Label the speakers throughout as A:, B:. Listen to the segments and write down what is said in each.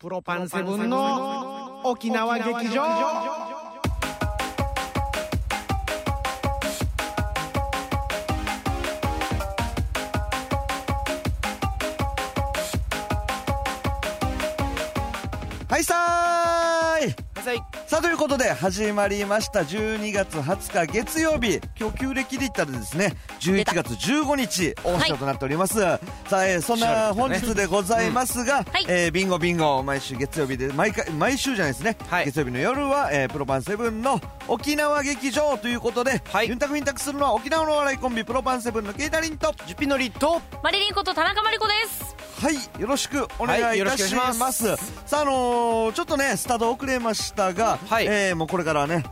A: プロパンセブンの沖縄劇場
B: はいさーい
C: はい
B: さあということで始まりました12月20日月曜日今日旧暦で言ったらですね11月15日大阪となっております、さあ、えーそんな本日でございますが、
D: はい
B: えービンゴビンゴ毎週月曜日で毎回毎週じゃないですね、
C: はい
B: 月曜日の夜は、えープロパンセブンの沖縄劇場ということで、
C: はい
B: ユンタクユンタクするのは沖縄のお笑いコンビプロパンセブンのケイタリンと
C: ジュピノリと
D: マリリンこと田中真理子です。
B: はい、よろしくお願いいたします。
C: はいよろしくお願いしま
B: さあ、あのーちょっとね、スタート遅れましたが、
C: はい
B: えーもうこれからはね、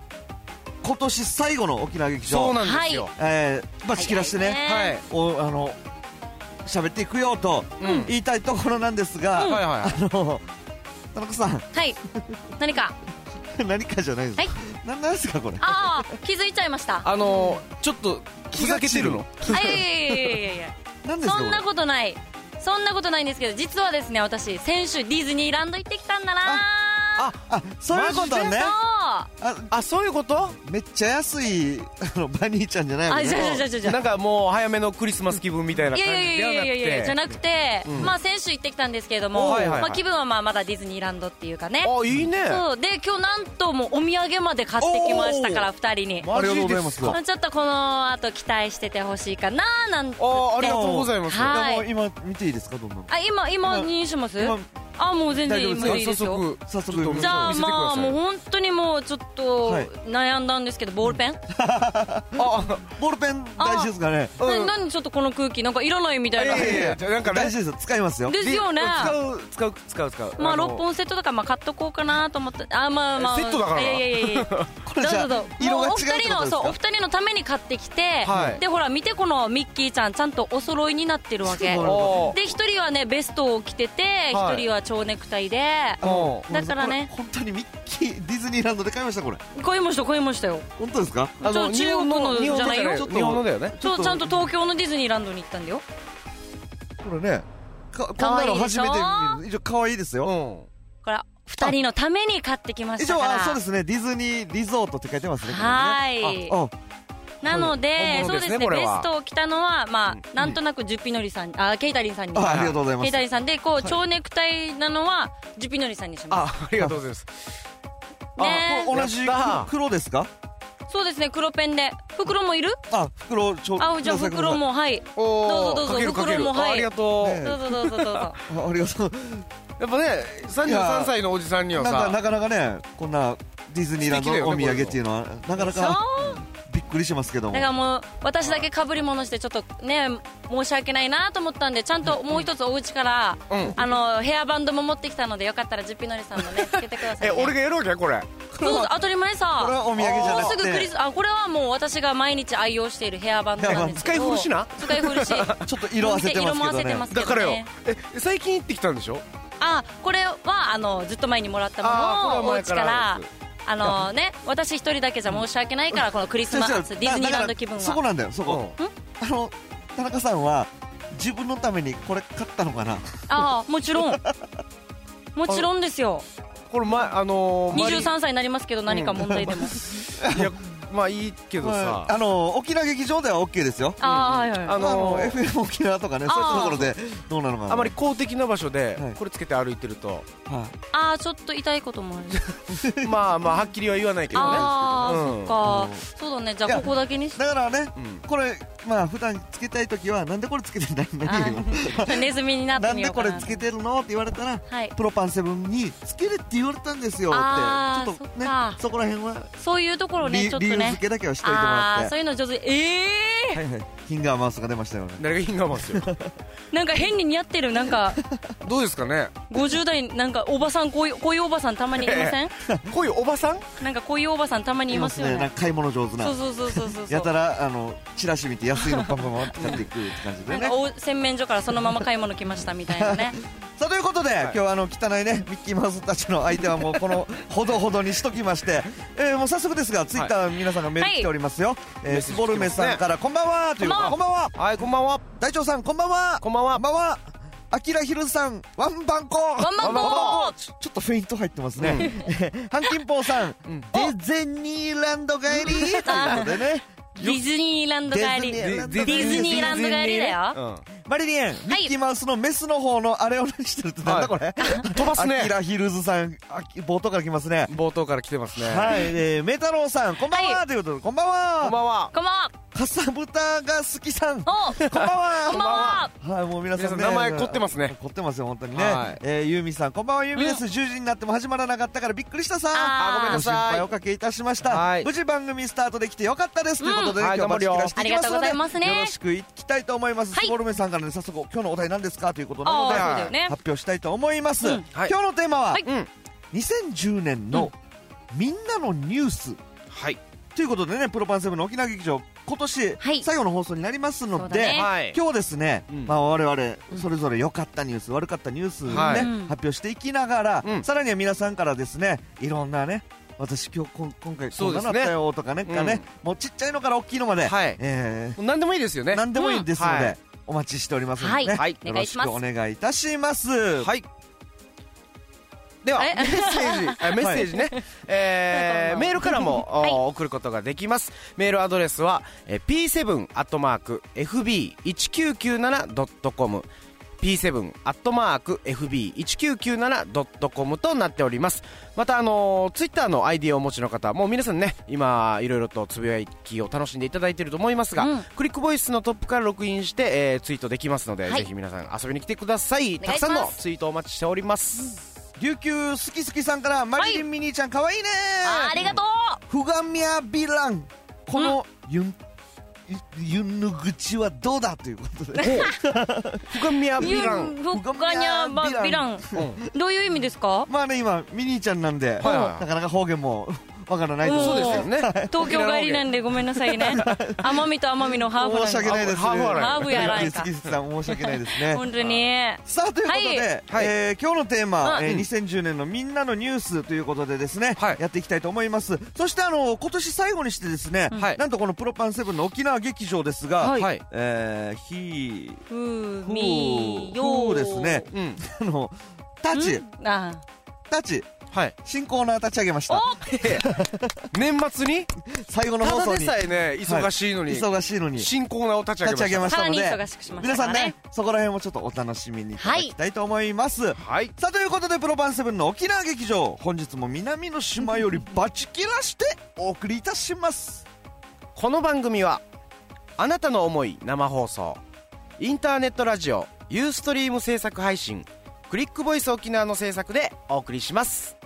B: 今年最後の沖縄劇場、
C: そうなんですよ、
B: えーまあ、仕切らしてね、
D: はい
C: はい
B: おあの喋っていくよと
C: うん
B: 言いたいところなんですが、
C: はい
B: あ
C: はいはい
B: の田中さん、
D: はい。何か。
B: 何かじゃないです。
D: はい
B: ななんですかこれ。
D: ああ、気づいちゃいました。
C: あのーちょっとふざけてるの
D: あいやいやいやいやいや。
B: なんですか
D: そんな
B: こ
D: ことない。そんなことないんですけど、実はですね、私、先週ディズニーランド行ってきたんだな
B: れ。あ、そういうこと
C: マジ
B: ね。
D: あ、
B: あ、
C: あそういうこと
B: めっちゃ安いあのバニーちゃんじゃない
D: そう。
B: わけね。
D: あ、じゃあじゃあじゃあじゃあ
C: なんかもう早めのクリスマス気分みたいない感
D: や
C: じ
D: いやいやいやいやいや
C: で
D: じ
C: は
D: ゃ
C: なくて
D: なく
C: う
D: て、
C: ん
D: まあ先週行ってきたんですけれど
C: お
D: も、
C: はいはいはい
D: まあ気分はまあまだディズニーランドっていうかね。
C: あいいね
D: そうで今日なんともうお土産まで買ってきましたから二人に。
C: マジ
B: ありがとうございま
C: ですすか
D: ちょっとこの後期待しててほしいかななんて。
C: あーありがとうございます
D: はい
B: でも今見ていいですかどんなの。
D: あ今今
B: 今
D: にします
B: 今
D: あもう全然
B: 大丈夫です
D: 無
B: か
D: 理ですよ
B: 早速
C: ちょっと
D: じゃあ
C: 見せてくだ
D: まあ
C: さい
D: もう本当にもうちょっと
B: はい
D: 悩んだんですけどボールペン、
C: あ
B: ボールペン大事ですかね。
C: うん
D: な何ちょっとこの空気なんかいらないみたい
C: い
D: な
C: やいやいやじゃあなんかね
B: 大事ですよ。使いますよ。
D: ですよね
C: 使う使う使う使う
D: まあ
C: の
D: 6本セットとかまあ買っとこうかなと思ってあまあまあ
C: セットだから
D: いやいやいやいや
B: こ
D: ど う
B: れじゃ
D: ぞど
B: あ
D: うぞ
B: 色
D: も
B: が違う
D: うお
B: って
D: 二人
B: こと
D: の
B: です
D: そうお
B: か。
D: 二人のために買ってきて、
C: はい
D: でほら見てこのミッキーちゃんちゃんとお揃いになってるわけ
B: そう
C: おー
D: で一人はねベストを着てて一、
C: はい
D: 人は蝶ネクタイで
C: おー
D: だからね
B: これ本当にミッキーディズニーランドで買いましたこれ。
D: 買いました買いましたよ
B: 本当ですか？
C: あの
D: ちょ
C: 日本
D: 中国の
C: 日本
D: じゃないよ
C: ちょっと日本のだよね
D: そうちゃん
B: と
D: と東京のディズニーランドに行ったんだよ
B: これね。かこん
D: 可
B: な
D: 愛い
B: の
D: で
B: 初
D: しょ
B: めて見る。以上可愛いです
C: う
B: よ。
C: ん
D: これ二人のために買ってきま
B: 以
D: した
B: 上
D: から
B: はそうですねディズニーリゾートって書いてますね。これね
D: はい
B: あ、
D: なので
C: 本
D: そ
C: 物
D: う
C: で
D: ですす
C: ね
D: ね
C: これ
D: ベ
C: は
D: ストを着たのはまあなんとなくジュピノリさんあケイタリンさんに
B: あありがとうございま
D: ケイ
B: す
D: タ。リンさんでこう蝶ネクタイなのはジュピノリさんにしま
C: あありがとうございます
D: すね
B: これ同じ
C: やった
B: 黒ですか？
D: そうですね黒ペンで袋もいる
B: あ、袋ちょ。
D: あじゃあ
B: ください
D: 袋。もはい
C: おー
D: どうぞどうぞ
C: かけるかける
D: 袋もはい
C: あありがとう
B: ね
D: どうぞどうぞどうぞ
B: くださいあありがとう。
C: やっぱね
B: いや
C: 33歳のおじさんに
B: なん
C: は
B: か
C: さ
B: なかなかねこんなディズニーランドのお土産っていうのはなかな
D: そう
B: かびっくりしますけども
D: だからもう私だけ被り物してちょっとね申し訳ないなと思ったんでちゃんともう一つお家から、
C: うん
D: あのヘアバンドも持ってきたのでよかったらジュピノリさんのねつけてください、
C: え
D: ね、
C: 俺がやろうかこれ
D: そうそう当たり前
B: これは
D: さ
B: お土産じゃな
D: もう
B: く
D: すぐクリ
B: て
D: スあこれはもう私が毎日愛用しているヘアバンドなんですけど
C: ヘアバンド使い古しな
D: 使い古 し
B: ちょっと色あせてますけどね
D: 色もあせてますけ
C: だ
D: ど、ね、
C: からよえ最近行ってきたんでしょ
D: あこれはあのずっと前にもらった
C: あーこれは
D: ものをお
C: 前
D: 家
C: か
D: から
C: あ
D: ら
C: るや
D: あのね私一人だけじゃ申し訳ないからこのクリスマスディズニーランド気分
B: そこ
D: は
B: なんだよそこ、あの田中さんは自分のためにこれ買ったのかな
D: ああもち ろんもちろんですよ
C: これまあのーマリ
D: 23歳になりますけど何か問題で も、
C: いやまあいいけどさ
B: はいあの沖縄劇場では OK ですよ
D: ああはいはい
C: あの
B: あの
C: ー
B: FM 沖縄とかねそういうところでどうなのかな
C: あまり公的な場所で
B: はい
C: これつけて歩いてると
B: は
D: ああちょっと痛いことも ある
C: まあまあはっきりは言わないけどね
D: あ
C: う
D: あ
C: ん
D: そっかそうだねじゃあここだけにし
B: いだからね
C: うん
B: これまあ普段つけたい時はなんでこれつけてないの何よ
D: てネズミになっ
B: な
D: て
B: ん
D: みよ
B: で
D: う
B: こ
D: か
B: れ
D: な
B: つけてるのって言われたら
D: はい
B: プロパンセブンにつけるって言われたんですよっ
D: あ
B: て
D: ー
B: ちょっと
D: そ
B: ね
D: っか
B: そこら辺は
D: そういうところね
B: 理
D: ちょっと
B: 理由
D: ね
B: 付けだけはしといても
D: あ
B: ら
D: あ
B: っ
D: そ
B: て
D: ういうの上手ええ
B: はいはいキンガーマウスが出ましたよね
C: 誰がヒンガーマンですよ
D: なんか変に似合ってるなんか
C: どうですかね
D: 50代なんかおばさんこういうこういうおばさんたまにいません
C: こういうおばさん
D: なんかこういうおばさんたまにいますよ
B: なん
D: ね
B: か買い物上手な
D: そうそうそうそうそう
B: やたらあのチラシ見て安いのパンパンパンって買っていくって感じ
D: な
B: で
D: ん
B: ね
D: かお洗面所からそのまま買い物来ましたみたいなね
B: さあということで、今日はあの汚いねミッキーマウスたちの相手はもうこのほどほどにしときまして、えーもう早速ですがツイッター皆さんがメール来ておりますよ、え
C: メッ
B: ー
C: セージ
B: スボルメさんから、こんばんはという
D: こんばんは
B: こんばんは
C: はいこんばんは
B: 大長さんこんばんは
C: こんばんは
B: こんばんはあきらひるさんワンバンコ
D: ワンバンコ
B: ちょちょっとフェイント入ってますね。 ハンキンポーさん、デゼニーランド帰りということでね。
D: ディズニーランド帰り。
B: ディズニーランド
D: ディズニーランド帰りだよ。
C: よ。
B: マリリン、ミッキーマウスのメスの方のあれを何してるってなんだこれ
C: 飛ばす
B: アキ
C: ね。
B: ラヒルズさん、あき冒頭から来ますね。
C: 冒頭から来てますね。
B: はい、えー、メタロウさん、こんばん
D: は
B: はということで、こんばんは
C: こんばんは。
D: こんばん
B: かさぶたが好きさん。こん
D: は。おこん
B: ばん
D: ばん
B: は。
D: は。
B: はい、もう皆さんね。
C: 皆さん名前凝ってますね
B: 凝ってますよ、本当にね
C: はい。
B: えー、ユーミンさん、こんばんは、ユーミンです。10時になっても始まらなかったからびっくりしたさ。
D: あー
C: あ、ごめん
B: ご
C: な
B: 心配
C: さ
B: お
C: い。
B: かけいたしまし
C: は
B: た。
C: い
B: 無事番組スタートできてよかったです。ということで、
C: うんは
B: 今
C: い
B: 日も
C: 頑張るよ
B: らしていきますの
D: ありがとうございます
B: で、
D: ね
B: よろしくいきたいと思います。
D: はい
B: スコルメさんからね、早速、今日のお題何ですかということなの
D: あ
B: で、
D: あ、
B: 発
D: そうだよね。
B: 表したいと思います。
D: うん
B: 今日のテーマは
D: はい、
C: うん。
B: 2010年のみんなのニュース
C: はい。
B: ということでね、プロパンセブンの沖縄劇場、今年
D: はい
B: 最後の放送になります
D: そ
B: の
D: うだ
B: で、
D: ね
C: はい。
B: 今日ですね、
C: うん
B: まあ、我々それぞれ良かったニュース、悪かったニュースをね、
C: はい
D: うん
B: 発表していきながら、
C: うん
B: さらには皆さんからですねいろんなね私今日こん今回こ
C: そうんで
B: な
C: す
B: の
C: ね
B: あったよとかねかねもうちっちゃいのから大きいのまで、
C: はい
B: え
C: 何でもいいですよ
B: ー
C: ね。
B: 何でもいいですので、
C: うんはい
B: お待ちしておりますので、ね
D: はいお
B: よ
D: 願
B: ろ
D: いし
B: し
D: ます
B: くお願いいたします。
C: はい。では、メ
D: え
C: ッセージ、あメッセージね、えーメールから も、
D: はい
C: お送ることができます。メールアドレスは、えー p7-fb1997.com p7-fb1997.com となっております。また、あのツイッター Twitter の ID をお持ちの方、もう皆さんね、今、いろいろとつぶやきを楽しんでいただいていると思いますが、
D: うん
C: クリックボイスのトップからログインして、えーツイートできますので、
D: はい
C: ぜひ皆さん遊びに来てください。
D: お願
C: た
D: い
C: く
D: しま
C: さ
D: す
C: んのツイートお待ちしております。
B: 琉球好き好きさんから、マリリンミニーちゃん可愛いね
D: あありがとう
B: フガミャビランこのユンユンヌ口はどうだということで
C: 深宮ヴィラン。
D: フッカニャバビラン。どういう意味ですか
B: まあね今ミニーちゃんなんで、
C: はいはい
B: なかなか方言もわからないと思
D: そうですよ
C: ね
D: 東京帰りなんでごめんなさいね。奄美と奄美のハーフなん
B: 申し訳
D: で。
B: ないです
C: ハーフはない
D: ハーフやないか
B: 好き好きさん申し訳ないですね
D: 本当に。
B: さあということで、
C: はい
B: えー今日のテーマ、
D: うん
B: えー2010年のみんなのニュースということでですね、
C: はい
B: やっていきたいと思いますそしてあの今年最後にしてですね、
C: はい
B: なんとこのプロパンセブンの沖縄劇場ですが、
D: はい
C: はい。
B: えー、ひ
D: ふみよ
B: そうですね。
C: うん。
B: あのタチ、
D: うんあ
B: タチ
C: はい。
B: 新コーナー立ち上げました
C: 年末に
B: 最後の
C: た
B: 放
C: だ
B: 送
C: で
B: に
C: さえね、忙しいのに、
B: 忙しいのに立
C: 新コーナーを立ち上
B: ち上
C: げ
B: げ
C: ま
B: ま
C: し
B: したので
D: さらに忙しくしました
B: 皆
D: か
B: さ
D: ら
B: ん
D: ね
B: ねそこら辺もちょっとお楽しみにいただきたいと思いま
C: た。
B: す、
C: はい。
B: さあということでプロパンセブンの沖縄劇場本日も南の島よりバチ切らしてお送りいたします
C: この番組はあなたの思い生放送インターネットラジオユーストリーム制作配信クリックボイス沖縄の制作でお送りします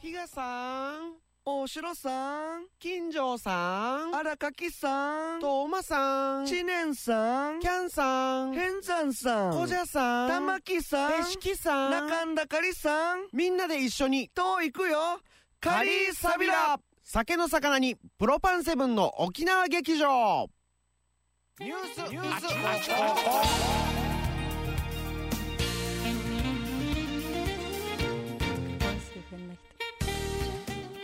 C: 比嘉さん大城さん金城さん
B: 荒垣さん
C: トーマさん
B: 知念さん
C: ャンさん
B: 変山さん
C: ゃさ
B: 玉木さん
C: 木さ
B: 中んだかりさん
C: みんなで一緒に
B: と行くよ
C: カリーサビラ酒の魚にプロパンセブンの沖縄劇場ニュースニュース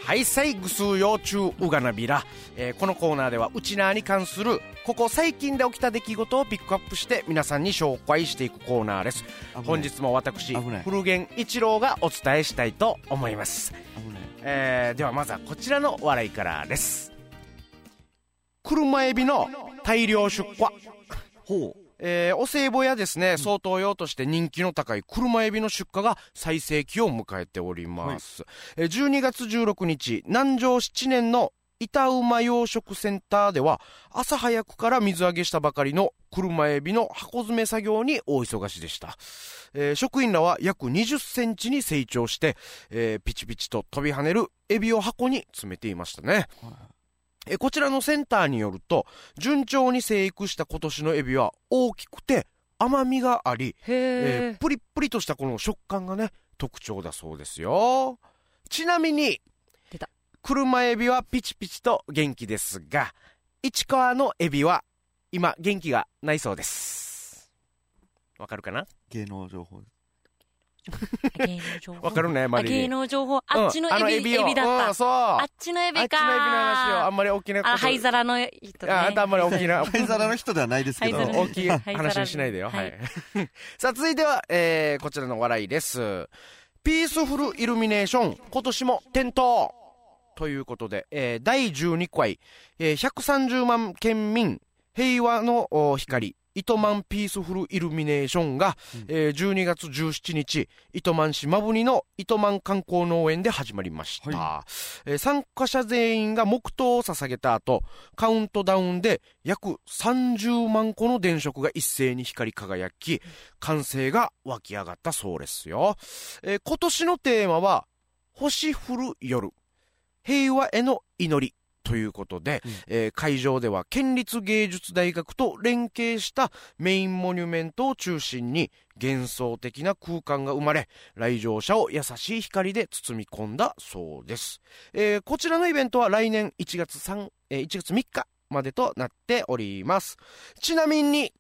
C: はいサイグス幼虫うがなびら、えーこのコーナーではウチナーに関するここ最近で起きた出来事をピックアップして皆さんに紹介していくコーナーです
B: 危ない
C: 本日も私
B: 危ない
C: 古源一郎がお伝えしたいと思いますえーではまずはこちらの笑いからです車エビの大量出荷
B: ほう
C: えーお歳暮やですね、相当用として人気の高い車エビの出荷が最盛期を迎えております。えー12月16日、南城7年の板馬養殖センターでは、朝早くから水揚げしたばかりの車エビの箱詰め作業に大忙しでした。えー職員らは約20センチに成長して、えーピチピチと飛び跳ねるエビを箱に詰めていましたね。えーこちらのセンターによると、順調に生育した今年のエビは大きくて甘みがあり、え
D: へ
C: ープリップリとしたこの食感がね特徴だそうですよちなみに
D: 出た
C: 車エビはピチピチと元気ですが市川のエビは今元気がないそうですわかるかな
B: 芸能情報
D: 芸能情報。
C: わかるねマリー
D: あ芸能情報。あっちのエビ、エビ
C: を
D: だ
C: う
D: っ
C: ん、そう
D: た。あ
C: あ
D: っちのエビ
C: っちのエビの
D: か。
C: 話をあんまり大きなこと
D: あ、灰皿の人ね。
C: ああんたあんまり大きな
B: 灰皿の人ではないですけど
D: 灰皿の
C: 大
D: 人
C: きい
D: はい
C: 話にしないでよ。は
D: はい
C: い。 さあ、続いては、えー、こちらの笑いです。ピースフルイルミネーション、今年も点灯ということで、えー、第12回、えー、130万県民、平和のお光、糸満ピースフルイルミネーションが、えー、12月17日、糸満市真国の糸満観光農園で始まりました、えー参加者全員が黙祷を捧げた後カウントダウンで約30万個の電飾が一斉に光り輝き歓声が湧き上がったそうですよ、えー今年のテーマは「星降る夜平和への祈り」ということで、
B: うん
C: えー会場では県立芸術大学と連携したメインモニュメントを中心に幻想的な空間が生まれ来場者を優しい光で包み込んだそうです、えーこちらのイベントは来年1月 ,3、えー1月3日までとなっておりますちなみに、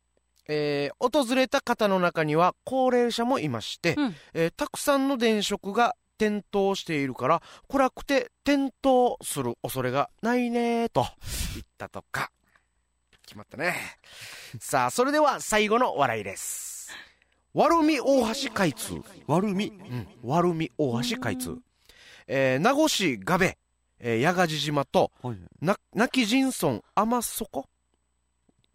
C: えー訪れた方の中には高齢者もいまして、
D: うん
C: えーたくさんの電飾が点灯しているから暗くて点灯する恐れがないねーと言ったとか決まったねさあそれでは最後の笑いですわるみ大橋開通
B: 悪み
C: うん、丸見大橋開通、えー名護市我部、えー、八ヶ地島と
B: はい
C: な亡き人村天底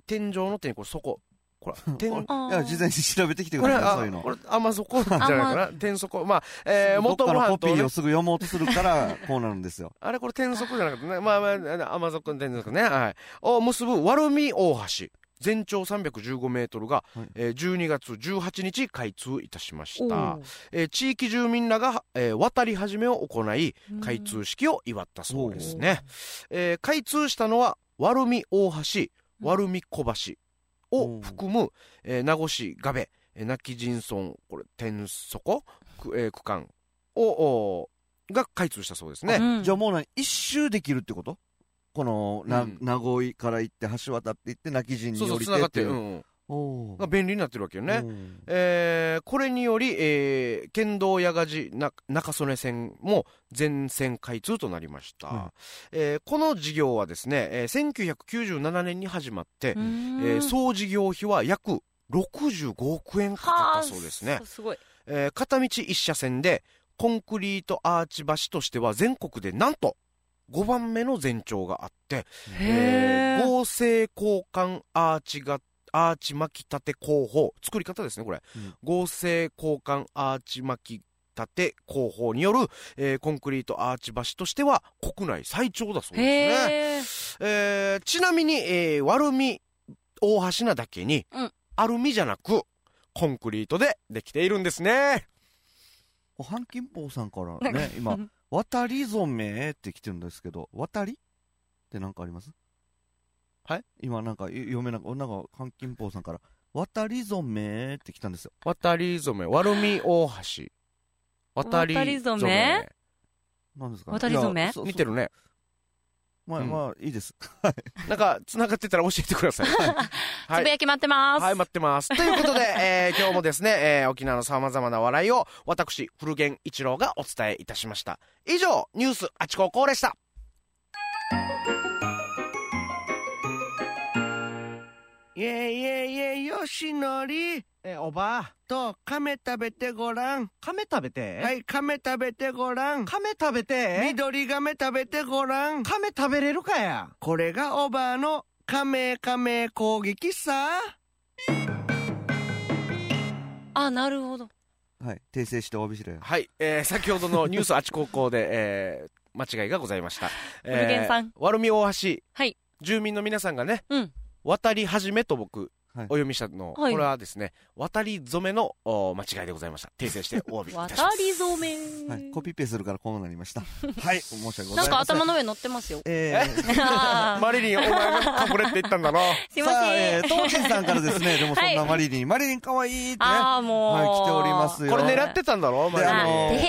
C: 天井の天これ底こ れ天こ
D: あ
B: い
D: ー
B: や事前に調べてきてく
C: れ
B: ださい
C: あ
B: そういうの
C: これ天底な んじゃないかな天底まあ、えー、
B: どっ
C: 元ご
B: かの
C: 飯
B: コピ
C: と、
B: ー
C: ね
B: を、すぐ読もうとするからこうなるんですよ
C: あれこれ天底じゃなくてねまあまああ天底の天底ねはいを結ぶわるみ大橋全長315メートルが、
B: はい
C: えー12月18日開通いたしまし
D: お
C: た
D: ー、
C: えー地域住民らが、えー渡り始めを行い、開
D: うん。
C: 通式を祝ったそうですね、えー開通したのは丸見大橋丸見小橋を含む、えー名護市我部えー亡き人村これ天底、くえー区間をおーが開通したそうですね、
D: うん
B: じゃあもう何一周できるってことこのな
C: うん
B: 名古屋から行って橋渡って行って泣き陣に
C: そうそ
B: 降
C: う
B: り
C: つ
B: て
C: ながっ
B: っ
C: て
B: てい
C: る、う
B: うん
C: うん
B: お
C: が
B: ー
C: 便利になってるわけよね、
B: うん
C: えーこれにより、えー県道八ヶ寺な中曽根線も全線開通となりました、
B: うん
C: えーこの事業はですね、えー1997年に始まって、
D: うん
C: えー総事業費は約65億円かか
D: は
C: っ
D: あ
C: たそうですね、
D: すごい。
C: えー片道1車線でコンクリートアーチ橋としては全国でなんと5番目の全長があって、え
D: へ
C: ー
D: ー
C: 合成交換アーチがアーチ巻き立て工法作り方ですねこれ、
B: うん
C: 合成交換アーチ巻き立て工法による、えーコンクリートアーチ橋としては国内最長だそうですね、
D: へえ。
C: えーちなみに、えー、ワルミ大橋なだけに、
D: うん
C: アルミじゃなくコンクリートでできているんですね
B: おはんきんぽうさんから
D: なん
B: ね今「渡り初め」って来てるんですけど「渡り」って何かあります
C: はい
B: 今なんか読めなくなんかはんきんぽうさんから「渡り初め」って来たんですよ
C: 渡り初めワルミ大橋渡り初め
D: 渡り初め
B: 何ですか
D: 渡り初
B: い
D: め
B: やそうそう
C: 似てるね
B: まあ
C: うん
B: まあいいです
C: なんか繋がってたら教えてくだ さいは
D: つぶ
C: い
D: やき待ってます。
C: はい、待ってます。ということで、えー今日もですね、えー沖縄の様々な笑いを、私、古源一郎がお伝えいたしました。以上、ニュースあちここうでした。
A: いえいえいえよしのり
C: えおばあ、
A: と亀食べてごらん
C: 亀食べて
A: はい亀食べてごらん
C: 亀食べて
A: 緑亀食べてごらん
C: 亀食べれるかや
A: これがおばあの亀亀攻撃さ
D: あ、なるほど。
B: はい訂正してお詫びしろよ
C: はい、えー先ほど のニュースあちここで、えー間違いがございました。
D: ルゲンさん
C: わるみ大橋。
D: はい
C: 住民の皆さんがね、
D: うん
C: 渡り始めと僕、
B: はい
C: お読みしたの、
D: はい
C: これはですね、渡り初めのお間違いでございました。訂正してお詫びいたしま
D: 渡
C: す。
D: り初め。
B: はい、コピペするからこうなりま した。はい、申し訳ございません。。
D: なんか頭の上乗ってますよ
B: えー、
D: あー
C: マリリン、お前が隠れって言ったんだろ。
D: すいま
B: さあ、
D: せ
B: え
D: ん
B: ー、。トーチンさんからです ね、でもそんな
D: はい
B: マリリン、マリリン可愛いってね。
D: ああ、もう。
B: はい来ておりますよ
C: これ狙ってたんだろ、マ
B: で
D: あ
C: リリン。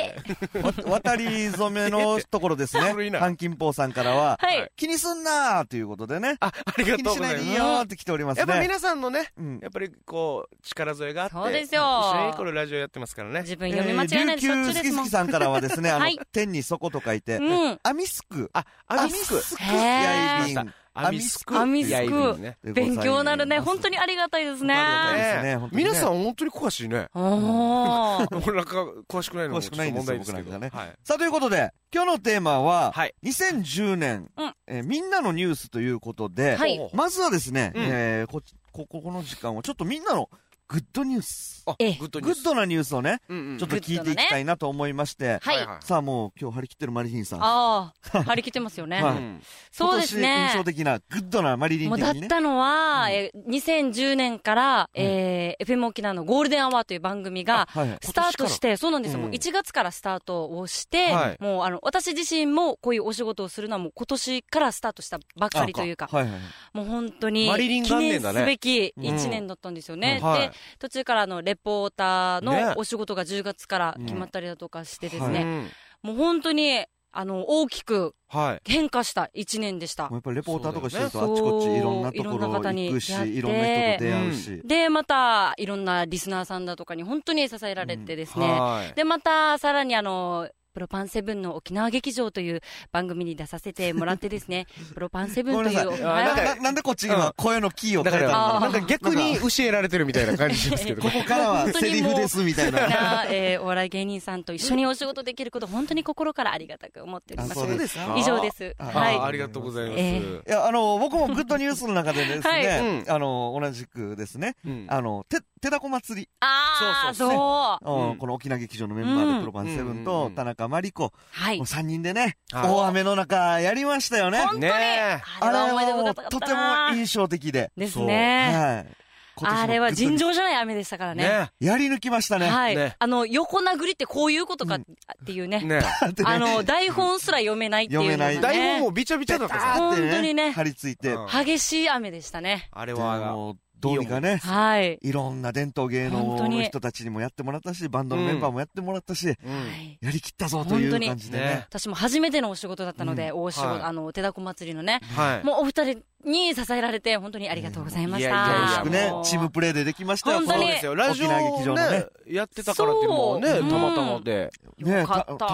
D: で、
B: わ渡り初めのところで すね
C: 古い、な
B: ハンキンポーさんからは、
D: はい。
B: 気にすんなーということでね、
C: あ、ありが
B: 気に
C: とう
B: し
C: ご
B: な
C: ざい
B: い
C: ま
B: ですいい。よーって来ております
C: やっぱ
B: ね。
C: 皆さんのね、
B: うん
C: やっぱりこう、力添えがあって。
D: そうですよ
C: 一緒にこれラジオやってますからね。
D: 自分読み間違えないでしょっちゅ
B: えー琉
D: う
B: 球好
D: で
B: き
D: すも
B: 好
D: ん
B: き。さんからはですね、あの
D: はい、
B: 天に底と書いて、
D: うん。
B: アミスク。
C: あ、アミスク。
B: スク
D: へー
B: やいびん。
C: アミスク。
D: アミスク
C: やいびんね。
D: 勉強になるね。本当
B: に。
D: にありがたいですね。
B: ありがたいですね
C: ね
B: 本当にね
C: 皆さん本当に詳しいね。
D: おー。
C: 俺なんか詳しくないのも
B: 詳
C: ち
B: し
C: ょっと
B: くないんで
C: 問
B: すよ
C: 題ですけど。
B: 僕なんか
C: はい。
B: さあ、ということで、今日のテーマは、
C: はい
B: 2010年、
D: うん
B: えーみんなのニュースということで、
D: はい
C: ほうほう
B: まずはですね、
C: うん
B: えーこ、こここの時間はちょっとみんなのグッドニュース。
C: あ、
D: ええ
C: グッドニ
B: グ
C: ュー
B: ッ
C: ス。
B: ドなニュースをね、
C: うんうん
B: ちょっと聞いていきたいなと思いまして、
D: はい。
C: はい
B: さあもう今日張り切ってるマリリンさん。
D: ああ、張り切ってますよね。
B: は
C: う
B: い
C: ん
D: そうです
B: 今
D: ね
B: 年印。象的なグッドなマリリン
D: もう
B: 的
D: だっ
B: にね。
D: たのは、えー2010年から、えー FM 沖縄のゴールデンアワーという番組が、
B: はいはい
D: スタートして、そうなんですよ。
C: うん
D: もう1月からスタートをして、
C: はい
D: もうあの、私自身もこういうお仕事をするのはもう今年からスタートしたばっかりというか、
B: はいはい。
D: もう本当に
C: マリリン、
D: 記
C: 元
D: 念
C: 年だ
D: す
C: ね
D: べき1年だったんですよね。
C: うんはい
D: で、途中からあの、レポーター
C: ね
D: のお仕事が10月から決まったりだとかしてです
B: う
D: ね、
C: うん
D: もう本当に、あの、大きく
C: はい。
D: 変化した1年でした
B: もう。やっぱりレポーターとかしてると、
D: そう
B: あ
D: だ
B: っ
D: よね
B: ちこっちいろんなと
D: そういろんな
B: ころ
D: 方に
B: 行くし、
D: やって
B: いろんな人と出会うし。
D: で、また、いろんなリスナーさんだとかに本当に支えられてですね、
C: はい。
D: で、また、さらにあの、プロパンセブンの沖縄劇場という番組に出させてもらってです ね、プロパンセブン
B: ご
D: と
B: めん
D: い
B: なさ
D: う、
B: い。
C: あなん
B: なん
C: か
B: かなんでこっち今、声のキーを
C: だ
B: 変え
C: か
B: た
C: ら、
B: の
D: あー
C: なんか逆に教えられてるみたいな感じしますけど。
B: ここからはセリフですみたい
D: みん
B: な。
D: な、えーお笑い芸人さんと一緒にお仕事できること、本当に心からありがたく思っております
B: あ。そうです
C: か
D: 以上です。
B: あ
C: あ
D: はい。
C: ーありがとうございます。
D: え
B: いや、あの、僕もグッドニュースの中でですね、
D: はい
C: うん
B: あの、同じくですね、
C: うん
B: あの、て、てだこ祭り、
D: あー、
C: そうそう
D: そう。
B: うん
C: うん
B: この沖縄劇場のメンバー
D: う
B: で、
D: ん
B: プロパンセブン
C: うんうんう
B: と
C: ん
B: 田中真理子、
D: はい
B: もう。3人でね、
C: はい
B: 大雨の中やりましたよね。
D: 本当に、
C: ねえ
D: あ
B: あ
D: れ
B: れ
D: は思い出
B: はも
D: 深
B: う
D: かっ
B: とて
D: た
B: も
D: な
B: 印象的で。
D: ですね。
B: はい。今年の
D: あれは尋
B: グッドニュー
D: 常じゃない雨でしたからね。
C: ね
B: スやり抜きましたね。
D: はい、
C: ね
D: あの、横殴りってこういうことかっていうね。
C: ね
D: あの、台本すら読めないっていうのが、ね。
B: 読めな
C: 台本もびちゃびちゃだったさ。
B: あーってね
D: 本当にね
B: 張り付いて。
C: うん
D: 激しい雨でしたね。
C: あれ
B: で
C: は、
B: もうどうにかね、
D: はい。
B: いろんな伝統芸能
D: 本当
B: の
D: に
B: 人たちにもやってもらったし、バンドのメンバーもやってもらったし、
C: う
D: は
C: ん
D: い
B: やりきったぞとい
D: 本当
B: う
D: に
B: 感じで
C: ね
B: ね。
D: 私も初めてのお仕事だったので、お仕事、
C: はい
D: あの、手だこ祭りのね、
C: はい。
D: もうお二人に支えられて、本当にありがとうございました。
C: いやいやいや
B: 楽しく
C: も
B: ね
D: も、う
B: チームプレーでできましたよ、
D: 本当
C: そう
D: に
C: ですよ。ラジオ
B: 沖縄劇場
C: を
B: の
C: ね
B: ね、
C: やってたからっていうのもね、
D: そ
C: た
D: う
C: またまで。
B: このね
D: よかっ
B: た
D: た
B: た偶然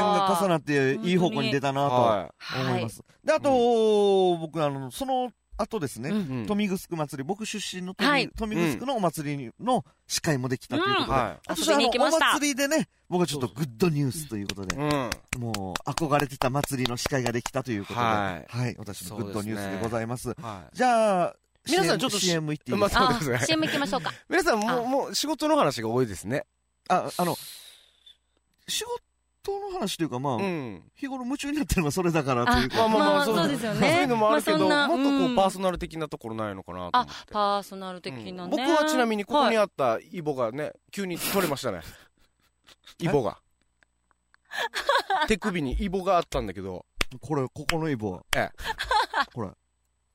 B: が重なって、いい方向に出たなと
C: は
B: 思
D: はいい
B: ま。す。で、あと、僕、あの、その後です
D: う
B: ね、
C: い。うん
B: 豊見城祭り、僕出身の豊
D: は
B: 見
D: い
B: 豊見城のお祭りの司会もできたということで、
C: は
B: あと
D: 遊びに行きました
B: あのお祭りでね、僕はちょっとグッドニュースということで
C: い。う、ん。
B: もう憧れてた祭りの司会ができたということで、
C: は
B: はい、私のグッドニュースでございます。
C: は
B: じゃあ、
C: 皆さん
B: CM
C: ちょっとし
B: CM 行っていいですか、
C: そう
D: あ
C: ですね、
D: CM 行きましょうか。
C: い。皆さん、も
D: あ
C: う、もう仕事の話が多いですね。
B: あ、あの、仕事の話というか、まあ、
C: うん。
B: 日頃夢中になってるのはそれだからというか、
C: まあまあまあ、
D: まあ
C: そう
D: そう
C: で
D: ですすよ
C: ね。そ
D: ね
C: ういうのもあるけど、
D: まあ
C: も
D: そ
C: っ
D: んな
C: とこ
D: う
C: う、
D: ん
C: パーソナル的なところないのかなと思
D: あ
C: って。、
D: パーソナル的な
C: う
D: ね。
C: ん僕はちなみにここに
D: は
C: あったイボがね、急に取れました ね。イボが。手首にイボがあったんだけど、
B: これ、ここのイ ボは。
C: ええ
B: これ、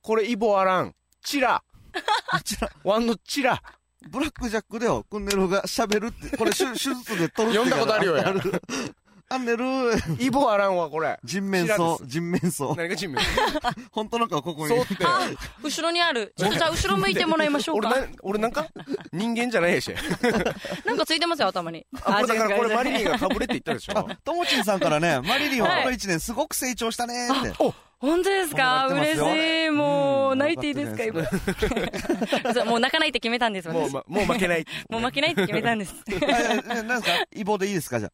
C: これイボあらん。チラ。
B: あちら、
C: ワンのチラ。
B: ブラックジャックでよ、クンネルが喋るって、こ れ、手手術で取るって
C: 読んだことあるよや
B: るアンネル、
C: イボあらんわ、こ れ。
B: 人面
C: 知らん
B: 相
C: で、
B: 人面相。
C: 何がチーム
B: 本当の顔ここに。
C: そうって。
D: あ、後ろにある。ちょっとじゃあ後ろ向いてもらいましょう
C: 俺
D: か。
C: な、俺なんか人間じゃないやし。
D: なんかついてますよ、頭に。
C: 俺だからこれマリリン
D: が。
C: がかぶれって言ったでしょ。
B: あ、ともちんさんから ね、マリリンは
D: はい
B: この一年すごく成長したねーって。
C: お
D: 本当ですか
B: 頑張ってますよ
D: 嬉しい。もう、
B: うん
D: 泣いていいですか、
B: 頑
D: 今。 そうもう泣かないって決めたんです、
C: もう、
D: 私。も
C: ま、もう負けない。
D: う負けないって決めたんです。
B: えなんですかイボでいいですかじゃ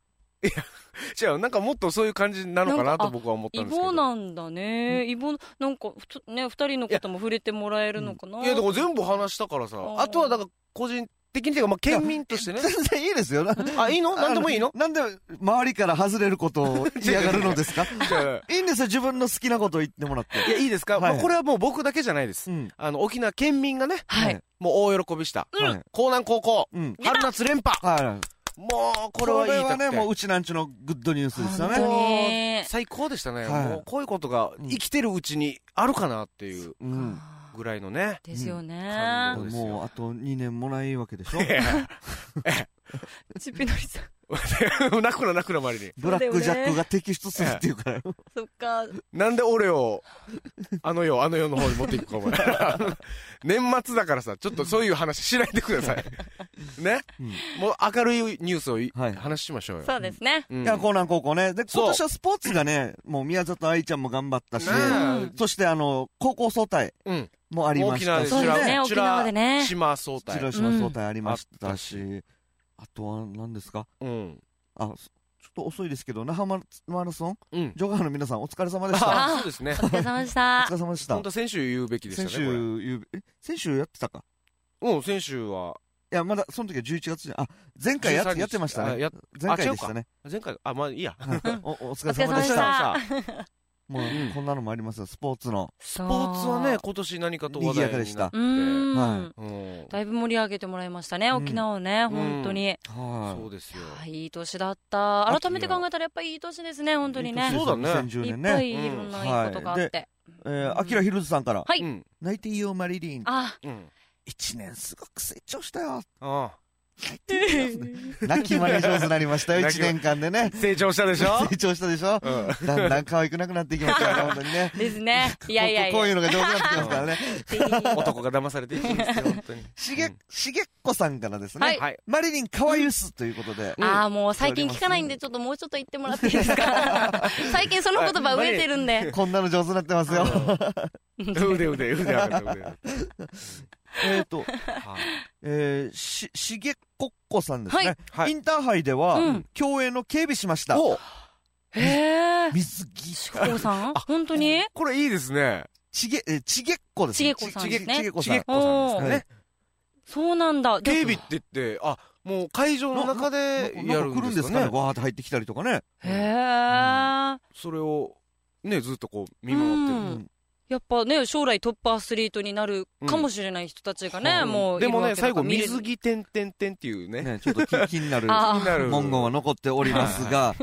C: 違う、なんかもっとそういう感じなのかな
D: なんか
C: と
D: あ
C: 僕は思った
D: イ
C: んですけど。
D: ボなんだね。イボ、なんか、ふつね、二人のことも触れてもらえるのかない
C: や、だから全部話したからさ。
D: ー
C: あとは、だから、個人的にというか、まあ、県民としてね
B: あ。。全然いいですよ。な
C: あ、いいのなんでも いいの
B: なんで周りから外れることを嫌がるので すか
C: じゃ
B: いいんですよ、自分の好きなことを言ってもらって。
C: あいや、いいですか、
B: はい
C: まあ、これはもう僕だけじゃないです。
B: うん。
C: あの、沖縄県民がね、
D: はい。
C: もう大喜びした。
B: うんはい
C: 江南高校、
B: うん。
C: 春夏連覇
B: はい。
C: もう、こ
B: こ
C: れ
B: れ
C: は
B: はい
C: い
B: ね、もう
C: う、
B: うちなんちゅのグッドニュースですよ
D: 本
B: ね。
D: 当に
C: 最高でしたね。
B: はい
C: もう、こういうことが
B: うん
C: 生きてるうちにあるかなっていう
B: うん。
C: ぐらいの ね。
D: ですよね
C: 感。動そうですよ
B: もうあと2年もないわけでしょ
C: ええ
D: ちっぴのりさん。
C: 泣くな泣くな周りに
B: ブラックジャックが摘出するっていうから、
D: そっか。
C: なんで俺をあの世あの世の方に持っていく かお前年末だからさちょっとそういう話しないでくださいね、もう明るいニュースをい、
B: はい
C: 話しましょうよ
D: そうですね。
C: うん
B: いや、江南高校ね。で、
C: そう
B: 今年はスポーツがね、もう宮里愛ちゃんも頑張ったし、
C: ね
B: そしてあの、高校総体
C: うん
B: もありま
C: 沖
B: し
C: 縄
B: た
C: で
B: し、
D: そうですね
C: チュラ
D: 沖縄でね
C: チュラ島総
B: チ
C: 体
B: ラシの総体ありましたし、あとは何ですか
C: うん
B: あ、そちょっと遅いですけど、那覇マラソン、
C: うん
B: ジョガーの皆さんお疲れ様でした。
C: あそうですね
D: お疲れ様でし
B: お
D: た
B: 疲。れ様でした
C: 本。当は先週言うべきで
B: 先
C: したねこれ
B: 週ゆう、え、先週やってたか
C: うん先週はい
B: や、まだ、その時は11月じゃ、あ、前回やっ
C: 13日
B: やってました
C: あ
B: ね。
C: や
B: 前回でしたね。
C: 前回あまあいいや
B: はいおお疲れ
D: お疲れ
B: 様で
D: 様で
B: し。
D: したた
C: さあ
B: もう、
C: うん
B: こんなのもありますよ、スポーツの。
D: ス
C: スポーツはね、今年何かと話題にな
B: 賑やかでした
D: うー
B: は
D: ん。
C: うん
D: だいぶ盛り上げてもらいましたね、
B: うん
D: 沖縄をね、本当に。
C: そう
B: は
C: ですよ
D: あいい年だった。改めて考えたらやっぱいい年ですね、
B: い。
D: 本当にね。
C: いい年そうだね
B: 2010
D: いっ
B: 年
D: ぱ
B: ね。
D: いいろんないいことがあって。
B: えー、アキラヒルズさんから、
D: はい
C: うん
B: 泣いていいよ、マリリン。
D: あ、
C: うん
B: 一年すごく成長したよ。
C: あ
B: 泣いていいよ泣きまね上手になりましたよ、
C: 泣き
B: 一年間でね
C: あ。成長したでしょ
B: 成長したでしょ
C: うん
B: だんだん可愛くなくなっていきま したよ、本当にね。
D: ですね。いやいやい
B: こうこうい
D: や。
B: うのが上手になってきます からね。
D: ぜひ
C: 男が騙されていくんですよ本当に
B: しげ、しげっこさんからですね。
D: はい
C: はい
B: マリリンかわゆすということで。
D: ああ、もう最近聞かないんで、ちょっともうちょっと言ってもらっていいですか最近その言葉飢えてるんで。
B: こんなの上手になってますよ。
C: 腕腕腕上がった腕上がっ
B: えっと、
C: たはい
B: えー、し、しげっこっこさんですね。
C: はい
B: インターハイでは、
D: うん
B: 競泳の警備しました。
C: お
D: へえ。
B: 水着。
D: しこさん本当に
C: これいいですね
B: ちげ、えー、ちげっこですね。
D: ちげっこさんですね
B: ちげっこ
C: ち
B: さ
C: げっ
B: ん。
C: こさんですかね
D: そうなんだ。
C: 警備って言ってあもう会場の中でや
B: な
C: る
B: んか来る
C: んで
B: んですす
C: か
B: か
C: ね
B: ね。わーって入ってきたりとかね。
D: へえ。
C: それをねずっとこう見守ってる
D: うんやっぱね、将来トップアスリートになるかもしれない人たちがね、
C: うん
D: もうい
C: で
D: る
C: も
D: わ
C: ね
D: けだ
C: 最
D: から
C: 後
D: 見れる
C: 水着てんてんてんっていうね
B: ね、ちょっと 気気になる。
D: あー
C: 気になる
B: 文言は残っておりますが、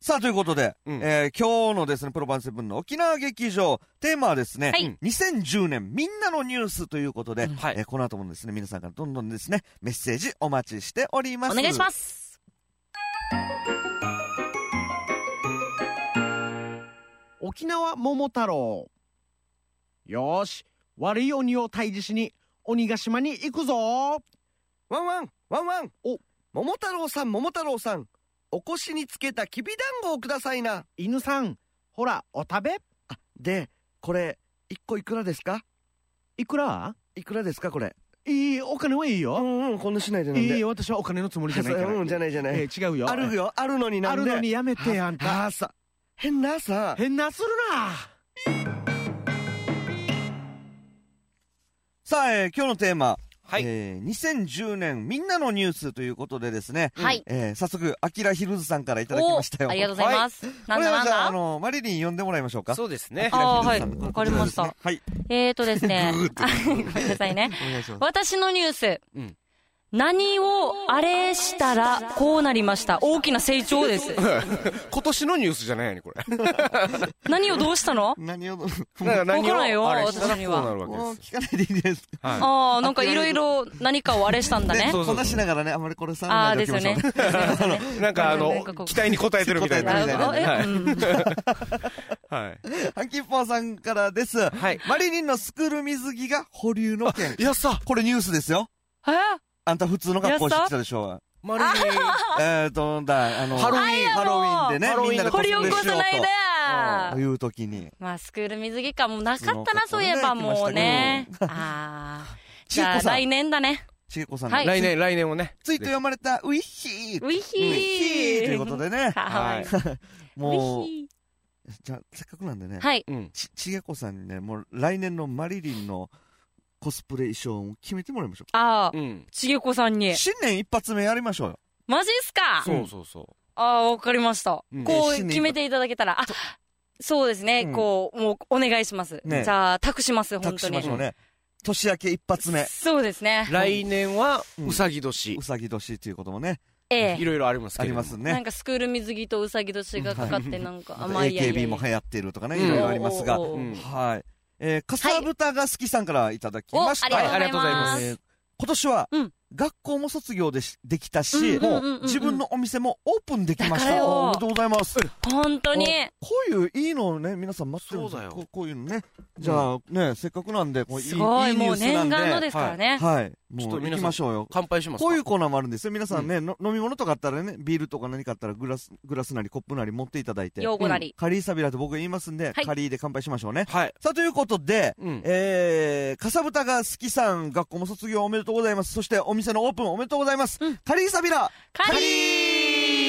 B: さあ、ということで、
C: うん
B: えー今日のですね、プロ版セブンの沖縄劇場、テーマはですね、
D: はい
B: 2010年みんなのニュースということで、
C: はい
B: えーこの後もですね、皆さんからどんどんですね、メッセージお待ちしております。。
D: お願いしますす。
A: 沖縄桃太郎よーし悪い鬼を退治しに鬼ヶ島に行くぞ
E: ワンワンワンワン
A: お
E: 桃太郎さん桃太郎さんお腰につけたきびだんごをくださいな
A: 犬さんほらお食べ
E: でこれ一個いくらですか
A: いくら
E: いくらですかこれ
A: いいお金はいいよ、
E: んうんこんなしないで
A: いいよ私はお金のつもりじゃないから、
E: うんじゃないじゃない
A: えー違うよ
E: あるよあるのにな
A: あ
E: ん
A: る
E: で
A: のにやめてやあんた
E: あさ変なさ
A: 変なするな
B: さあ、えー今日のテーマ、
C: はい
B: えー2010年みんなのニュースということでですね、
D: はい。
B: えー早速、アキラヒルズさんからいただき
D: お
B: ましたよ。
D: ありがとうござい
B: は
D: ます。なん
B: これ
D: だな
B: は
D: ん
B: じゃあ、あ
D: だ
B: の、マリリン呼んでもらいましょうか。
C: そうですね
B: ア
D: あ
B: キラヒ
D: はい。
B: ルズさんの
D: わかりまし
B: こ
D: た。
B: とでですね
D: えーとです ね
B: グーっ。て
D: あ ごめんなさいね。
B: はい。お願いします。
D: 私のニュース
C: うん。
D: 何をあれしたらこうなりました。大きな成長 です。
C: 今年のニュースじゃないよねこれ
D: 何をどうしたの
B: 何を、もう
C: だから何
D: わからんよ
C: をあれしたら
D: 私には
C: こうなるわけです
B: 聞かないでいいんじゃないですか。
C: はい
D: ああ、なんかいろいろ何かをあれしたんだね
C: そ。うそ
B: こ
C: うん
B: なしながらね、あんまりこれさ
D: ああ、
B: らない
D: で
B: ですお
D: よ
B: きま
D: ね
B: しょう。。
C: なんかあ
D: な
C: の
D: んかこう
C: 期待に応えてるみたいな
B: 答えてるみたいな
D: えうん
C: はい
B: ハンキッポーさんからです。
C: はい
B: マリリンのスクール水着が保留の件。
C: いやさ
B: これニュースですよ。
D: え
B: あんた普通の格好してきたでしょ
C: マリリン
B: う。えーと、なんだ、あの、
C: ハロウィン
B: ハロウィンでね
C: ハ、ロウィン
B: みんなでコス
D: 掘
B: プレ
D: り
B: しよ
D: 起こさないうで
B: と。という時に。
D: まあ、スクール水着か。もうなかったな、そういえば、もうね。ああ。じ
B: ちえ
D: ゃ
B: こ
D: あ、
B: さ
D: 来
B: ん、
D: 年だね。
B: ちえこさんの
D: はい
C: 来年来年をね
B: ツイート読まれた、ウィッヒー。
D: ウ
B: ウ
D: ィヒ
B: ィッヒ
D: ー
B: ーということでね。
D: かわいい。ウ
B: もう
D: ィ、ヒ
B: じゃあ、せっかくなんでね
D: ー。はい。
C: うん
B: ち、ちげこさんにね、もう来年のマリリンのコスプレ衣装を決めてもらいましょ
D: ああ
C: う、ん
D: ちげこさんに
B: う。。新年一発目やりましょうよ。
D: マジっすか
C: そうそうそう
D: ああ、わかりました
C: うん。
D: こ
B: ね
D: う、
B: 新年
D: 決めていただけたら。あ、そうですね
B: う。ん
D: こう、もう、お願いします。
B: ね
D: じゃあ、託します、本
B: 託
D: 当
B: しま
D: に
B: し。ょうね。年明け一発目。
D: そうですね。
C: 来年は
B: うん
C: うさぎ年
B: うさぎ年っていうこともね、
D: え
C: いろいろあります
B: あ
C: け
B: り
C: れども
B: ます
D: え。なん
B: ね。
D: か、スクール水着とうさぎ年がかかって、なんか、あ、まあ、いいやいいや
B: AKB も流行ってるとかね、
C: うん
B: いろいろありますが。
D: おーおーおー
C: うん
B: はい。えー、かさぶたが好きさんからいただき
D: お、あ
B: まし
D: り
B: た。
D: がとうござい
C: ありがとうござい
D: ま。
C: ます
B: 今年は
D: うん、
B: 学校も卒業でしできたし、
D: うんうんうんうんうん
B: 自分のお店もオープンできまし
D: だから
B: た。
D: よ
B: おめでとうございます。
D: 本当に。
B: こういういいのをね、皆さん待ってるんです
C: そうだよ
B: ここういうのね。じゃあね、せっかくなんで、こういいいい
D: す
B: ニ
D: ごい、も
B: ュー
D: う
B: スな
D: 念
B: んで。
D: 願のですからね。
B: はい。
C: ちょっ
B: も
C: と
B: う
C: 皆さん
B: 行きましょうよ。
C: 乾杯します
B: こ
C: か
B: ういうコーナーもあるんですよ。皆さんね、の飲み物とかあったらね、ビールとか何かあったらグラス、グラスなりコップなり持っていただいて。
D: 用語なり。
B: カリーサビラと僕が言いますんで、
D: はい
B: カリーで乾杯しましょうね。
C: はい。
B: さあ、ということで、
C: うん。
B: えー、かさぶたが好きさん、学校も卒業おめでとうございます。そしてお店のオープンおめでとうございます。
D: うん
B: カリーサビラ
D: カリー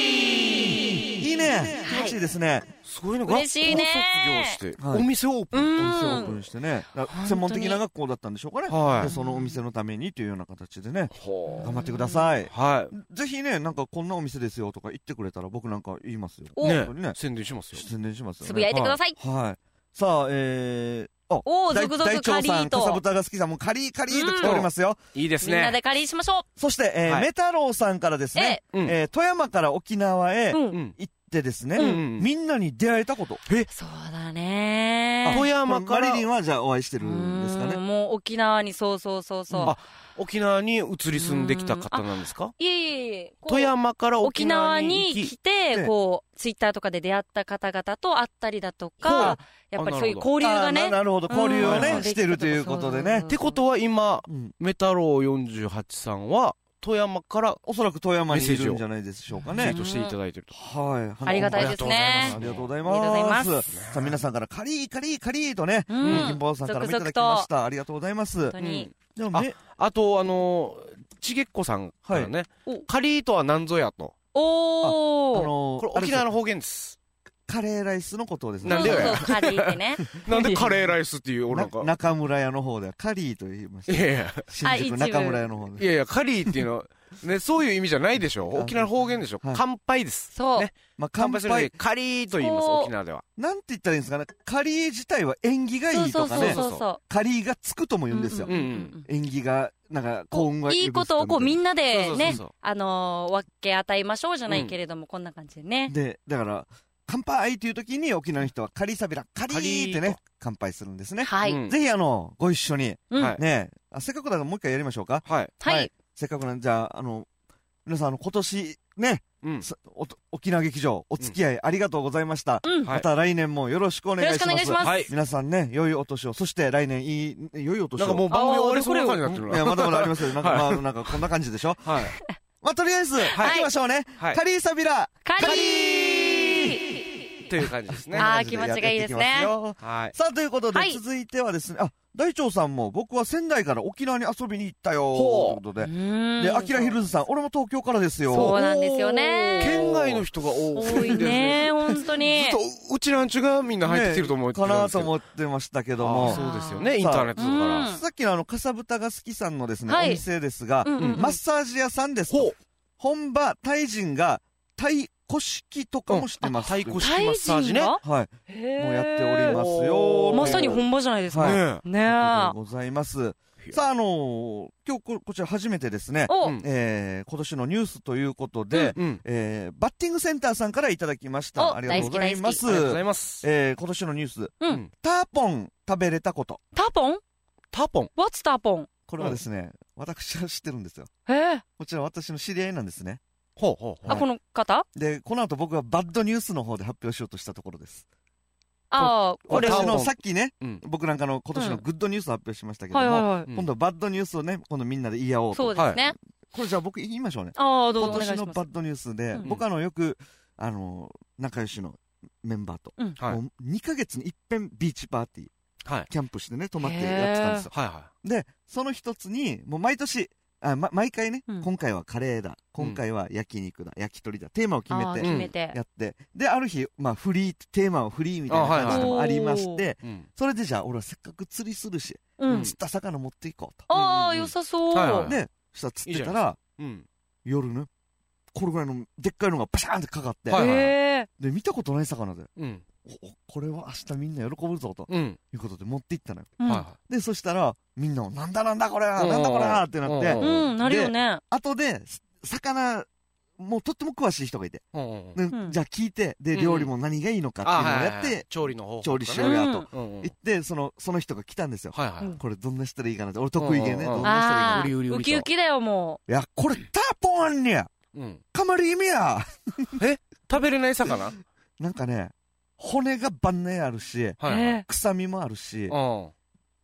B: いいね気持ちいいですね。
C: すごいね。
D: 嬉しいね
C: 学校卒業して、
B: はい
C: お店オープ
D: う
C: ン。
B: お店オープ
D: ん
B: ン。してね。だから
D: 本当に
B: 専門的な学校だったんでしょうかね。
C: はい
B: でそのお店のためにというような形でね、
C: ほ
B: 頑張ってください。
C: うは
B: ぜひね、なんかこんなお店ですよとか言ってくれたら僕なんか言いますよ。
D: お
C: い。
B: 本当にね
C: ね、宣伝し ますよ。
B: 宣伝しますよ、ね。
D: つぶやいてください。
B: はい。さあ、えー、あ、
D: おー
B: 大
D: 続々
B: 大腸さ
D: カリ
B: ん、
D: ーと
B: かさぶたが好きさんもカリーカリーと来ておりますよ。
C: いいです
D: みんな
C: ね。
D: でカリーしましょ
B: そして、えー
C: はい
B: メタロウさんからです
D: う。え
B: ね、、
C: うん
B: えー富山から沖縄へ
D: う
B: 行
D: ん。
C: うん。
B: ってですね、
C: うんうん
B: みんなに出会えたこと。
D: そうだね
C: 富山
B: マ
C: か
B: リ
C: ら
B: リンはじゃあお会いして
D: う
B: るんですか
D: ー
B: ね。
D: んもう沖縄にそうそうそうそう。
C: あ沖縄に移り住んできた方なんですか
D: いえいえいえ。こう
C: 富山から沖
D: 沖縄
C: 縄
D: に
C: に行
D: 来
C: き、
D: て、
B: で
D: こう、ツイッターとかで出会った方々と会ったりだと
C: ほう
D: か、やっぱりそういう交流が
B: あーな
D: ね。
B: なるほど、交流を
C: うんうんう
B: ね、
C: ん
B: してるということでね
D: そうそうそう。
C: ってことは今、
B: うん
C: メタロウ48さんは、富山から
B: おそらく富山にいるんじゃないでしょうか
C: ツイ
B: ね
C: ー。トしていただいてると。
B: はい。
D: ありがたいですね
B: ありがとうござい
D: ありがとうござい
B: ま。
D: ます
B: さあ皆さんからカリーカリーカリーとね、
D: う
B: うんん、金坊さんからもいただき
D: 続々
B: ま
D: と
B: した。ありがとうございます
D: 本当。に。
B: でもね、
C: あと、あのー、ちげっこさんからね、
D: はいお
C: カリーとは何ぞやと。
B: あ
D: おー。
B: の
C: これ
B: ー、
C: 沖縄の方言です。
B: カレーライスのことをですね。
C: なんでよ
D: そうそうそう、カリーってね。
C: なんでカレーライスっていう、俺な
B: なん
C: か。
B: 中村屋の方ではカリーと言いまし
C: い
B: た。
C: やいや、
B: 新
D: あ一
B: 宿
D: 部
B: 中村屋の方
C: い
B: で。
C: やいや、カリーっていう のは、ね、そういう意味じゃないでしょ。沖縄の方言でしょ。
B: はい
C: 乾杯です。
D: そう
C: ね。
B: まあ、乾
C: 乾杯するの
B: 杯
C: で、、カリーと言います、
D: そう
C: 沖縄では。
B: なんて言ったらいいんですかね。カリー自体は縁起が
D: そう
B: いい
D: そ
B: と
D: う
B: か
D: そう
B: ね。
D: そうそ
B: カリーがつくとも言うんですよ
D: う。んうん
B: 縁起が、なんか、幸運
D: こ
B: が
D: ういいことをこうみ
B: なん
D: なで
C: そうそうそう
D: ね
C: そう、
D: あのー、分け与えましょうじゃないけれども、こんな感じでね。
B: で、だから、乾杯っていう時に沖縄の人はカリーサビラ、カリーって
C: カリー
B: ね
C: と、
B: 乾杯するんですね。
D: はい。
C: うん
B: ぜひあの、ご一緒に、
D: うん
C: はい
B: ね、あせっかくだからもう一回やりましょうか。
C: はい。
D: はい。
B: せっかくなんで、じゃあ、あの、皆さん、あの、今年、ね、
C: うん。
B: さおと沖縄劇場、お付き合いありがとうございました。
D: うん。
C: はい
B: また来年もよろしくお願いします。
D: よろしくお願いします
C: はい。
B: 皆さんね、良いお年を、そして来年いい、良いお年を。
C: なんかもう番組終わりそうな感じになってる
B: いや、
C: な。
B: まだまだありますよ。なんか、
C: はい
B: まあ、なんかこんな感じでしょ。
C: はい。
B: まあ、とりあえず、行きましょうね。
C: はい。
B: カリーサビラ、
D: カリー
C: という感じですね。
D: あー
B: こんな感じでやってきますよ
C: はい。
B: さあ、ということで、
D: はい
B: 続いてはですね、あ、大腸さんも、僕は仙台から沖縄に遊びに行ったよ、と
C: ほ
B: い
C: う
B: うこと
D: う
B: で。
D: ん
B: で、アキラヒルズさん、俺も東京からですよ。
D: そうなんですよね。
C: 県外の人が多
D: 多
C: い
D: い
C: んです
D: ね、本当に。
C: ずっと、うちらんちゅがみんな入ってきてると思ってた
B: か
C: んです
B: なと
C: っ
B: 思ってましたけ
C: た
B: ど
D: あ
B: も
D: ー。
C: そうですよね、インターネットだ
D: うん
C: か
B: さっきのあの、かさぶたが好きさんのですね、
D: はい
B: お店ですが、
D: うんうんうん
B: マッサージ屋さんですと
C: ほう。
B: 本場、タイ人が、タイ古式とからもしてます。
C: 太鼓
D: タ
C: 式マッ
D: イ
C: サージ
D: 人
C: ね。
D: が
B: はい。
D: へー
B: もうやっておりますよ。
D: まさに本場じゃないです
B: は
D: か。
B: い
D: ね
C: ねえ。
D: え。
B: 場ございます
C: や。
B: さあ、あのー今日こ、こちら初めてですね、
D: お、
C: うん
B: えー、今年のニュースということで、
C: うん。
B: えー、バッティングセンターさんからいただきました。
D: お
B: ありがとうございま
C: あ
B: す
C: り。がとうございます。
B: えー、今年のニュース、
D: うん
B: ターポン食べれたこと。
D: タポン
C: タポン。
D: ?What's タポン
B: これはですね、私は知ってるんですよ。
D: えー、
B: こちら私の知り合いなんですね。
C: ほうほうほ
D: あ、
C: う。
D: この方
B: で、この後僕はバッドニュースの方で発表しようとしたところです。
D: ああ、これ。
B: 私
D: は
C: タ
D: い
C: ー
B: の
C: ポン
B: さっきね、
C: うん
B: 僕なんかの今年のグッドニュースを発表しましたけど
D: はい
B: も、
D: は
C: うん
B: 今度はバッドニュースをね、今度みんなで言い合お
D: い。
B: うと。
D: そうですね。
B: これじゃあ僕言いましょうね。
D: ああ、どうぞ
B: 今
D: お願い
B: 年
D: し
B: の
D: ます
B: バッ。ドニュースで、
D: うん
B: 僕あのよく、あの、仲良しのメンバーと、
C: はい。はい
B: もう2ヶ月に一遍ビーチパーティー、。
C: はい
B: キャンプしてね、泊まってやってたんですよ。
C: は
B: で、その一つに、もう毎年、あま、毎回ね、
D: うん
B: 今回はカレーだ、今回は焼肉だ、焼き鳥だ、テーマを決
D: ああ
B: め
D: ー、
B: て、
D: 決めて。
B: やって、で、ある日、まあ、フリー、テーマをフリーみたいな感じでもありまし
D: あはい
B: て、
C: い。うん。
B: それでじゃあ、俺はせっかく釣りするし、
D: うん。
B: 釣った魚持っていこう
D: ああ、良さそう。
C: はいは
B: と。
C: い
B: で、そしたら釣ってたら、
C: うん。
B: 夜ね、これぐらいのでっかいのがバシャーンってかかって、
C: はいはい
D: へえ。
B: で、見たことない魚で、
C: うん。
B: おおこれは明日みんな喜ぶぞと
C: うん。
B: いうことで持っていったのよ。
D: うん
C: は
B: で、そしたら、みんなも、なんだなんだこれは、
C: うん
B: なんだこれはってなっ
C: う
B: て、
D: うん、なるよね。
B: 後で、す魚、もうとっても詳しい人がいて、
C: うんうんうん
B: ね
D: うん
B: じゃあ聞いてで
C: うん
B: 料理も何がいいのかって
C: あ
B: いう
C: はい
B: のを
C: はい
B: やっ
C: はい
B: て
C: 調理の方法
B: 調理し
D: う
B: よ
D: ん
B: うやと
C: うんうん
B: 行ってそのその人が来たんですよ
C: はいはい、
D: うん
B: これどんなしたらいいかなって俺得意
C: うんう
B: げね
C: んうん
B: どんなしたらいいか
D: あ
C: 売り売り売
D: ー
C: りと
D: ウキウキだよも
B: ないやこれタポンにゃ
C: うん、
B: かまり意味や
C: 食べれない魚は
B: なんかね骨が晩年あるし
D: う、
C: いはい、
D: え
B: 臭みもあるし
C: うん
B: あ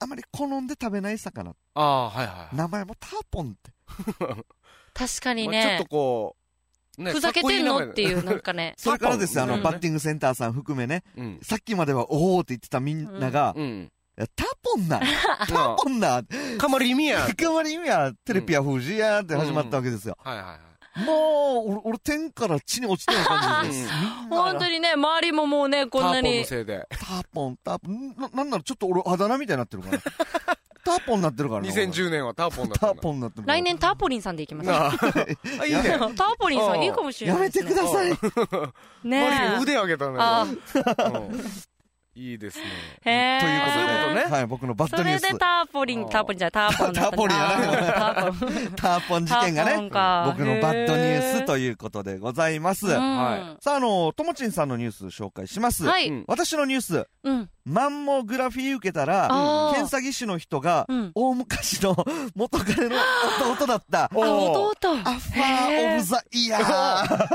B: まり好んで食べない魚
C: ああはいはい、
B: 名前もターポンって
D: ー確かに
C: まあちょっ
D: ね
C: とこうね
D: ふざけてんの
C: か
D: っていうなんかね
B: それからですねあ
D: う
B: の
D: ん
B: バッティングセンターさん含めね
C: いい名前だね
B: さっきまではおおって言ってたみんなが
C: うんうん
B: いやタポンな
C: ま
B: タポンな
C: あかまり意味やはい
B: かまり意味やテレビやフジやって始まったわけですよ
C: はいはい
B: もう、俺、俺天から地に落ちてる感じです。
D: 本当にね周りももうねこんな
C: ターポン
D: に
C: のせいで
B: ターポン、ターポン。な、なんならちょっと俺、あだ名みたいになってるから。ターポンになってるからね。俺
C: 2010年はターポンだっ
B: タ
C: た
B: ー
C: んだ
B: ポンになってるから
D: 来年ターポリンさんで行きます
C: なああいいね
D: ターポリンさ
C: うん
D: んいいかもしれ
B: や
D: ない
B: め
D: です
B: てく
D: ね
B: ださい。
D: ね
C: マリー腕上げたね
D: あ
C: うんいいですね
D: へえ
B: ということで、
C: そういうことね
B: はい、僕のバッド
D: そ
B: ニュー
D: れ
B: ス
D: で。ターポリ
C: あ
D: ン
C: ー
D: ターポリンじゃないターポンだった
B: ターポリンやな
D: ターポン
B: ターポン事件が
D: ターポ
B: ね
D: ン、か
B: 僕のバッドニュー
D: へ
B: スということでございます。
D: うん
C: は
B: さあ、あの、ともちんさんのニュース紹介します。
D: は
C: う
D: い
C: ん
B: 私のニュース、
D: うん
B: マンモグラフィー受けたら、
D: あ
B: 検
D: ー
B: 査技師の人が、
D: うん
B: 大昔の 元彼の弟だった、
D: あ弟
B: アファー・オブ・ザ・イヤー。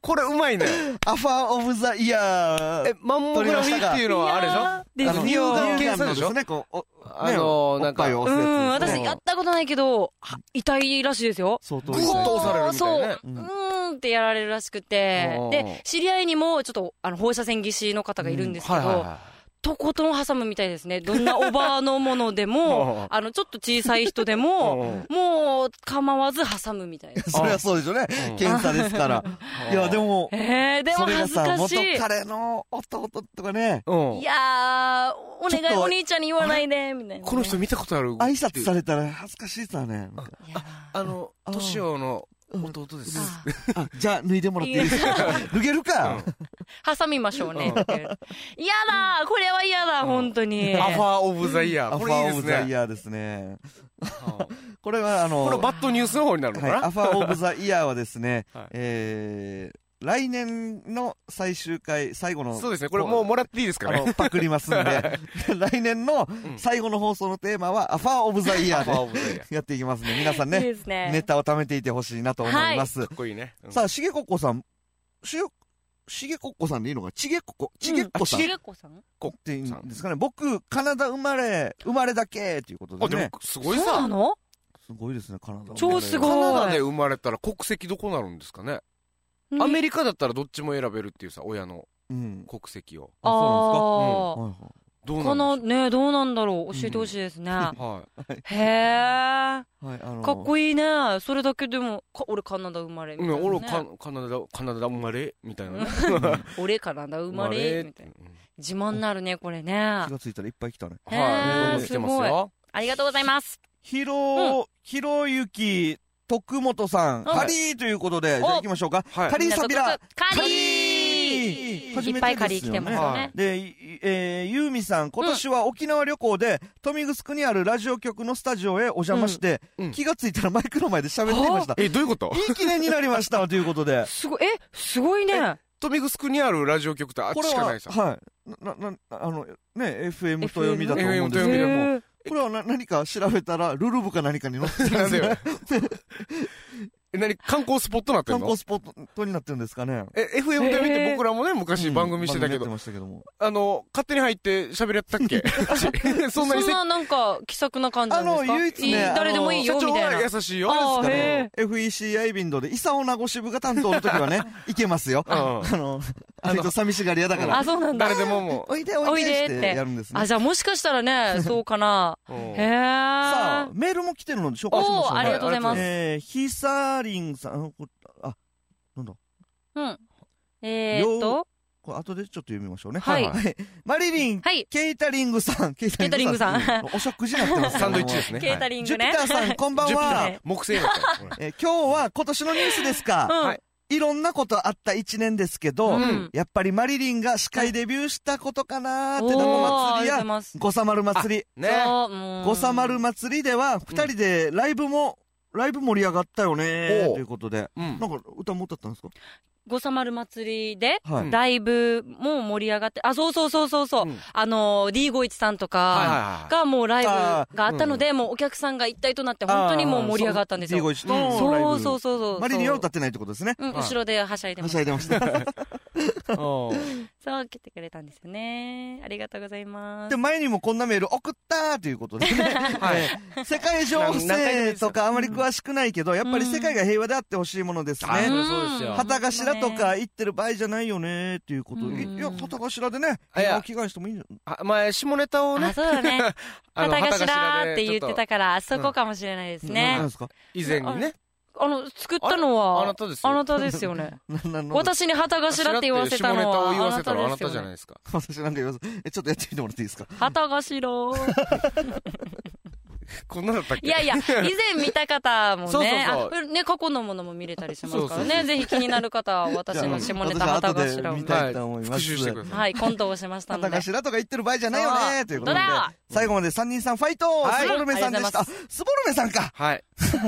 C: これうまいね
B: アファー・オブ・ザ・イヤー。
C: えマンモグラフィーっていうのはあれでしょ
D: で
B: あの、
D: す
B: 乳
D: よ
B: がん
C: 乳
B: が
C: 検査で
B: んので
C: しょ
B: すね、こう、お
C: あの
B: ね
C: なんか
B: おっぱいを
D: う
B: 押す
D: ん
B: やつです
D: 私
B: ね。
D: やったことないけどは痛いらしいですよ
B: 相当。
C: ぐっと押されるみたいなね
D: そう、うーんってやられるらしくて
C: うん、
D: で、知り合いにも、ちょっと、あの、放射線技師の方がいるんですけ
C: はいはい
D: ど、
C: は
D: とことん挟むみたいですね。どんなおばあのもので
C: うん
D: も、あの、ちょっと小さい人 でも、
C: い
D: もう、構わず挟むみたいな
B: それはそうでしょうね
C: うん。
B: 検査ですから。いや、でも、
D: えー、でも
B: それが
D: 恥ず
B: さ、
D: かし
B: 元
D: い。
B: 彼の弟とかね、
C: うん
D: いやー、お
B: ちょっ
D: 願い、
B: と
D: お兄ちゃんに言わないで、みたいな。
C: この人見たことある
B: 挨拶されたら恥ずかしいさね。なんか
D: いやー
C: あの年をの弟です
D: あ
B: あじゃあ、脱いでもらっていい ですか脱げる
C: う
B: か
C: ん
D: 挟みましょうね
C: うん
D: っていう。嫌だこれは嫌だ本当に。
C: アファーオブザイヤ
B: ア
C: ー
B: フ
C: これ
B: ァ
C: いい
B: ー・
C: で
B: オ
C: す
B: ブ・ザ・イ
C: ね
B: ヤーですね。
C: うん
B: これは、あの、
C: このバッドニュースの方になるのか
B: はい、
C: な
B: アファー・オブ・ザ・イヤーはですね
C: はい、
B: えー来年の最終回、最後の、
C: そうですねこれもうもらっていいですか
B: あ
C: ね
B: の、パクりますんで、 来年の最後の放送のテーマは、アファー・オブ・ザ・イヤ
C: アファーオ
B: ー
C: ブザイヤー
B: でやっていきますんで、皆さん
D: いい
B: ね、
D: ですね。
B: ネタを貯めていてほしいなと思います。
C: かっこいいねうん
B: さあ、しげここさん、しげ、しげここさんでいいのかちげここ、ちげっこさん
D: ち
B: っ
D: げっこさん
B: ていうんですかね。僕、カナダ生まれ、生まれだけっていうこと
C: あ
B: で
C: でも
B: ね。
C: す
D: そ
C: ご
D: う
C: い
D: な
C: さ
D: の
B: すごいですね、カナダ生まれ。
D: 超すごい
C: カナダで生まれたら国籍どこなるんですかねアメ
D: リ
C: リカだったらどっちも選べるっていうさ親の
B: うん。
C: 国籍を
D: カ
B: あそ
D: あ
B: う
D: ー
B: なんですか。はいはい
C: どうな
D: この
C: んで
D: ね、どうなんだろう教えてほしいですね。
C: しょうはい
D: へえ。
B: はい、あの
D: かっこいいね。それだけでも、か俺カナダ生まれみた
C: う
D: い
C: ん
D: な、ね。
C: 俺カカナダカナダ生まれみたいなね
D: 俺カナダ生まれみたいな。自慢なるね、これね。
B: 気がついたらいっぱい来たね。
C: うんはい
D: へー
C: どんどん来てます
D: すご
C: よ
D: ありがとうございます。
B: ひろ、ひろゆき、徳本さん、
D: はい
B: カリーということで、じゃあ行きましょうか。
C: はい
B: カリーサビラ。
D: カ
B: カ
D: リ
B: リー
D: ーいっぱいカリー来てますよね。。
B: で、いえー、ユーミさん、今年は沖縄旅行で、豊見城にあるラジオ局のスタジオへお邪魔して、
C: うんうん
B: 気がついたらマイクの前で喋っていました。
C: えどういうこと
B: いい記念になりましたということで
D: すごい、え、すごいね。
C: トミグスクにあるラジオ局ってあっ
B: こ
C: ち
B: れ
C: しかな
B: はい
C: さ、
B: はい。な、な、なあの、ね、FM と読みだと思うんですけど
C: FM
B: も、
D: へー
B: これはな何か調べたら、ルルブか何かに載ってる
C: なんんで
B: です
C: よ
B: ね。
C: え何観光スポットなってん
B: 観
C: の
B: 光スポットになってるんですかね。
C: え FM で見て
D: へー
C: 僕らもね昔番組してたけ
B: うん番組やって
C: ど
B: ましたけども。
C: あの勝手に入って喋りやったっ けそん
D: そん
C: なにせ
D: ななんか気さくな感じなんですか
B: あの唯一ね
D: いい
B: あの
D: 誰でもいい
C: 社
D: よみ
C: 長
D: たいな
C: は優しいよ
D: あ
B: あ
D: ー
B: の
D: へ
B: FECI 便道で、イサオ名護支部が担当の時は ね、行けますよ。あ
C: うん
B: の、割と寂しがり屋だか
D: ーあ
B: ら。
D: そうなんだ
C: 誰でもも
B: おいで
D: お
B: お
D: い
B: い
D: で
B: で
D: っ
B: っててやるんですね
D: あ。じゃあもしかしたらね そうかな
C: う
D: へ
C: うん
D: え
B: さあ
D: あ、
B: メールも来てるので紹
D: お
B: 介しましょ
D: お
B: う。
D: ーありがとうございます、
B: えー、ひさりんさん、こあ、なんだ、
D: うんえー、っ
B: よ
D: と
B: これ後でちょっと読みましょうね。
D: はい
B: マリリン、
D: はい
B: ケイタリングさん、ケイ
D: ケータリングさん
B: お食事になってま す
C: サンドイッチですね
D: ケータ
C: リ
D: リン
B: ジュ
D: グ
B: ピ
D: ね
B: ターさん、こんばんは。
D: ね
C: 木星だったよこれ
B: えー今日は今年のニュースですか、
D: うん、
C: はい
B: いろんなことあった一年ですけど、
D: うん
B: やっぱりマリリンが司会デビューしたことかなーって生
D: おーあ
B: 祭り
D: りがとうござい
B: や、
D: ます
B: ごさまる祭り、
C: ね
D: そうもう
B: ごさまる祭りでは、二人でライブもライブ盛り上がったよね
C: ほう
B: ということで。
C: うん
B: なんか歌も歌ったんですか
D: ごさまる祭りで、
B: はい
C: うん
D: だいぶもう盛り上がって、あ、そうそうそうそうそう、
C: うん
D: あの、D51 さん
C: は
D: と
C: い
D: か
C: はいはい
D: がもうライブがあったので、もうお客さんが一体となって本当にもう盛り上がったんですよ。
B: D51 の
D: そう
B: ライブ。
D: そうそうそう。
B: マリニは歌ってないってことですね。
D: うん、
C: はい
D: 後ろではしゃいでま
B: は
D: し
B: しゃいでま した。
C: うん
D: た。そう、来てくれたんですよね。ありがとうございます
B: で、。前にもこんなメール送ったーということ でね。はい。世界情勢とかあまり詳しくないけど、やっぱり世界が平和であってほしいものです
C: あそ
B: ね。
C: りゃそうですよ
D: うん
B: 旗頭とか言ってる場合じゃないよねーっていうこと
D: うん
B: で。いいや、旗頭でね、
C: いや
B: 平和を祈願してもいいんじゃない
C: あ前下ネタを
D: あ、
C: ね
D: そうだね。
C: あの
D: 旗頭って言っ
C: ちょ
D: て
C: と
D: たから、あそこかもしれないですね
B: なん。ですか
C: 以前にね
D: あの、作ったのは、
C: あ なたですよ
D: あなたですよね。
B: ななな
D: 私に旗頭って言わせたのは、
C: 下ネタを言わせたのはあな
D: です
C: た
D: よね
C: じゃないですか
B: 私なんか言います。え、ちょっとやってみてもらっていいですか
D: 旗頭。
C: こんなだったっけ
D: いやいや、以前見た方 も
C: そう
D: ね、
C: そう
D: あね、過去のものも見れたりしますから
C: そうそうそ
D: ね、ぜひ気になる方は私の下ネタ
B: じゃあ
D: 旗
B: 私後で
D: 頭を
B: 見。たいと思います。
C: 復習してください
D: はい、コントをしましたの
B: 旗
D: で。
B: 頭とか言ってる場合じゃないよねーということで
D: そうだよ。
B: 最後まで三人さんファイト
C: はい
B: スボルメさんでした。
D: あ
B: あ
D: りがと
B: スボルメさんか
C: はい
B: すい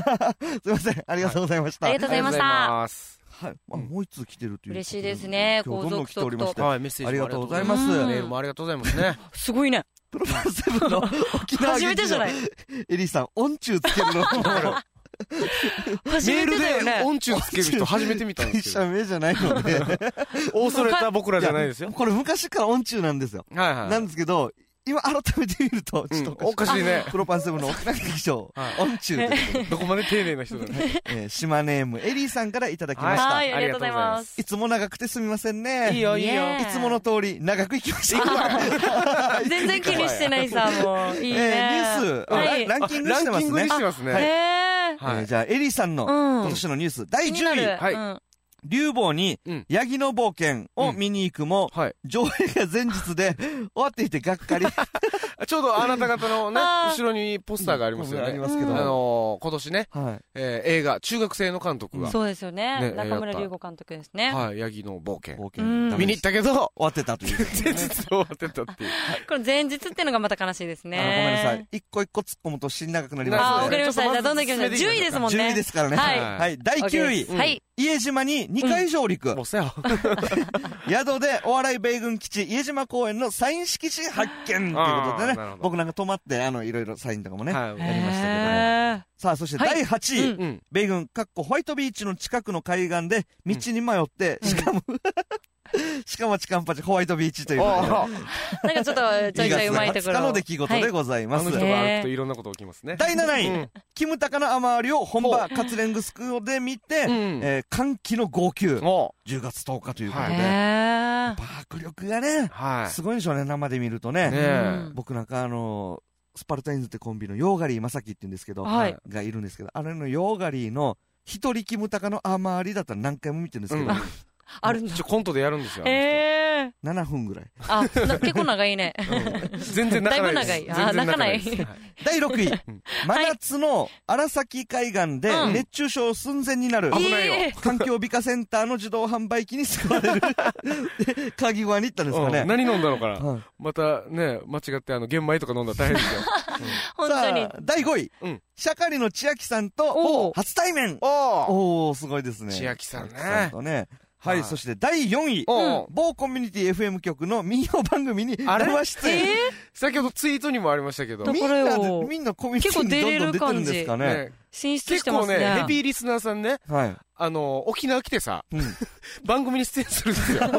B: ません。ありがとうございました。
D: ありがとうございま
C: ありがとうご
D: した
C: ざいます
B: はい。まあ、もう一通来てるということ。
D: 嬉しいですね
B: 今日どんどん来ておりまして。
C: はいメッセージも
B: ありがとうございます
C: ありがとうございメールもありがとうございますね
D: すごいね。
B: プロパンセブンの沖縄
D: 初めてじゃない
B: 劇場エリーさん、音中つける の。
D: 初
C: メ
D: め
C: ー
D: てだよ
C: ルで
D: ね。
C: 音中 つける人初めて見たんで
B: 会
C: すけど
B: 社名じゃないので。
C: 恐れた僕らじゃないですよ
B: これ昔から音中なんですよ。
C: はいはい
B: なんですけど、今改めて見ると、ちょっと
C: うんおかしいね
B: プロパンセブンの沖縄劇場
C: はい、
B: 音中ということ で
C: どこまで丁寧な人だね
B: えー、島ネームエリーさんからいただきました。
D: はい、ありがとうございます。
B: いつも長くてすみませんね。
C: いいよいいよ
D: ねえ
B: いつもの通り、長くいきました。
D: 全然気にしてない さ、もう。いいね。
B: えーニュース、
D: は
B: ラン
D: い。
B: ランキングして
C: ラン
B: ま
C: キン
B: す
C: グ
B: ね
C: にし。てますね
D: ねえ。
C: は
B: えー
C: い
B: じゃあ、エリーさんの
D: うん
B: 今年のニュース、第
D: 気にな
B: 10位
D: る。
C: はい
D: うん
B: 流暴に
C: うん、
B: ヤギの冒険を見に行くも、
C: はい
B: 上映が前日 で終わっていてがっかり。
C: ちょうどあなた方のね
D: あー
C: 後ろにポスターがありますよ
B: あ
C: ね
B: りますけ
C: あ
B: ど。
C: のー今年ね、
B: はい。
C: えー映画中学生の監督が、
D: そうですよね。
C: ね
D: 中村龍吾監督ですね。
C: はい、ヤギの冒険
B: 冒険
D: うん。
B: ダメ
C: 見に行っ
B: です
C: たけど
B: 終わってたという。
C: 前日終わってたっていう
D: これ前日ってのがまた悲しいです
B: あ
D: ね。
B: のごめんなさい。一個一個突っ込むと死ん長くなり
D: あー、
B: ます
D: わ
B: の
D: か
B: で。
D: りました。
C: ちょっとまず
D: じゃあどんどん行きましょう。
C: 進め
D: 10
C: ていい
D: 位で
C: です
D: もんね。
B: 10位ですからね。
D: はい
B: はい。第9
D: OK
B: 位
D: です。はい。
B: 家島に2回上陸。
C: もう さよ
B: 宿でお笑い米軍基地家島公園のサイン色紙発見ということで
C: あー
B: ね
C: なるほど
B: 僕なんか泊まってあのいろいろサインとかもね、
C: はい
B: やりましたけど
D: へー
B: さあそして
D: は
B: 第
D: い
B: 8位、
D: うん
C: うん
B: 米軍かっこホワイトビーチの近くの海岸で道に迷って、しかも しかもチカンパチホワイトビーチということで
C: あ
D: なんかちょっとちょいちょいうまいとこ
B: 2月20日
D: ろ。
B: の出来事でございま
C: の
B: す、
C: 人が歩くといろんなこと起きますね
B: 第7位、
C: うん
B: キムタカの雨りを本場カツレングスクールで見て、
C: うん
B: えー歓喜の号泣10
C: お
B: 月10日ということ
C: は
B: で、
C: い
D: へー
B: 迫力がね
C: はい
B: すごいんでしょうね生で見るとね
C: ねえ
B: 僕なんかあのスパルタインズってコンビのヨーガリー正樹って言うんですけど、
D: はい
B: がいるんですけどあれのヨーガリーの一人キムタカのアーマーリだったら何回も見てるんですけど、
C: うん
D: あるんだ
C: ちょ。コントでやるんですよあの人
D: ええ。
B: 7分ぐらい
D: あ、な結構長 いね。
C: 全然泣かないです
D: だいぶ長いあー
C: 全然です
D: 泣か
C: はい
B: 第6位
C: うん
B: 真夏の荒崎海岸で
D: うん
B: 熱中症寸前になる、
C: 危ないよ
D: ええ
B: 環境美化センターの自動販売機に救 われるで鍵際に行ったんですか
C: うん
B: ね、
C: 何飲んだのかな
B: はい
C: またね間違ってあの玄米とか飲んだら大変 ですよ
D: 本当に
B: さ。あ第5位、
C: うん
B: シャカリの千秋さん
D: お
B: と
D: う
B: 初対面
C: お
B: おおすごいですね
C: 千秋さんね
B: 千秋さんとねはい、
C: はい
B: そして第4位
C: お
B: 某コミュニティ FM 局の民謡番組に
C: あれ
B: 生出
D: え
B: 演
D: え
C: 先ほどツイートにもありましたけど
D: ど
B: みん
D: これ
B: な
D: を
B: でみんなコミュニティにどんどん出てるんですかね
C: ね
D: 進出し
C: 結
D: てま
C: 構
D: す
C: ね
D: ね。
C: ヘビーリスナーさんね
B: はい、
C: あの沖縄来てさ
B: うん、
C: 番組に出演するんですよ
B: も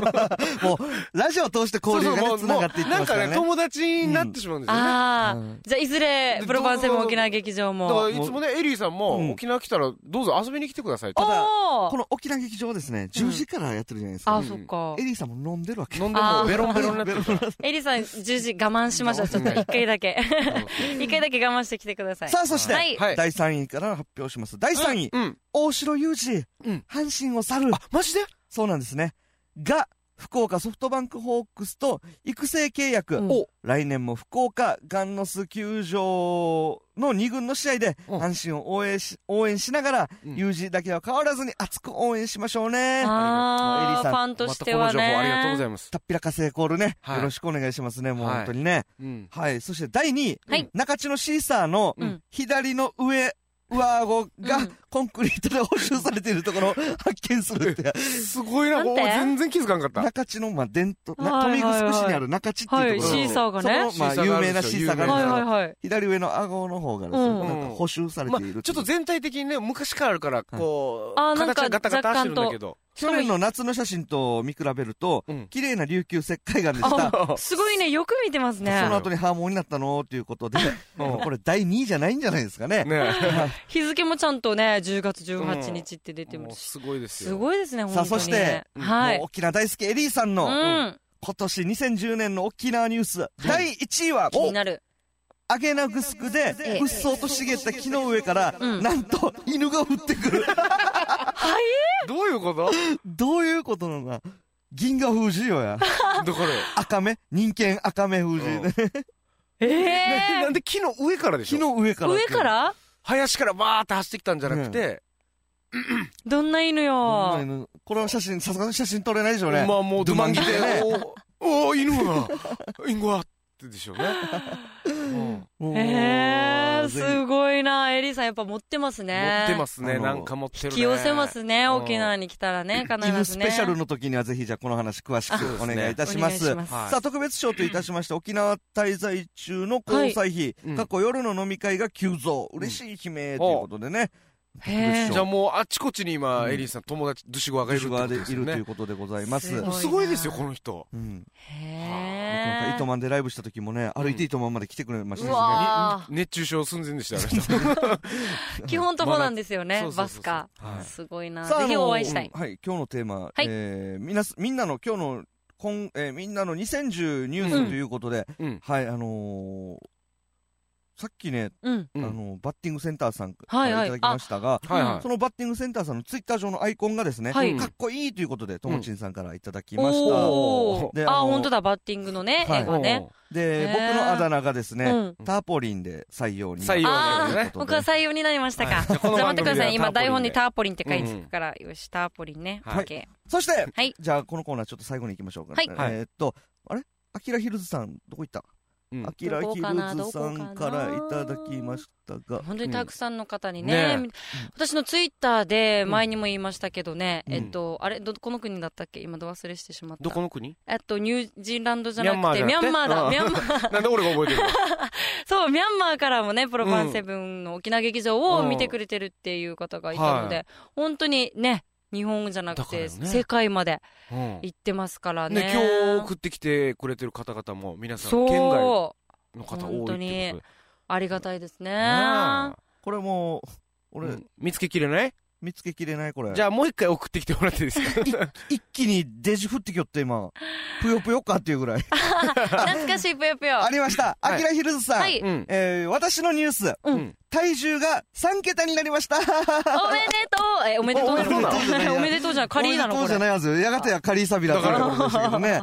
B: うラジオを通して交流が
C: も
B: ねつながっていって
C: な
B: ま
C: ん
B: すか
C: からね
B: ね
C: 友達になってしまうんですよね
D: ああ。じゃあ、いずれ、プロパンセブン沖縄劇場
C: だから
D: も。
C: いつもねエリーさん
B: うん
C: も沖縄来たらどうぞ遊びに来てくださいって
B: だ
D: お
B: こ
D: ー
B: の沖縄劇場はですね10時からやってるじゃないですか、
D: あ、そっか
B: エ。リーさんも飲んでるわけ
C: 飲んでもうベロンベロンになってるから
D: エリさん、10時我慢しましょう。ちょっと一回だけ。 一回だけ我慢してきてください。
B: さあそして、
D: はい
C: はい
B: 第3位から発表します第3位、
C: うん
B: 大城裕二、
C: うん
B: 阪神を去る
C: あマジで
B: そうなんですねが福岡ソフトバンクホークスと育成契約、
D: うん
B: を来年も福岡ガンノス球場の2軍の試合で
C: うん
B: 阪神を応援し応援しながら、
C: うん
B: 友人だけは変わらずに熱く応援しましょうねエリ
D: あ
B: ー
D: あ、
B: さん
D: ファンと
C: ま
D: したて
C: この
D: は
C: 情報
D: ね。
C: ありがとうございます
B: たっぴらか成コールね、
C: はい
B: よろしくお願いしますねもう
C: はい
B: 本当にね
C: うん
B: はい、そして第2位、
D: はい
B: 中地のシーサーの
D: うん
B: 左の上上顎が
D: うん
B: コンクリートで補修されているとこ ろを発見するって、
C: すごいな、
D: なんて
C: お全然気づかんかった。
B: 中地の、まあ、伝統、な
D: は
B: 豊
D: い
B: 見
D: はいはい
B: 城市にある中地っていうところ、
C: はいシー
D: サーがね
B: その、まあ、
C: シーサーがあ
B: 有
C: るん
B: 名
C: で
B: な
C: すよ
B: シーサーがあるん
D: は
B: で
D: い
B: すけど
D: はいはい。
B: 左上の顎の方がですね、
D: うん
B: なんか補修され
C: ま
B: ているってい
C: あ、
B: う
C: ちょっと全体的にね、昔からあるから、こう、
D: あーなん
C: 形
D: か
C: がガタガタしてるんだけど。
D: しか
B: 去
D: も
B: 年の夏の写真と見比べると、
C: うん
B: 綺麗な琉球石灰岩でした。
D: あ、すごいね、よく見てます
B: そ
D: ね
B: の。後にハーモンになったのということで、
C: うん
B: これ第2位じゃないんじゃないですかね。
C: ね
D: 日付もちゃんとね、10月18日って出て
C: も
D: ま
C: う
D: す。
C: すごいですよ。
D: すごいですね、本当
B: さあ
D: に。
B: そして、
D: はい
B: もう。沖縄大好きエリーさんの、
D: うん。
B: 今年2010年の沖縄ニュース、第1位は、
D: 気になる。
B: アゲナグスクで
D: ええ、
B: うっそうと茂った木の上から、
D: うん
B: なんと犬が降ってくる。
D: はい
C: どういうこと
B: どういうことなのか。銀河風じよや。
C: だからよ。
B: 赤目人間赤目風じ。
C: な
D: ええ
C: なんで木の上からでし
B: 木
C: ょ
B: の上から。
D: 上から
C: 林からバーって走ってきたんじゃなくて、
D: どんな犬
B: こ
D: よ。
B: のこれは写真、さすがに写真撮れないでしょうね。
C: まあもうドゥマンギで
B: ね、
C: おおー、犬が、犬が、ってでしょ うね。うん
D: ええ、
B: い。
D: すごいな。エリーさんやっぱ持ってます
C: 持
D: ね。
C: ってます
B: あ
C: ね。
B: の
C: なんか持ってるね。
D: 引き寄せますね、
C: うん
D: 沖縄に来たらね、必ずね。
B: 犬スペシャルの時にはぜひじゃあこの話詳し
D: あ
B: くお願いいたしま
D: お願
B: す
D: いし。ます
C: はい
B: さあ、特別賞といたしまして、沖縄滞在中の交際費、
C: うん
B: 過去夜の飲み会が急増、嬉しい悲鳴ということでね、
D: へえ
C: じゃあもうあちこちに今、
B: うん
C: エリーさん友達、ドゥシゴアがいるって
B: 主
C: こと
B: 側でい
C: で
B: る
C: す
B: と
C: よ
B: い
C: ね
B: う。ことでございます。
D: すごい
C: すごいですよ、この人。
B: うん、今回、
D: へえ。
B: 糸満でライブした時もね、歩いて糸満まで来てくれました
D: う
B: しね。
D: わ
C: 熱中症寸前でした、あの人。
D: ー基本徒歩なんですよね
C: そう、そ
D: バ
C: うそ
D: ス
C: うそう
D: カ。
C: はい
D: すごいな。
B: さあ
D: ぜひ
B: あの
D: お会いしたい。
B: うんはい、今日のテーマ、
D: い
B: えーみなす、みんなの今日の、こんえーみんなの2010ニュー
C: うん
B: スということで、
C: うん
B: はい、あのーさっきね、
D: うん。
C: うん
B: あのバッティングセンターさんか
D: はいは
B: ら
D: い
B: いただきましたが、
C: はいは
B: そのバッティングセンターさんのツイッター上のアイコンがですね、
D: はい
B: かっこいいということで、ともちんさんからいただきました。
D: お
B: で
D: ー。
B: あの
D: あ、本当だ、バッティングのね、
B: はい
D: 絵がね。
B: で、
D: へー
B: 僕のあだ名がです
D: う
B: ね、
D: ん。
B: ターポリンで採用に。
C: 採用
D: あ
C: ね
D: あ、僕は採用になりましたか。
C: はいじゃ
D: じ
C: あ
D: ゃ
C: こ
D: あ
C: の
D: 待って
C: 番組
D: ください。
C: では
D: 今、
C: ターポリンで
D: 台本にターポリンって書いてるから、よし、ターポリンね。オ
C: はい
D: ッケ
B: そして、
D: はい
B: じゃあこのコーナーちょっと最後に行きましょうか、
D: はい
B: えーっと、あれアキラヒルズさん、どこ行った、
C: うん
B: アキラ
D: ど
B: ヒ
D: こかな
B: ルズさんからいただきました
D: ー
B: が、
D: 本当にたくさんの方に
C: う
D: ね
C: んね、
D: 私のツイッターで前にも言いましたけどね、
B: うん
D: えっと、あれ、どこの国だったっけ今、ど忘れしてしまった。
C: どこの国
D: えっと、ニュージーランドじゃなくて、
C: ミ
D: ミ
C: ャ
D: ャ
C: ン
D: ン
C: マ
D: マ
C: ー
D: ー
C: じゃな
D: だ、
C: くて
D: ミャン マー。
C: なんで俺が覚えてるの
D: そう、ミャンマーからもね、プロパンセブンの沖縄劇場を
C: うん
D: 見てくれてるっていう方がいたの
C: は
D: で、本当にね、日本じゃなくて、
C: だからよね
D: 世界まで
C: うん
D: 行ってますからね。
C: ね、今日送ってきてくれてる方々も皆さん
D: そう
C: 県外の方多いってことで
D: ありがたいですね。
C: ね
B: これもう、
C: え
B: 俺、
C: うん見つけきれない
B: 見つけきれない、これ。
C: じゃあもう一回送ってきてもらっていいです か
B: 一気にデジ降ってきよって、今、ぷよぷよかっていうぐらい。
D: 懐かしいぷよぷよ。
B: ありました、
C: はい
B: アキラヒルズさん。
D: はい。
C: うん
B: えー私のニュース、
D: うん
C: うん
B: 体重が3桁になりま した。
D: おめでとうえ、おめでとうなの
B: おめでとうじゃない
D: おめでとうじゃない。カリーなの
B: こ
D: こ
B: うじゃ
D: れ。
B: ないはずよ。やがてはカリーサビラということですけどね。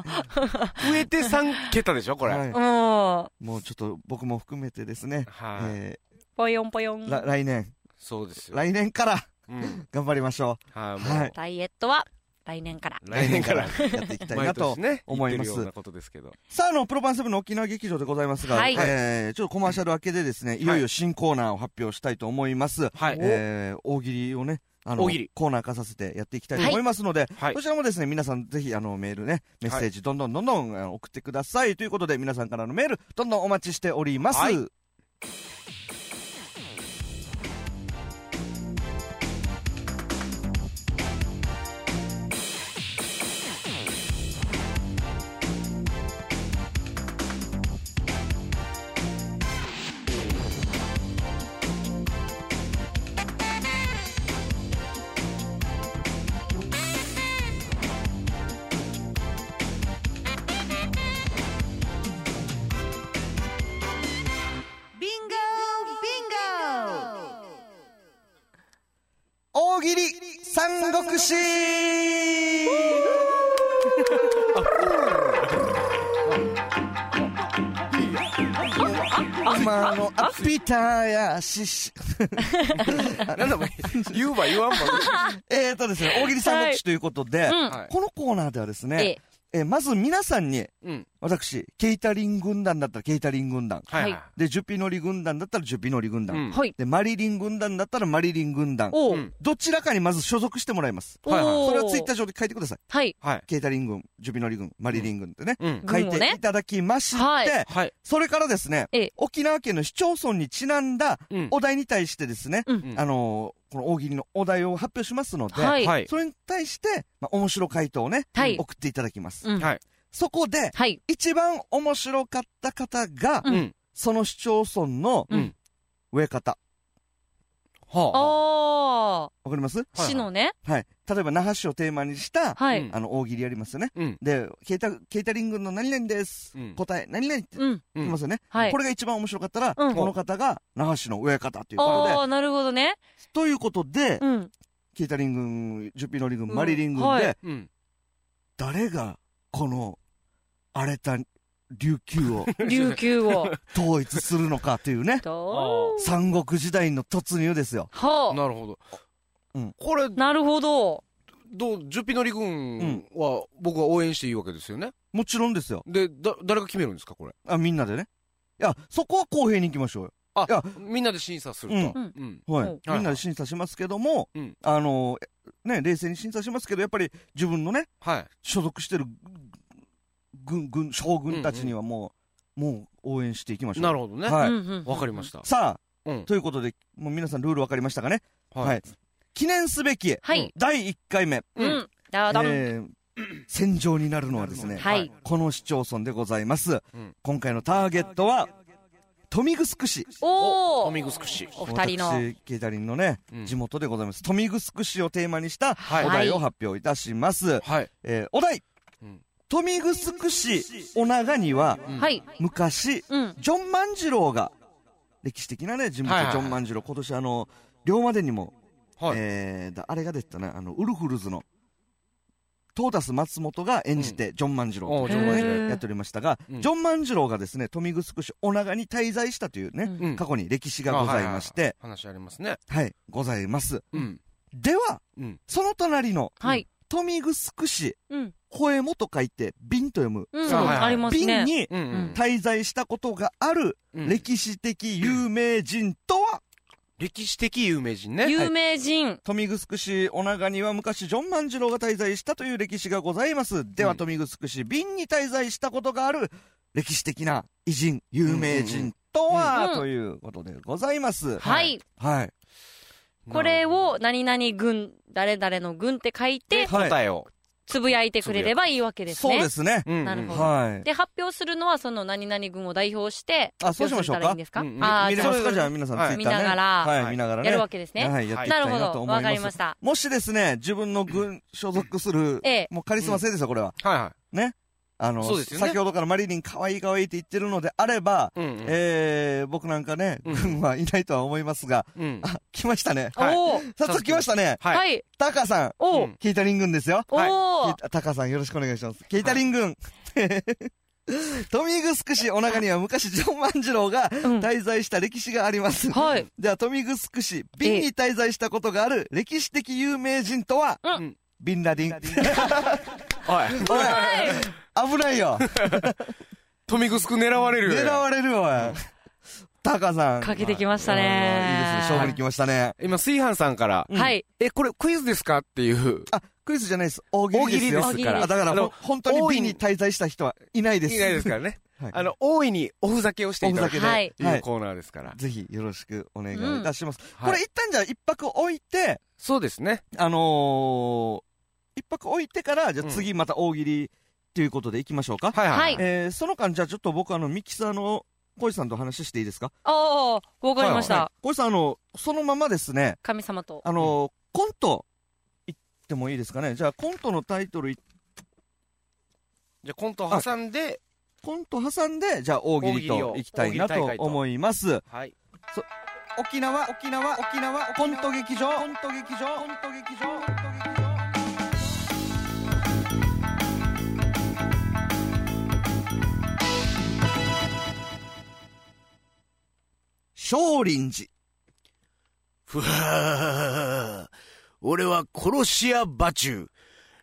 C: 増えて3桁でしょこれ
B: は
C: はい
D: うん。
B: もうちょっと僕も含めてですね、
C: い
B: え
D: ぽよんぽよ
B: ーら
D: ん。
B: 来年、
C: そうですよ
B: 来年から
C: うん
B: 頑張りましょ。
C: はいうもう
B: はい。
D: ダイエットは来年から。
C: 来年から
B: やっていきたいな
C: 毎
B: と
C: 年。ね
B: 思い
C: 言っ
B: ます
C: てるようなことですけど
B: さあ、あの、プロパンセブンの沖縄劇場でございますが、
D: はい
B: えーちょっとコマーシャル明けでですね、いよいよ新コーナーを発表したいと思います。
C: はい
B: えー大喜利をね、あの、
C: 大喜利
B: コーナー化させてやっていきたいと思いますので、
C: はい
B: こちらもですね、皆さんぜひあのメールね、メッセージどんどんどんどんあの送ってください。ということで、皆さんからのメール、どんどんお待ちしております。
C: はい
B: 大喜利三国志今のアピタやシシ
C: なん だお前言うば言わんば
B: えーとですね、大喜利三国
D: は
B: 志
D: い
B: ということで、
D: うん。
C: はい
B: このコーナーではです
D: え
B: ね、
D: え、
B: えーまず皆さんに
C: うん
B: 私、ケイタリン軍団だったらケイタリン軍団。
C: はいはい
D: は
B: で、ジュピノリ軍団だったらジュピノリ軍
C: う
B: 団。
C: ん
D: はい。
B: で、マリリン軍団だったらマリリン軍団。
D: お
C: う
D: ー
C: ん
B: どちらかにまず所属してもらいます。
D: おー。
C: はいはい
B: それはツイッター上で書いてください。
D: はい。
C: はい
B: ケイタリン軍、ジュピノリ軍、マリリン軍ってね。
C: うん
D: 軍
B: 書い
D: をね
B: ていただきまして、
D: はい
C: はい
B: それからですね
D: ええ、
B: 沖縄県の市町村にちなんだ
C: うん
B: お題に対してですね、
D: うん
B: あのーこの大喜利のお題を発表しますので、
D: はい。
C: はい
B: それに対して、まあ、面白回答をね、
D: はい
B: 送っていただきます。
D: うん
C: はい
B: そこで、
D: はい。
B: 一番面白かった方が、
D: うん
C: うん
B: その市町村の
C: うん
B: 植え方。
C: は
D: あ
B: わかります
D: ー。市のね。
B: はい。例えば、那覇市をテーマにした、
D: は
C: う
D: い
C: ん。
B: あの、大喜利やりますよね。
C: うん
B: で、ケータ、ケータリングの何々です。
C: うん
B: 答え、何々って言
D: うん。
B: ってますよね。
D: はい
B: こ。れが一番面白かったら、
D: うん
B: この方が那覇市の植え方ということで
D: あ、ー、なるほどね。
B: ということで、
D: うん。
B: ケータリン軍、ジュピノリ軍、
D: うん
B: マリリン軍で、
D: はい
C: うん
B: 誰がこの荒れた琉球を
D: 琉球を。
B: 統一するのかというね、
D: と
B: 三国時代の突入ですよ。
D: は
C: なるほど
B: うん
C: これ
D: あ。なるほど。
C: どうジュピノリ軍は僕は応援していいわけですよね
B: もちろんですよ。
C: でだ誰が決めるんですかこれ
B: あ、みんなでね。いや、そこは公平に行きましょうよ。
C: あ
B: いや
C: みんなで審査すると
D: うん
C: うん
B: はい。
D: うん
B: みんなで審査しますけども、
C: うん
B: あの、ね、冷静に審査しますけど、やっぱり自分のね、
C: はい
B: 所属してる軍、軍、将軍たちにはもう、もう応援していきましょう。
C: なるほどね
B: はい。
C: わ
D: わ
C: かりました
B: さあ、
C: うん
B: ということで、もう皆さんルールわかりましたかねはい、
C: はい
B: 記念すべき、
D: はい
B: 第1回目、
D: た。うん。だだん。
B: えー戦場になるのはですね、
D: はい
B: この市町村でございます、
C: うん
B: 今回のターゲットは、富城市。
D: お
C: お
D: ー。
C: みぐすくし
D: お二人の。
B: 私、ケイタリンのね、
C: うん
B: 地元でございます。富城市をテーマにした
C: はい
B: お題を発表いたします。
C: はい
B: えーお題、
C: うん
B: 富城市お長には、
C: うん
D: はい。
B: 昔、
D: うん。
B: ジョン万次郎が、歴史的なね、人物、
C: はいはいはい
B: ジョン万次郎、今年あの、龍馬伝にも、
C: はい
B: えーだあれが出てたね、あの、ウルフルズの、トータス松本が演じて、ジョン万次郎
C: お
B: と
C: うジ
B: い
C: ョ
B: う
C: ン
B: のを
C: 万
B: ね
C: 次郎
D: へー
B: やっておりましたが、
C: うん
B: ジョン万次郎がですね、富城市お長に滞在したというね、
D: うん
B: 過去に歴史がございまして、
C: あはいはいはい話ありますね
B: はい、ございます。
C: うん
B: では、
C: うん
B: その隣の、
D: はい。
B: 富城市、
D: うん。
B: 声もと書いて、瓶と読む、
D: うん。
C: そうはいはい
D: あります
B: 瓶
D: ね。
B: に
C: うんうん
B: 滞在したことがある、
C: うん
B: 歴史的有名人とは、
C: 歴史的有名人ね
D: 有名人。
B: 富城市お長には昔ジョン万次郎が滞在したという歴史がございます。では、
C: うん
B: 富城市瓶に滞在したことがある歴史的な偉人、有
C: うん
B: 名
C: うんう
B: 人とは、
D: うん
B: ということでございます。
D: はい。
B: はい。
D: これを、何々軍、誰々の軍って書いて、
B: はい
C: 答えを
D: つぶやいてくれればいいわけです
B: そう
D: ね。。
B: ですすね。
C: な
D: なるほど
B: はい。
D: で、発表するのは、その何々軍を代表して、
B: あそうしましょうか
D: 発表するたらいいんですか
C: うんうん
D: ああ、
B: 見
D: じ
B: れ
D: ゃ
B: ますかじゃあ皆さん、
C: はい
B: ツイッターね。
D: 見ながら
B: はい、
C: はい
B: 見ながら
D: あ、
B: ね。
D: やるわけですね。
B: はい、やっていき
D: なる
B: た
D: ほ
B: いなと
D: ど。
B: 思
D: わ
B: い
D: かり
B: ま
D: ますし。た。
B: もしですね、自分の軍所属する、
D: ええ。
B: もうカリスマ性ですよ、これは。
C: はいは
B: ね。あの、
C: そうですよね
B: 先ほどからマリリン可愛い可愛いって言ってるのであれば、
C: いうんうん
B: えー、僕なんかね、
C: うん
B: 軍はいないとは思いますが、
C: うん
B: あ、来ましたね。
C: はい
D: おー。
B: 早速来ましたね。
C: はい
D: はい。
B: タカさん、
D: お
C: う
D: ー。
C: ん
B: ケイタリン軍ですよ。
D: お
C: はい
D: ー。
B: ケイタカさんよろしくお願いします。ケイタリン軍。 富城市お腹には昔ジョン万次郎が
D: うん
B: 滞在した歴史があります。
D: はい。
B: では、富城市、瓶に滞在したことがある歴史的有名人とは、
D: うん
B: ビンラディン。
C: はい
B: おい
D: はい。
B: 危な いよ。
C: 富城狙われる
B: 狙われるよ、おい。タカさん。
D: かけてきました
B: あーいい
D: ね
B: ですね。。勝負に来ましたね。
C: 今炊飯さんから
B: うん
D: はい。
C: えこれクイズですかっていう
B: あ、クイズじゃないです。大喜利ですよ。
D: 大喜利ですから
B: あだから
C: あの
B: ほん、本当に瓶に滞在した人はいないです。
C: いないですからね
B: はい
C: あの大いにおふざけをしていただくと
B: おふ
D: ざけではい
C: いうコーナーですから
B: ぜひよろしくお願いいたします。
C: うん
B: これ一旦じゃあ一泊置いて、
C: そうですね
B: あのー、一泊置いてから、じゃあ次また大喜利ということでいきましょうか。
C: はいはい
D: は
B: えー、その間、じゃあちょっと僕あの、ミキサーの、小石さんとお話ししていいですか
D: おー、わかりまし
B: は
D: た。
B: い小石さん、あの、そのままですね、
D: 神様と。
B: あのー、コント、いってもいいですかね。じゃあコントのタイトルい、
C: じゃあコントを挟んで
B: コント挟んで、じゃあ大喜利
C: 大喜利
B: と
C: を
B: いきたいな
C: 大喜利
B: と
C: 大会と
B: 思います。
C: はい
B: 沖縄沖縄沖縄コント劇場コント劇場コント劇場コント劇場少林
C: ふは俺は殺し屋馬中。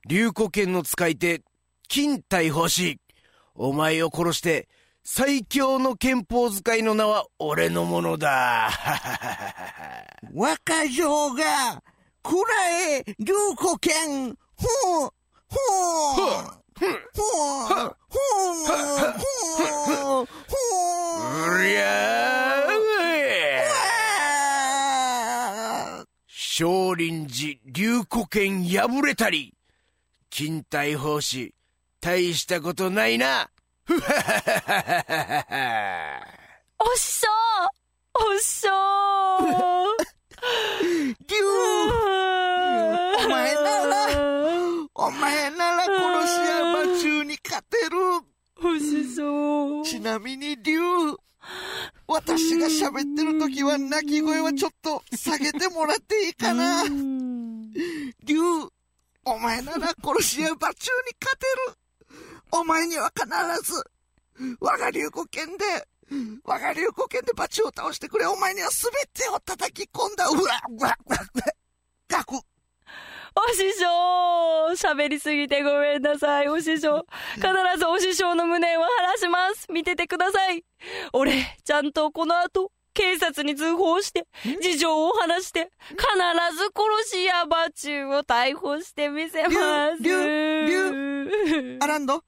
C: 龍虎剣の使い手、金逮捕し。お前を殺して、最強の憲法使いの名は俺のものだ。
F: 若造が、くらえ、龍子剣、ふう、ふう、ふう、ふう、ふう、ふう、
C: うりゃー 少林寺龍虎剣破れたり、勤怠奉仕、大したことないな。 ふははははは
D: おっしょーおっしょ
F: 龍、お前なら、お前なら殺し山中に勝てる。
D: ーおしそう
F: ちなみに竜、私が喋ってる時は鳴き声はちょっと下げてもらっていいかな。竜、お前なら殺し屋バチューに勝てる。お前には必ず、我が竜子剣で、我が竜子剣でバチューを倒してくれ。お前には全てを叩き込んだ。うわ、うわ、うわ、うわ。ガク、
D: お師匠喋りすぎてごめんなさい、お師匠。必ずお師匠の無念を晴らします。見ててください。俺、ちゃんとこの後、警察に通報して、事情を話して、必ず殺し屋バチューを逮捕してみせます。
F: りゅりアランド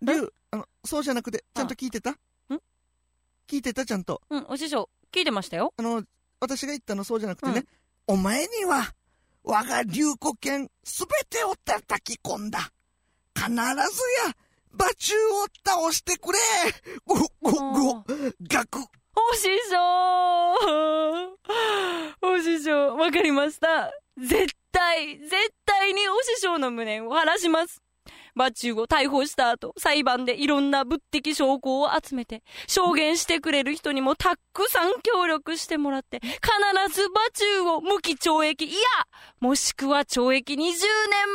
F: 竜、あの、そうじゃなくて、ちゃんと聞いてたん聞いてたちゃんと。
D: うん、お師匠、聞いてましたよ。
F: あの、私が言ったのそうじゃなくてね、お前には、我が流行剣すべてを叩き込んだ。必ずや、馬中を倒してくれご、ご、ご、ガク。
D: お師匠お師匠、わかりました。絶対、絶対にお師匠の無念を晴らします。バチューを逮捕した後、裁判でいろんな物的証拠を集めて、証言してくれる人にもたくさん協力してもらって、必ずバチューを無期懲役、いや、もしくは懲役20年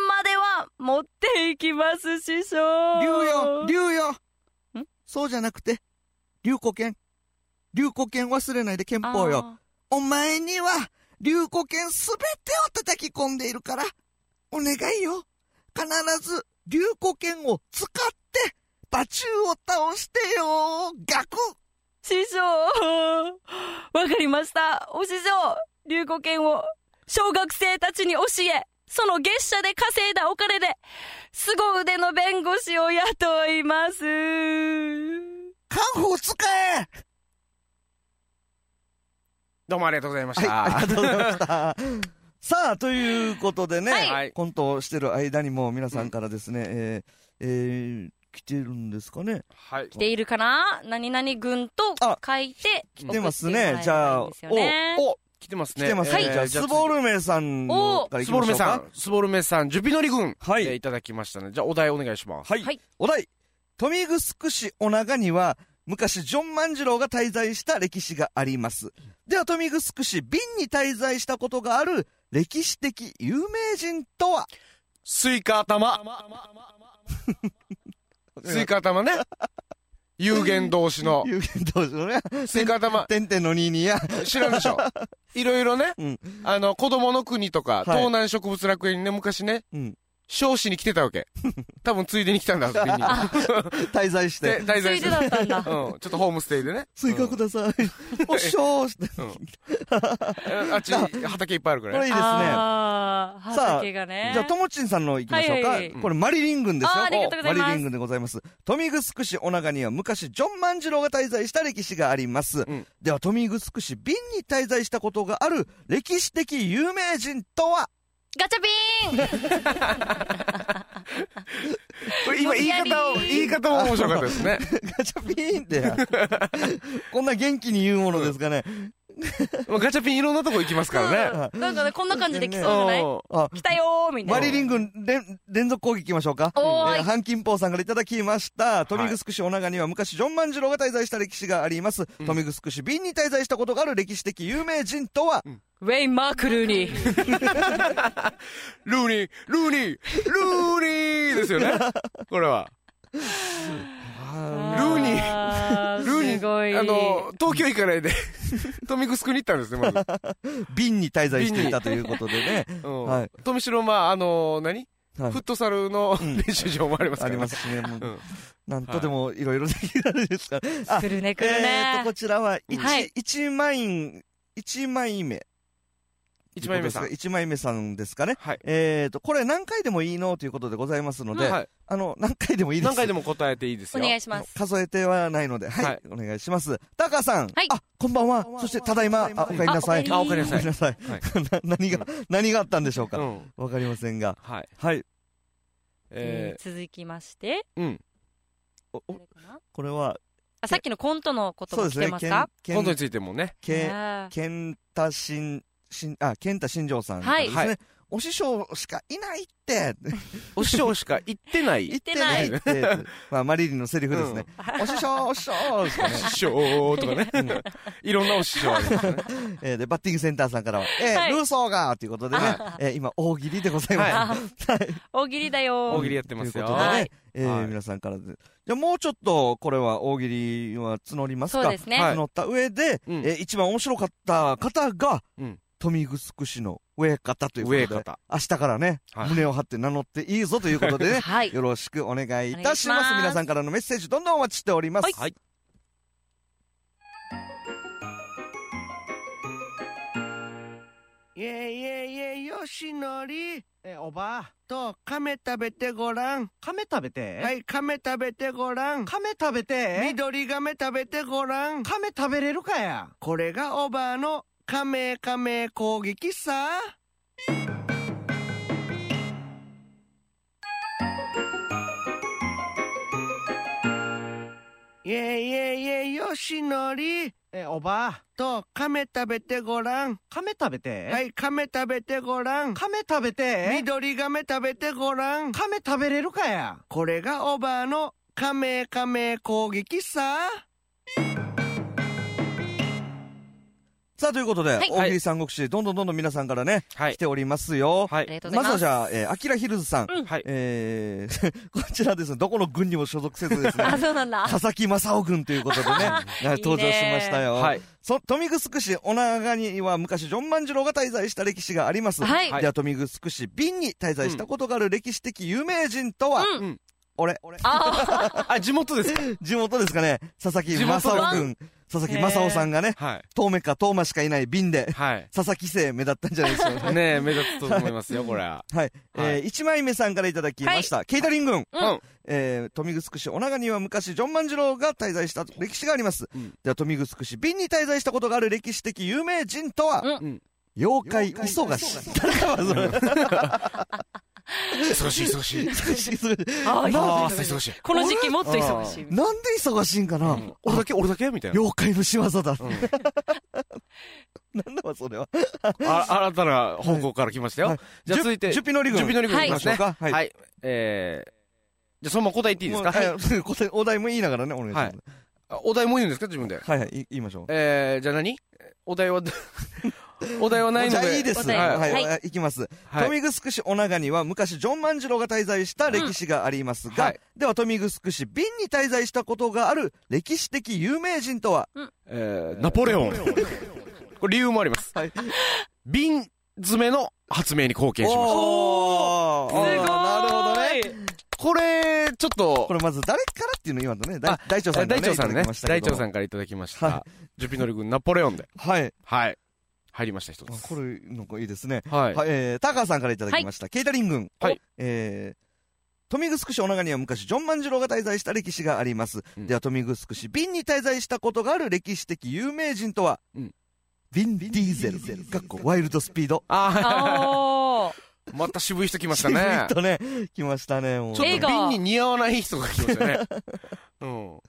D: までは持っていきます、師匠。
F: 竜よ、竜よ
D: ん。
F: そうじゃなくて、流行剣。流行剣忘れないで憲法よ。
D: あー。
F: お前には、流行剣すべてを叩き込んでいるから、お願いよ。必ず、流行剣を使って、馬中を倒してよ。ガク
D: 師匠、 わかりました。お師匠、流行剣を小学生たちに教え、その月謝で稼いだお金で、凄腕の弁護士を雇います。
F: カンフー使え
C: どうもありがとうございまし
B: はい、
C: た。
B: ありがとうございました。 さあ、ということでね、
C: はい
B: コントをしてる間にも皆さんからですね、えー、えー来てるんですかね
C: はい。
D: 来ているかな何々軍と書いて、
B: 来てますね。じゃあ、お、
D: お、
C: お、来てますね。
B: 来てます
C: え
B: ね。
C: ー
B: じゃあ、
C: じゃあ
B: スボルメさんのからい
C: 次ス
B: き
C: ボ
B: ま
C: ルメ
B: しょう
C: さ
B: か
C: ん。、スボルメさん、ジュビノリ軍。
B: は
C: えー
B: い。
C: いただきましたね。じゃあ、お題お願いします。
B: はい。
D: はい
B: お題。富城市女川には、昔、ジョン万次郎が滞在した歴史があります。では、富城市瓶に滞在したことがある歴史的有名人とは
C: スイカ頭。スイカ頭ね。有言同士の。
B: 有言同士のね。
C: スイカ頭。
B: てんてんのにーにーや。
C: 知らんでしょ。いろいろね
B: うん、
C: あの、子供の国とか、
B: はい
C: 東南植物楽園にね、昔ね
B: うん、
C: 少子に来てたわけ。多分ついでに来たんだ、見に。
B: 滞在 し
C: で、
B: て。
C: 滞
D: つ
C: 在
D: い
C: してて。
D: だったん だ。
C: うん、ちょっとホームステイでね。
B: スイカください。おっしょーして。こ
C: あっち、畑いっぱいあるから
B: れ
C: ね。
B: いいですね。じ
D: あー
B: さあ
D: 畑がね。
B: ゃあ、ともちんさんの行きましょうか。
D: はいはいはい
B: これ、マリリン軍ですよ。
D: あーありがとうございます
B: マリリン軍でございます。富城市女川には昔、ジョン万次郎が滞在した歴史があります。
C: うん
B: では、富城市瓶に滞在したことがある歴史的有名人とは
D: ガチャピン
C: これ今言い方を、言い方も面白かったですね。
B: ガチャピーン って。こんな元気に言うものですかね。
C: まあガチャピンいろんなとこ行きますからね。
B: ね
D: なんかね、こんな感じで来そうじゃない
C: うん
B: あ、
D: 来たよーみた
B: マ
D: いな。
B: リリン軍連連続攻撃いきましょうか。
D: おーい
B: えーハンキンポーさんからいただきました。富城市女川には昔、ジョン万次郎が滞在した歴史があります。
C: ん
B: 富城市瓶に滞在したことがある歴史的有名人とは、
D: ウェイン・マーク・ルーニー。
C: ルーニー、ルーニー、ルーニーですよね。これは。
B: あ
C: ルーニ
D: ー。
C: ルーニ
D: すごい。
C: ー、あの、東京行かないで、 富城に行ったんですね、まず。
B: ー瓶に滞在していたということでね。
C: うん
B: はい
C: 富城、まあ、あの、何
B: はい
C: フットサルの
B: うん
C: 練習場もありますか
B: あ
C: ら
B: り
C: ね
B: ま。すしね。も
C: うん
B: うなんとでもいろいろできるんですから。あ
D: するね、くる
B: えーと、
D: ね
B: こ。ちらは、一
D: はい
B: 一枚員、一枚目。
C: 一枚目さん。
B: 一枚目さんですかね。
C: はい。
B: えーと、これ何回でもいいのということでございますので、
C: はい
B: あの、何回でもいいです。
C: 何回でも答えていいです
D: お
C: よ。
D: 願いします。
B: 数えてはないので、はい、
C: はい
B: お願いします。タカさん、
D: はい
B: あ、こんばんは。そして、ただいま、あ、おかえりなさい。
D: あ
C: あ、
D: お
C: お
D: か
C: か
D: え
C: え
D: り
C: り
D: な
C: な
B: ご
C: さ
B: めん
C: い。
B: なさい。 な何が、何があったんでしょう
C: う
B: か。
C: ん。
B: わかりませんが。
C: はい。
B: はい。
C: え
D: 続きまして、
C: ー、うん。
B: お
D: こ
B: お
D: れかな
B: これは、
D: あ、さっきのコントのこと
B: そう
D: も
B: で
D: 来
B: す
D: て
B: ね
D: ま。す
B: け
D: か
B: ん、け
C: 今度に
B: ん、
C: ついてもね。
B: けん、
D: あー
B: けんたしん、しん、あ、けんたしんじょうさんから
D: はい
B: ですね。お師匠しかいないって、
C: お師匠しか行ってな
B: 言
C: い
B: っ。て
D: な
B: ないいって、まあ、マリリンのセリフですね。お師匠、 お師匠しか
C: お
B: ね。
C: 師匠とかね。いろんなお師匠あり ますね。
B: えーで、バッティングセンターさんからは、えー
D: はい
B: ルーソーがーということでね、えー今、大喜利でございます。
C: は
D: 大喜利だよ。
C: 大喜利やってますよ
B: ということでね、
D: はい
B: えー
C: はい
B: 皆さんからで。じゃあもうちょっと、これは大喜利は募りますか
D: そうですね
B: 募った上で、
C: うん
B: えー一番面白かった方が、
C: うん
B: 富城市の親方ということで、
C: 上方。
B: 明日からね、
C: はい
B: 胸を張って名乗っていいぞということでね、
D: はい。
B: よろしくお願いいたし
D: お願
B: ま
D: いし
B: す。
D: ます
B: 皆さんからのメッセージどんどんお待ちしております。
C: はい。
E: いえいえいえよしのり
A: えおばあ
E: と亀食べてごらん
A: 亀食べて、
E: はい亀食べてごらん
A: 亀食べて
E: 緑亀食べてごらん
A: 亀食べれるかや
E: これがおばあの亀亀攻撃さいえいえいえよしのり
A: えおばあ
E: と亀食べてごらん
A: 亀食べて、
E: はい亀食べてごらん
A: 亀食べて
E: 緑亀食べてごらん
A: 亀食べれるかや
E: これがおばあの亀亀攻撃さ
B: さあ、ということで、
D: はい
B: 大喜利三国志、どんどんどんどん皆さんからね、
C: はい
B: 来。ておりますよ。
C: は
D: あり
C: い。
D: がとうござ
B: ま
D: い
B: ず
D: ま
B: は
D: す。
B: じゃあ、えー、アキラヒルズさん。
C: はい。
B: えー、 こちらですね、どこの軍にも所属せずですね、
D: あ、そうなんだ。
B: 佐々木正雄軍ということ でね、登場しましたよ。
C: はい。
B: そ富城市お長には昔、ジョン万次郎が滞在した歴史があります。
D: はい
B: では、富城市瓶に滞在したことがある歴史的有名人とは、
D: うん
B: 俺、
D: あ
C: あ、地元ですか
B: 地元ですかね、佐々木正雄軍、佐々木正雄さんがね、
C: はい。
B: 遠目か遠間しかいない瓶で、
C: はい。
B: 佐々木姓目立ったんじゃないでしょうか。
C: ねえ、目立つと思いますよ、これは。
B: はい。
C: は
B: えー、一枚目さんからいただきました。ケイタリン軍。
D: うん
B: えー、富城市お長には昔、ジョン万次郎が滞在した歴史があります。
C: うん
B: では、富城市瓶に滞在したことがある歴史的有名人とは、
D: うん
B: 妖怪忙し。誰かはそれ
C: 忙しい、忙しい。
B: 忙しいそれ
D: あ、
C: ああ、
D: 忙しい
C: 忙しい。
D: この時期もっと忙しい。
B: なんで忙しいんかな、
C: 俺だけ、俺だけみたいな。
B: 妖怪の仕業だ。
C: うん
B: なんだわ、それは。
C: あ新たな方向から来ました
B: は
C: よ
B: い。
C: じゃあ続いて、
B: ジュピノリ軍。
C: 準備のり軍いき
B: 行
C: ま
B: き
C: すね
B: ま。しょうか。はい。
C: はい。えー、じゃあそのまま答え言っていいですか
B: もうはい答えお題も言いながらね、お願いします。
C: あお題も言うんですか自分で。
B: はい、はい、い言いましょう。
C: えー、じゃあ何お題は、 お題はない
B: じ
C: の
B: ゃあ
C: で。
B: いいです。
D: 答え
B: は、
C: はい
D: はい
B: はい、いきます。
C: はい
B: 富城市お長には昔ジョン万次郎が滞在した歴史があります
C: うん
B: が、
C: はい
B: では富城市瓶に滞在したことがある歴史的有名人とは、
C: えー、ナポレオン。これ理由もあります。
B: はい、
C: 瓶詰めの発明に貢献しました。
B: おー
D: すごーい。
B: なるほどね。
C: これ、ちょっと
B: これ、まず誰からっていうの言わんとね、だい
C: あ
B: 大腸さんか
C: 大
B: らね
C: 腸さん
B: いただ
C: ね
B: きまし。たけ
C: 大
B: ど
C: 腸さんからいただきまし
B: は
C: た。ジュピノリ軍ナポレオンで。
B: はい。
C: はい。入りました、一
B: あ
C: つ。
B: これ、なんかいいですね。
C: はい。
B: はい、えー、タカさんからいただきました。ケイタリン軍。
C: はい。
B: えー、富城市お長には昔、ジョン万次郎が滞在した歴史があります。
C: うん
B: では、富城市、瓶に滞在したことがある歴史的有名人とは、
C: うん
B: ビン・ディーゼル、かっこワイルドスピード。
C: あ
D: あ
C: ー、また渋い人来まし
B: シ
C: た
B: ュ
C: ね
B: ー。ッとね、来ましたね、もう。
C: ちょっ
D: 映
C: と
D: 画
C: 瓶に似合わない人が来ましたね。うん。
B: そ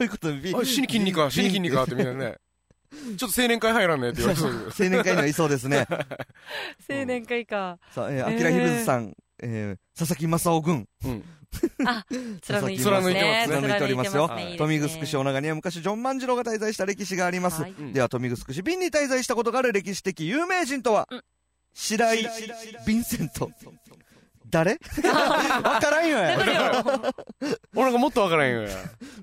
B: ういうことで、ビン
C: あ、死に筋肉か、死に筋肉かってみんなね。ちょっと青年会入らんねって言われそうです。
B: 青年会にはいそうです ね。
D: ー青年会か。
B: さあ、えー、アキラヒルズさん、えー、佐々木正雄軍。
C: うん。
D: 貫いてますね。
B: 貫いておりますよ
D: 貫いてま
B: 富
D: すね
B: 城市お長には昔、ジョン万次郎が滞在した歴史があります。
D: はい
C: うん
B: では、富城市、瓶に滞在したことがある歴史的有名人とは、
D: うん
B: 白井、ヴィンセント。誰わからんよや。
C: 俺がもっとわからへんよや。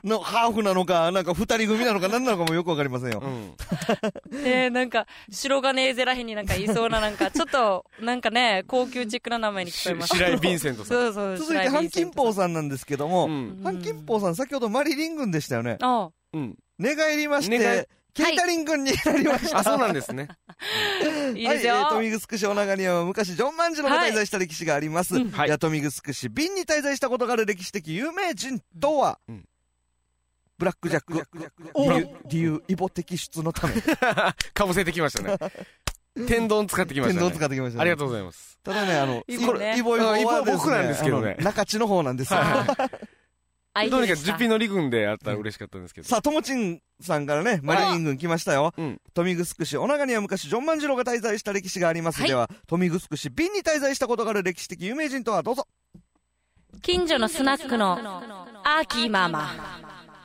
B: のハーフなのか、なんか二人組なのか、何なのかもよくわかりませんよ。
C: うん。
D: ねえ、なんか、白金エゼラヘになんかいそうな、なんか、ちょっと、なんかね、高級チックな名前に聞こえます。
C: 白井ヴィンセントさん。
D: そうそう、
B: 続いて、ハンキンポーさんなんですけど
C: う
B: も、
C: ん。
B: ハンキンポーさん、先ほどマリリン軍でしたよね。
D: さん。あ
C: うん。
B: 寝返りまし
C: 寝
B: て、ケータリン軍になり ました。
C: あ、そうなんですね。
D: あ、いいですよ。
B: はい、えー豊見城市女川には昔、ジョン万次郎が滞在した歴史があります。
D: は
B: はいい
D: うん
C: はい
B: いや、豊見城市、瓶に滞在したことがある歴史的有名人とは、
C: うん
B: ブラックジャック、
A: お
B: 理由、理由イボ摘出のため、
C: かぶせてきましたね。天丼使ってきまし
B: 天
C: たね。
B: 丼を使ってきました、ね。
C: ありがとうございます。
B: ただね、あの、
D: イボね
B: イボイボは
C: うんイボは僕
B: ですね
C: なんですけどね
B: あの中地の方なんですよ。
D: はい
C: どうにか
D: でした
C: 10品のり軍であったら嬉しかったんですけど。
B: さあ、ともちんさんからね、マリリン軍来ましたよ。
C: うん
B: 富城市、お長には昔、ジョン万次郎が滞在した歴史があります。
D: はい
B: では、富城市、瓶に滞在したことがある歴史的有名人とはどうぞ。
D: 近所のスナックの、アーキーママ。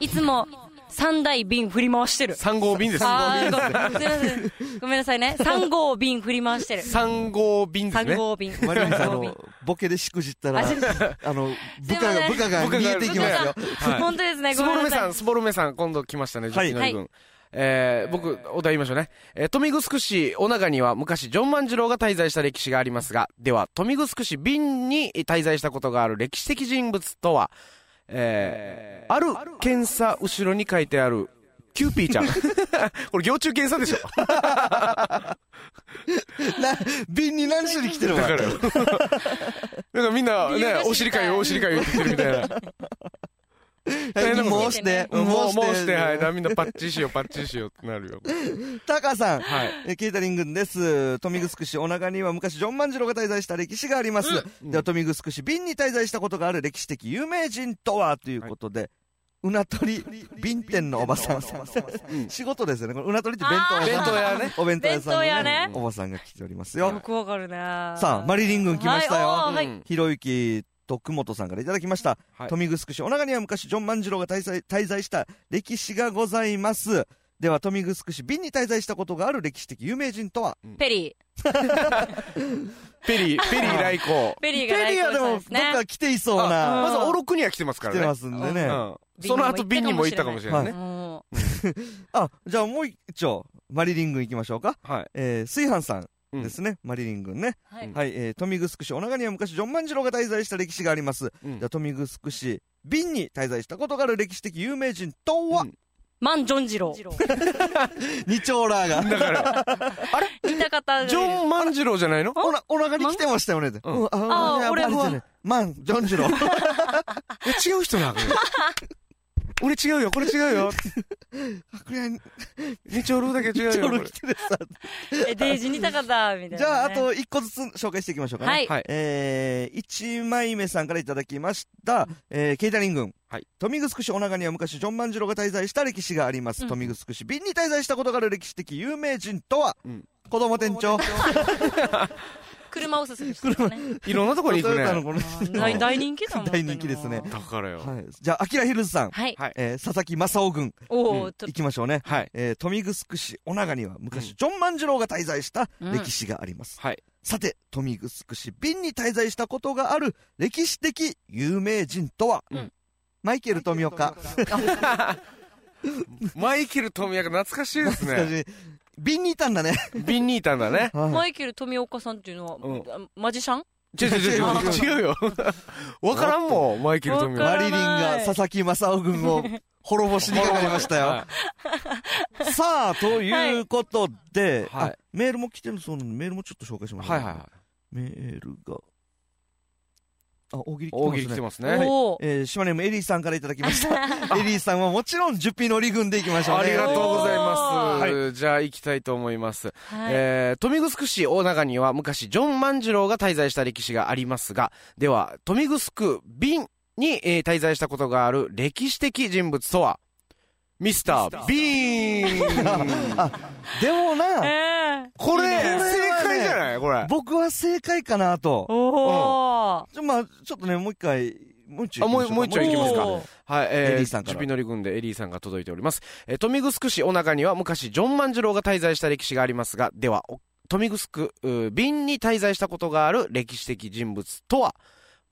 D: いつも、三大瓶振り回してる。
C: 3号瓶です。
D: あーごめんすいません。ごめんなさいね。三号瓶振り回してる。
C: 3号瓶です
D: 三
C: ね。
D: 号瓶。
B: マリリンさん、あ
D: 三号瓶
B: の、ボケでしくじったら、
D: あすいま
B: あの、部
D: すいま
B: 下
D: せ
B: が、
D: ん
B: 部下が見えていきますよ。
C: は
D: 本当ですね、
C: い。ス
D: ご
C: ボ
D: めん
C: ルメ
D: なさ
C: さ
D: い
C: ん、。スボルメさん、今度来ましたね、10品のり軍。えー、僕、お題言いましょうね。えー、富城市、尾長には昔、ジョン万次郎が滞在した歴史がありますが、では、富城市瓶に滞在したことがある歴史的人物とは、えー、ある検査後ろに書いてある、キューピーちゃん。 これ、行中検査 でしょ
B: な、瓶に何種類来てる
C: だ
B: わ
C: か。 らよ。なんかみんな
D: 理由
C: ね
D: が知りた、い
C: お尻かよ、お尻かよ言ってきてるみたいな。
B: はい
C: えでも
B: もうして、
C: もう、もうして、はい。だか
B: い。
C: らみんなパッチしよう、パッチしようってなるよ。
B: タカさん。
C: はい。
B: えケータリングです。富城市、お長には昔、ジョン万次郎が滞在した歴史があります。では、富城市、瓶に滞在したことがある歴史的有名人とはということで、うなとり、瓶店のおばさん。仕事ですよね。このうなとりって弁当屋さん。
C: 弁当屋ね。
B: お弁当屋さんの、
D: 弁当屋ね
B: おばさんが来ております
D: よ
B: よ。
D: くわかるな
B: さあ、マリリン軍来ましたよ。
D: はいおーはい
C: うん
B: ひろゆき徳本さんからいただきました。
C: はい
B: 富城市、お長には昔、ジョン万次郎が滞在滞在した歴史がございます。では、富城市、瓶に滞在したことがある歴史的有名人とは
D: ペリ
C: ペリ ー、ペリー来航
D: ー。。ペリ
B: ペ
D: ーが大
B: リア
D: 好
B: でも、
D: さ
B: ど
D: んで
B: っ
D: すね。
B: か来ていそう
D: あ
B: な、
C: まず、オロクには来てますから
B: 来
C: ね。
B: てますんで
C: う
B: ね。
C: ん。その後、瓶にも行ったかもしれないね。
D: うん
B: あ、じゃあもう一丁、マリリン軍行きましょうか。
C: はい。
B: えー、炊飯さん。
C: うん
B: ですね、マリリン軍ね、
D: はい
C: うん
B: はいえー、富城市お長には昔ジョン万次郎が滞在した歴史があります、
C: うん
B: じゃあ富城市瓶に滞在したことがある歴史的有名人とは、
C: うん
D: マン・ジョンジ ロー。
B: 二丁ラーが
C: だから、
D: 似た方
C: ジョン万次郎じゃないの
B: おな、お腹に来てましたよね。
C: うん
B: うん、
D: あー俺
B: あれですよねマン、ジョンジロー。
C: え違う人 なの俺違うよ、これ違うよ。
B: これ、
C: 二丁ルーだけ違う
B: ジョ
C: よ。こ
B: ル
C: れ
B: 来てるさ。
D: えデイジ似た方、みたいなね。
B: じゃあ、あと一個ずつ紹介していきましょうかね。
D: はい。
C: はい
B: えー、一枚目さんからいただきました、えー、ケータリン軍。
C: はい。
B: 富城市お長には昔、ジョン万次郎が滞在した歴史があります。
D: うん
B: 富城市、瓶に滞在したことがある歴史的有名人とは、
C: うん
B: 子供店長。
D: 車を進む人ですね。
C: いろんなとこに行く
B: トヨタの
C: ね。
B: この
D: あー大大人気だもん。
B: 大人気ですね
D: 本当に
C: だ
D: も
C: からよ。
B: はい。じゃあ、アキラヒルズさん。
D: うはい。
C: はい
B: えー、佐々木正夫軍。
D: おー、ちょっ
B: 行きましょうね。
C: はい。
B: えー、富城市お長に
C: う
B: は昔、ジョン万次郎が滞在した歴史があります。
C: はい。
B: さて、富城市瓶に滞在したことがある歴史的有名人とは、
C: うん
B: マイケル富岡。
C: マイケル富也が懐かしいですね。
B: 私瓶にいたんだね。
C: 瓶にいたんだね。
D: と
B: はい
D: マイケル富岡さんっていうの
C: う
D: は、マジシャン
C: 違う 違う違う違うよ。わからんもん、マイケル富
D: わ
C: 美
D: か
B: マ
D: ら
B: リリンが佐々木正夫軍 を滅ぼしにかかりましたよ。さあ、ということで、
C: はい
B: あメールも来てるそうなので、メールもちょっと紹介しましょう。
C: はいはいはい。
B: メールが。あ、大喜利来てます
C: 大
B: ね。
C: 喜利来てますね。
D: おー。
B: えー、島根もエリーさんからいただきま した。エリーさんはもちろん10品のり軍でいきましょう
C: あ
B: ね。
C: りがとうございます。
B: お
C: じゃあ行きたいと思います。
D: はい。
C: えー、富城市大長には昔ジョン万次郎が滞在した歴史がありますが、では、富城瓶に、えー滞在したことがある歴史的人物とは、ミスター・ビーン
B: でも
D: え
B: な、
D: ー。
C: これ、
B: これはね
C: 正解じゃないこれ。
B: 僕は正解かなと。
D: おー。
B: ちょまあ、ちょっとね、もう一回、もう一丁
C: あもうもう一丁
B: 行
C: い
B: き
C: き
B: ま
C: ま
B: し
C: す
B: ょ
C: か
B: う
D: おー
C: はい、え
B: エ
C: ー、
B: リーさんから
C: ジュピノリ軍でエリーさんが届いております。えー、富城市お長には昔ジョン万次郎が滞在した歴史がありますが、では、お富城う瓶に滞在したことがある歴史的人物とは、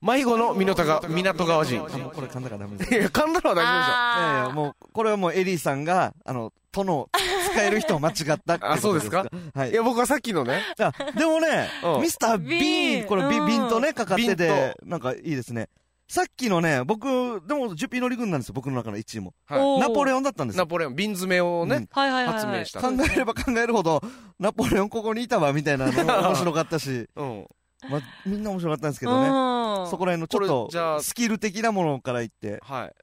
C: 迷子の港が港川人。い
B: あもうこれ噛んだからダメです
C: や、噛んだのは大丈夫でしょ。
B: いやいや、
D: あー
B: もう、これはもうエリーさんが、あの、殿を使える人を間違ったってこ と
C: あそうですか
B: はい
C: い。や、僕はさっきのね、
B: あでもね、
C: うん
B: ミスター・ビーン、これ、ビ
D: うん
B: ビンとね、かかってて、
C: ビ
B: なんかいいですね。さっきのね、僕、でも、ジュピノリ軍なんですよ、僕の中の1位も。
C: はい
D: おー
B: ナポレオンだったんです
C: ナ
B: よ。
C: ポレオン、瓶詰めを
B: う
C: ね
B: ん、
D: はいはいはいはい。
C: 発明した。
B: 考えれば考えるほど、ナポレオンここにいたわ、みた いなのも面白かったし、
C: うん。
B: まあ、みんな面白かったんですけ
D: け
B: どね。
D: ね
B: そこら辺のち
C: これじ
B: ょ
C: ゃ
B: っと、
C: あ
B: スキル的なものからいって、
C: はい。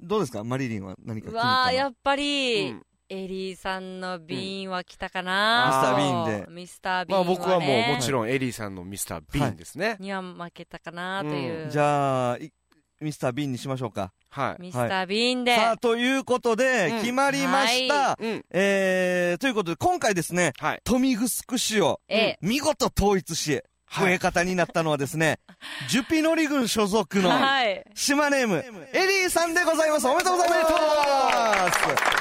B: どうですかマリリンは何か
D: う
B: 気に
D: わー、
B: 入
D: や
B: っ
D: っぱ
C: う
D: り、
C: ん
D: エリーさんの瓶は来たかな、
B: ミスタービーンで
D: ミスタービー
C: ま
D: ン
C: あ
D: は、ね。
C: 僕はもうもち
D: ん。
C: ろんエリーさんのミスター・ビーンですね。
D: には負けたかなという。
B: たのじゃあ、いミスター・ビーンにしましょうか。
C: は
D: ミスタービーンで。
B: さあ、ということで
C: う、ん
B: 決まりました。
C: い。うん。
B: えー、ということで、今回ですね、
C: はい。
B: 豊見城市を、
D: ええ
B: 見事統一し、増え方になったのはですね、ジュピノリ軍所属の、
D: はい。
B: 島ネーム、エリーさんでございます。おめでとうございます。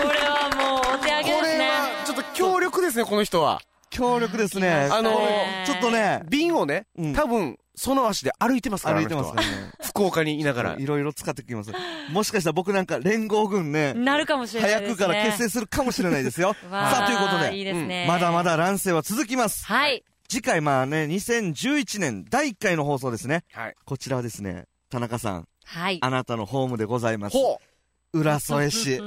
D: これはもうお手上
C: こ
D: げです
C: れ
D: ね。
C: は、ちょっと強力ですね、この人は。
B: 強力ですね。
C: あの
D: ね
B: ちょっとね、
C: 瓶をね
B: うん、
C: 多分、その足で歩いてますから、
B: 歩いてます
C: あの
B: から
C: 人は
B: ね。
C: 福岡にいながら
B: い。ろいろ使ってきます。もしかしたら僕なんか連合軍ね、
D: なるかもしれない
B: 早
D: ですね。
B: くから結成するかもしれないですよ。
D: わー
B: さあ、ということ
D: いい
B: で、
D: ですね。
B: まだま。だ乱世は続きます。
D: はい。
B: 次回まあね、2011年第1回の放送ですね。
C: はい。
B: こちらはですね、田中さん、
D: はい。
B: あなたのホームでございます。
C: ほ
B: 浦添 市。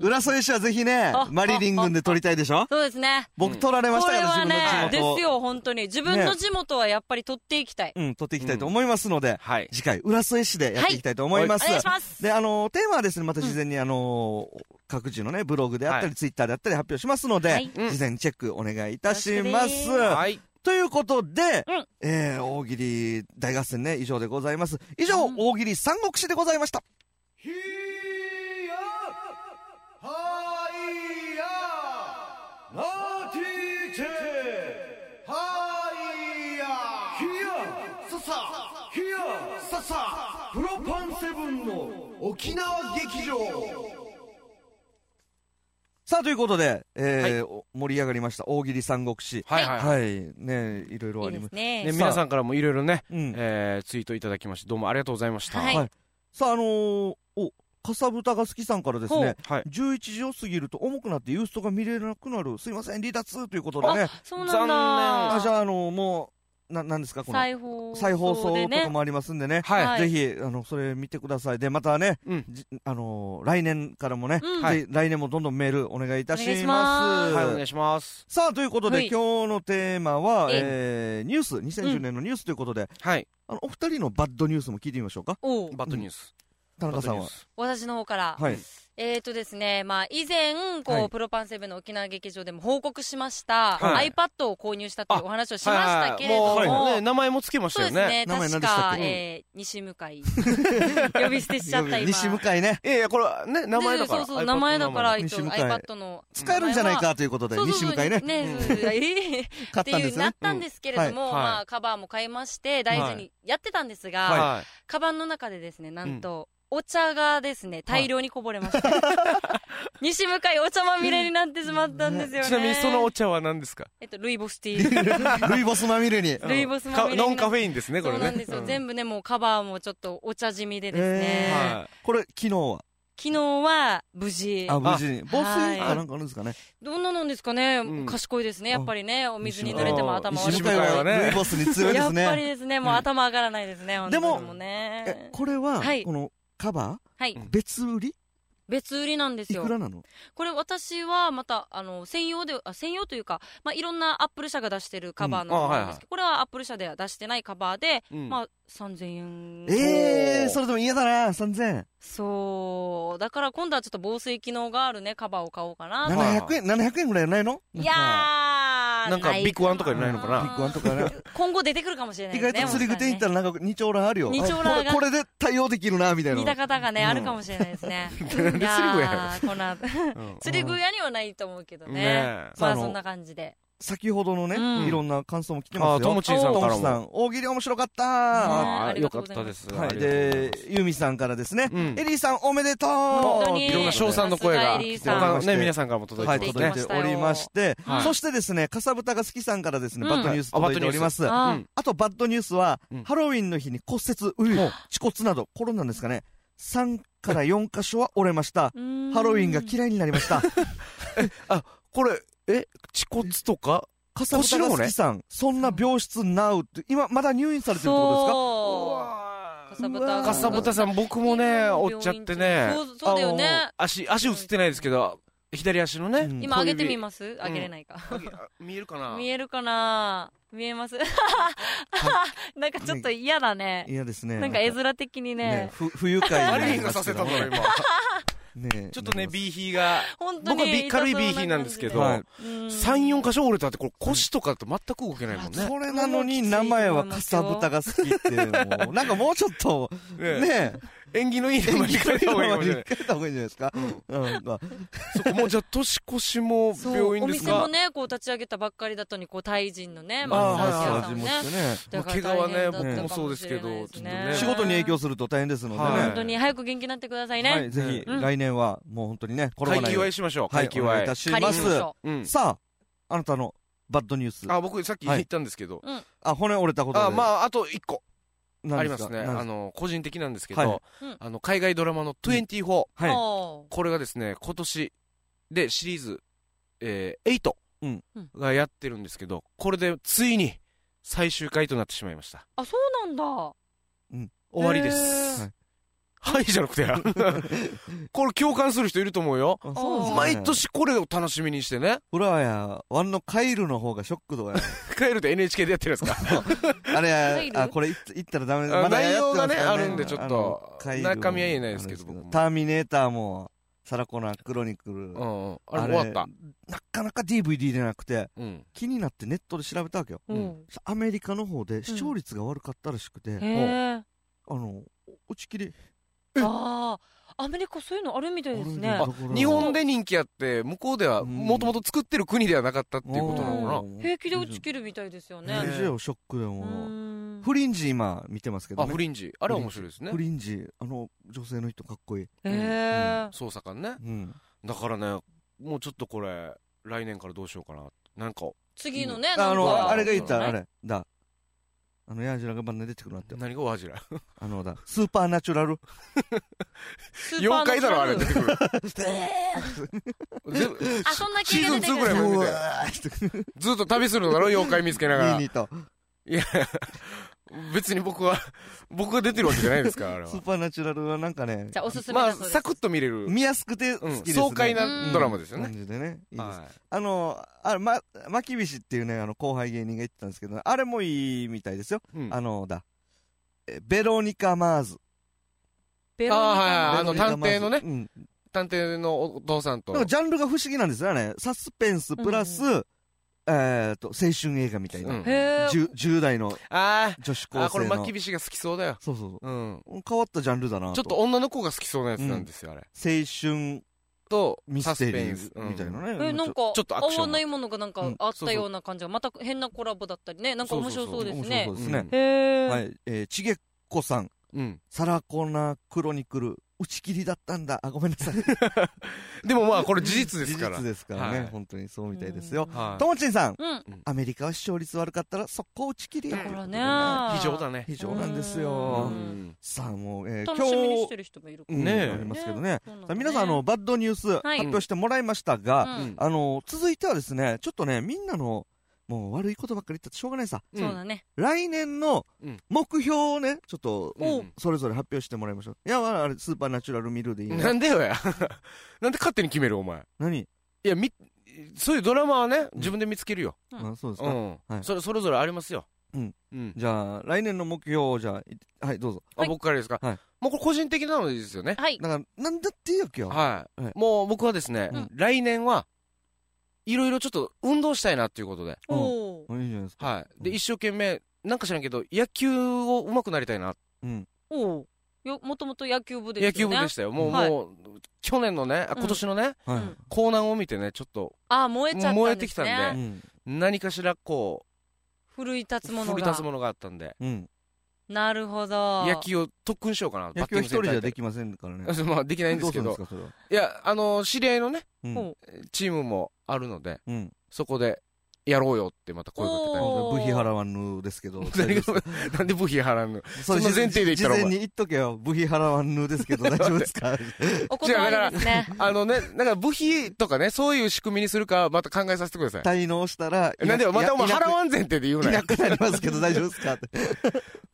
B: 浦添市はぜひね
D: あ、
B: マリリン軍で撮りたいでしょ
D: そうですね。
B: 僕撮られまし
D: こ
B: た
D: れ
B: よ、
D: は
B: 自分
D: ね
B: の、地
D: で
B: 元を
D: すよ、本当に。自分の地元はやっぱり取っていきたい。
B: うん、撮っていきたいと思いますので、
C: はい。
B: 次回、浦添市でやっていきたいと思います。
D: お願いします。
B: で、あのーテーマはですね、また事前に、あのー各自のね、ブログであったり、
C: は
B: ツイッターであったり発表しますので、
D: はい
C: うん
B: 事前にチェックお願いいたしま
D: よろし
B: す。
D: くで
C: はい。
B: ということで、
D: うん
B: えー、大喜利大合戦ね、以上でございます。以上、大喜利三国志でございました。
A: 沖縄劇場
B: さあ、ということで、え
C: はい
B: ーお盛り上がりました。大喜利三国志。
C: はいはいは
B: はい。ね、いろいろ
D: い
B: あ
D: い
B: り
D: で
B: ます
D: す。ね。
C: い。ね皆さんからもいろいろね、
B: うん。
C: えーツイートいただきまして、どうもありがとうございました。
D: はい
B: さあ、あのーお、かさぶたが好きさんからですね、
C: はい。
B: 11時を過ぎると重くなってユーストが見れなくなる。すいません、離脱ということでね。
D: そうなんだ。
B: あじゃあ、あのーもう、な、なんですか、この。
D: 再放
B: 再放送
D: で
B: とか
D: ね。
B: もありますんでね。
C: はい。
D: はい
B: ぜひ、あの、それ見てください。で、またね、
C: うん
B: じあのー来年からもね、
D: うん
B: ぜひ来年もどんどんメールお願いいたします。
D: お
C: はい、お願いします。
B: さあ、ということで、
D: はい
B: 今日のテーマは、
D: え
B: えー、ニュース、2010年のニュースということで、
C: はい。
B: あの、お二人のバッドニュースも聞いてみましょうか。
D: おう
C: バッドニュース。
B: 田中さん
C: バッドニュ
B: は
C: ー。ス
D: 私の方から。
B: はい。
D: えーとですね、まあ、以前、こう、
B: はい
D: プロパンセブンの沖縄劇場でも報告しました、
C: はい
D: iPad を購入したというお話をしましたけれども、
C: はいはいもうね、名前もつけまし
D: そ
C: た
D: う
C: よ
D: です
C: ね。
D: ね、
B: 名前何
D: 確
B: でしたっ
D: か、
B: け
D: えー、西向井。 呼び捨てしちゃった、今。
B: 西向かいね、
C: いやいや、これはね、名前だから。
D: そうそ
C: iPad
D: う、名前だから、
B: iPad
D: 一応
B: の名前
D: iPad の。
B: 使えるんじゃないかということ
D: 名
B: で、
D: 前は。
B: 西向かいね、
D: ね、そうそうそうえー
B: 買
D: っ
B: ってたん
D: い
B: で
D: う
B: す
D: な
B: ね
D: っ。たんですけれども、
C: うんはい
D: まあ、カバーも買いまして、大事にやってたんですが、
C: は
D: カバンの中でですね、なんと、お茶がですね、大量にこぼれました。西向かいお茶まみれになってしまったんですよ
C: い。
D: ね。
C: ちなみにそのお茶は何ですか
D: えっと、ルイボスティー。
B: ルイボスまみれに。
D: ルイボスま
C: か
D: みれになって。
C: ノンカフェインですね、これ
D: そ
C: ね。
D: うなんですよ。全部ね、もうカバーもちょっとお茶地味でです
B: え
D: ね。
B: ー
C: はい
B: これ、昨日は、
D: 昨日は無事。
B: あ、無事に。防水
D: は
B: か
D: い
B: なんかあるんですかね。
D: どんななんですかね、
C: ん
D: 賢いですね。やっぱりね、お水に
B: 西
D: 濡
B: 向
D: れ
B: 井
D: ても頭悪
B: 西
D: い
B: 向かい
C: 西向
B: は
C: 井はね
B: ルイボスに強いで
D: や
B: す
D: っぱり
B: ね。
D: ですね、もう頭上がらないですね、本当
B: で
D: に
B: も
D: う
B: え
D: ね、。
B: これは
D: はい、
B: このカバ
D: はい
B: ー、。別売り
D: 別売りなんです
B: い
D: よ
B: く。らなの
D: これ私はまた、あの、専用で、あ専用というか、まあ、いろんなアップル社が出してるカバーの
C: うんあ
D: もの
C: はい
D: なんですけど、これはアップル社では出してないカバーで、
C: うん
D: まあ、3000円。
B: えー、それでも嫌だな、3000。
D: そう。だから今度はちょっと防水機能があるね、カバーを買おうかな。
B: 700円、700円ぐらいないの
D: いやー
C: なんか
D: い
C: ビッグワンとかにないのかな
B: ビッグワンと かね。
D: 今後出てくるかもしれない
B: 意
D: です
B: 外
D: ね。
B: と釣り具店行った
D: ら。
B: らなんか2丁羅あるよ。
D: 二丁羅が
B: あこれこれで対応できるな、みたいな。
D: 似た方がね、
B: うん
D: あるかもしれないですね。いや
C: 釣り具屋や
D: ーこの後
C: うん
D: 釣り具屋にはないと思うけどね。
C: ねえ
D: ま
B: あ
D: あ
B: の
D: そんな感じで。
B: 先ほどのね、
D: うん
B: いろんな感想も来て
C: あ
B: ま
C: あ、
B: す
C: と
B: よ
C: も。ちんさん
B: と
C: か
B: も
C: ら
B: ちさ
C: も。
B: ん、大喜利面白かった
D: ね
B: は
D: あり
C: よ
D: が
C: か
D: と
C: った
D: うございま
C: ですす。あ
B: い。
C: りがとうござい
B: で、ユーミさんからですね、
C: うん
B: エリーさんおめでとう
D: 本当に
C: いろんな称賛の声が、
D: エリーさん
C: 他のね、皆さんからも届
B: はいい、
C: てます
B: 届
C: ね
B: い。ておりまして、
C: はい
B: そしてですね、かさぶたが好きさんからですね、
D: うん
B: バッドニュース届いております。
D: あ
C: う
D: あ
C: ん
B: あと、バッドニュースは、
C: うん
B: ハロウィンの日に骨折、うい
C: ほう
B: 恥骨など、コロナですかね、3から4箇所は折れました。
D: うん
B: ハロウィンが嫌いになりました。
C: これ、え、恥骨とか
B: かさぶたが好きさん、そんな病室なうって、今、まだ入院されてるってこ
D: そう。かさぶた。
C: かさぶたさん、僕もね、折っちゃってね。
D: そうそうだよね
C: あの足、足映ってないですけど、左足のね。
B: うん
D: 今上げてみ
C: ま
D: ます上げれないか。
C: す。あ見えるかな
D: 見えるかな見えます なんかちょっと嫌
B: ですか
D: だね。
B: いやですね。
D: なんか絵面的にね。
B: ふ不愉快にな
C: 誰
B: り
C: にが
B: ます
C: さ
B: け
C: せ
B: ど
C: たの
B: ね
C: 今。
B: ね
C: ちょっとね、
B: なります
C: B ヒーが。
D: 本当に
C: 僕はび軽い B ヒーなんですけど、
B: は
C: 3
B: い、
C: 4箇所折れたって、これ腰とかって全く動けないもんね。
B: それなのに名前はかさぶたが好きっていうのも、なんかもうちょっと、
C: ね
B: ね
C: 縁起のいい名前に変えた方がいいか もしれない。
B: 変えた方がいいんじゃないですか。うんまあ
C: そこもうじゃあ、年越しも
D: そう、
C: 病院
D: お
C: です
D: 店
C: か
D: もね、こう立ち上げたばっかりだったのに、こう、タイ人のね、
B: あ
D: マ
B: あ、は
D: ッサ
B: い、
D: ージ屋さ
B: 始
D: ん
B: ま
D: ね。
B: ってね。
D: だから
C: 怪我はね
D: 大変だった
C: 僕もそうですけど
D: かもしれな
C: ちょっとね
D: いす
B: 仕事に影響すると大変ですので
C: はい
B: ね
D: 本当に早く元気になってくださいね。
B: はい、ぜひ、
D: うん
B: 来年は、もう本当にね、コロナ
C: 会
B: ない
C: 期
B: よ
C: 祝
B: うに
C: いしましょう。
B: は
C: 会
B: い、
C: 期
B: お
C: 祝
B: 願いい
C: い
B: た。し
D: 借
B: ま
D: り
B: す
D: ま。しょ
C: うん。
B: さあ、あなたのバッドニュース。
C: あ、僕さっき言ったんですけど。
B: あ、骨折れたことで。
C: あ、まあ、あと1個。
B: 何
C: あり
B: で
C: ます
B: か
C: すね。
B: 何
C: あ
B: で
C: の、個人的なんですけ
B: は
C: ど
D: うん、
C: あの、海外ドラマの24、
B: すかは
D: おー
C: これがですね、今年でシリーズ、えー、
B: うん
C: 8がやってるんですけど、これでついに最終回となってしまいました。
D: あ、そうなんだ。
C: 終わりで
D: へ
C: す。はい、じゃなくて や。これ共感する人いると思うよ。
B: い。あそうですね
C: 毎。年これを楽しみにしてね。
B: フラワや、ワンのカイルの方がショック とかや。
C: 帰ると NHK でやってるんですか。
B: あれ、
D: ル
B: あ、これ言ったらダメです。
C: あ
B: まだや
C: 内容がね
B: やってますから
C: あるんでちょっと
B: あのカイルも
C: 中身は言えないですけど
B: あれ
C: 僕も
B: ターミネーターも、サラコナークロニクル
C: う。んうん。あれ終わった。
B: なかなか DVD でなくて、
C: うん。
B: 気になってネットで調べたわけよ。
D: う
C: うんん。
B: アメリカの方で視聴率が悪かったらしくて、
D: へえ。
B: あの、打ち切り。
D: ああ、アメリカそういうのあるみたいですね
B: あ。
C: 日本で人気あって、向こうでは
B: うん
C: もともと作ってる国ではなかったっていうことなのかな。
D: 平気で打ち切るみたいですよね。
B: ね。以上ショックで
D: う
B: もう。
D: ん
B: フリンジ今見てますけど、
C: あ、
B: ね
C: フ。リンジ。あれは面白いですね
B: フ。リンジ、あの、女性の人かっこいい。
D: へえ。
C: 捜査官ね。
B: うん。
C: だからね、もうちょっとこれ、来年からどうしようかな。なんか、
D: 次のね、
B: あ
D: なん
B: の、
D: か
B: あれが言ったら、あ
D: ね
B: れ、だ。あの、ヤンジュラがバンで出てくるなって。
C: 何がワジラ。
B: あの、だ。スーパーナチュ ラル。
D: スーパー
C: 妖怪だろ、あれ
D: ナ
C: 出
D: チ
C: て
D: ュ
C: くる。
D: ラルあ、そんな系が出て
C: シーズン2
D: く
C: ぐらい
D: る
C: まで
D: ん
B: う
D: だ。
B: わーって。
C: ずっと旅するのだろ、妖怪見つけながら
B: いい。と。
C: いや、別に僕は、僕が出てるわけじゃないですから、あれは
B: スー。パーナチュラルはなんかね
D: じ、ゃあ、おすすめ
C: ま
D: だ
C: あ、
D: そうです。
C: サクッと見れる、
B: 見やすくて好
C: うん
B: きですね。
C: 爽快
D: うん
C: なドラマですよね
B: 感。じでね。いいです
C: は
B: あの、あれ、ま、まきびしっていうね、あの、後輩芸人が言ってたんですけど、あれもいいみたいですよ。
C: いうん
B: あの、だ。えベロニカ・マーズ。
D: ベロニカ
C: あーはいはいあの
B: ベロニカマーズ
C: 探偵のね
B: うん。
C: 探偵のお父さんと
B: なんか。ジャンルが不思議なんですよね。サスペンスプラス、えっと、青春映画みたいな。
C: うん
D: へー
B: 10, 10代の
C: あー
B: 女子高生の。
C: あー、これ、まきびしが好きそうだよ。
B: そうそうそ
C: うん。
B: う。変わったジャンルだな
C: ちょっと女の子が好きそうなやつなんですよ、あれ。
B: 青春
C: と、
B: ミ
C: サ
B: ス
C: ス
B: テ
C: ペ
B: リ
C: ンス。う
B: ーみたいなね。
D: え、なん
B: ちょ
D: か、
C: ちょっとアクション
D: 合わないものがなん
B: う
D: か
B: ん
D: あっ
C: そう
D: た
C: そう
D: ような感じが、また変なコラボだったりね、なんか面白そうです
B: 面白。
D: ね
B: そうですね。
D: へえ。
B: はい。えー、ちげっこさん。
C: うん。
B: サラコナクロニクル。打ち切りだったんだ。あ、ごめんなさい。
C: でもまあ、これ事実ですから
B: 事実。ですからね、
C: はい
B: 本当にそうみたいですよ。
C: はい
B: ともちんさん、
D: うん。
B: アメリカは視聴率悪かったら速攻打ち切り
D: だ
B: や
D: からね。
C: 非常だね。
B: 非常なんです
D: う
B: よ
D: ん。
B: さあもう、えー
D: 楽
B: 今
D: しみにして
B: 日、
D: る人もいるから
B: うん
C: ねえ
B: ありますけどね。
D: そうなん
B: さ
D: だ
B: あ
D: ね
B: 皆さん、あの、バッドニュース
D: はい
B: 発表してもらいましたが、
D: うん
C: うん
B: あの、続いてはですね、ちょっとね、みんなの、もう悪いことばっかり言っててしょうがないさ。
D: そうだね。
B: 来年の
C: うん
B: 目標をね、ちょっと、
C: お
B: それぞれ発表してもらいましょう。いや、まああれ、スーパーナチュラルミルでいい
C: な
B: ね。
C: んでよや。 なんで勝手に決める、お前。
B: 何
C: いや、み、そういうドラマはね、自分で見つけるよ。
B: あそうです
C: う
B: か。
C: ん
B: はい
C: それ、それぞれありますよ。
B: うん。
C: うん。
B: じゃあ、来年の目標を、じゃあ、はい、どうぞ。
C: あ、僕からですか
B: はい
C: もうこれ個人的なのでいいですよね。
D: はい。
B: だから、なんだっていいわけよ。
C: は
B: はい
C: い。もう僕はですね
D: うん、
C: 来年は、いろいろちょっと運動したいなっていうことで。
D: おおー。
B: いいじゃないですか。
C: はい。
B: う
C: で、
B: ん
C: 一生懸命、なんか知らんけど、野球を上手くなりたいな。
B: うん。
D: おお。よ、もともと野球部ですよ
C: 野
D: ね。
C: 球部でしたよ。もう、
D: はい
C: もう、去年のね、あ今年のね、
B: は
D: うん
B: い。
C: コーナーを見てね、ちょっと、
D: あ、燃えちゃったんですね。
C: 燃えてきたんで
B: うん。
C: 何かしらこ
D: 古い立つ
C: う
D: もの
C: 振り
D: が
C: 立つものがあったんで
B: うん。
D: なるほど
C: 野球を特訓しようかな
B: 野球は一人じゃで
C: き
B: きませんからね。
C: まあ できないんです
B: どう
C: け
B: するん
C: ど
B: ですか、それは。
C: いやあの知り合いのね
B: うん。
C: チームもあるので
B: うん。
C: そこでやろうよってまた声かけたり
D: おー
B: 部費払わぬですけど。
C: 何がなんで部費払うの
B: そ
C: その前提で言ったら
B: 事前に言っとけよ。部費払わぬですけ ど、大丈夫ですか
D: お断りですね
C: あのね、なんか部費とかね、そういう仕組みにするか、また考えさせてください。
B: 滞納したら、いな
C: なんでよまたお前
B: いなく
C: 払わん前提で言う
B: い
C: な
B: な
C: よ。
B: くなりますけど、大丈夫ですかって。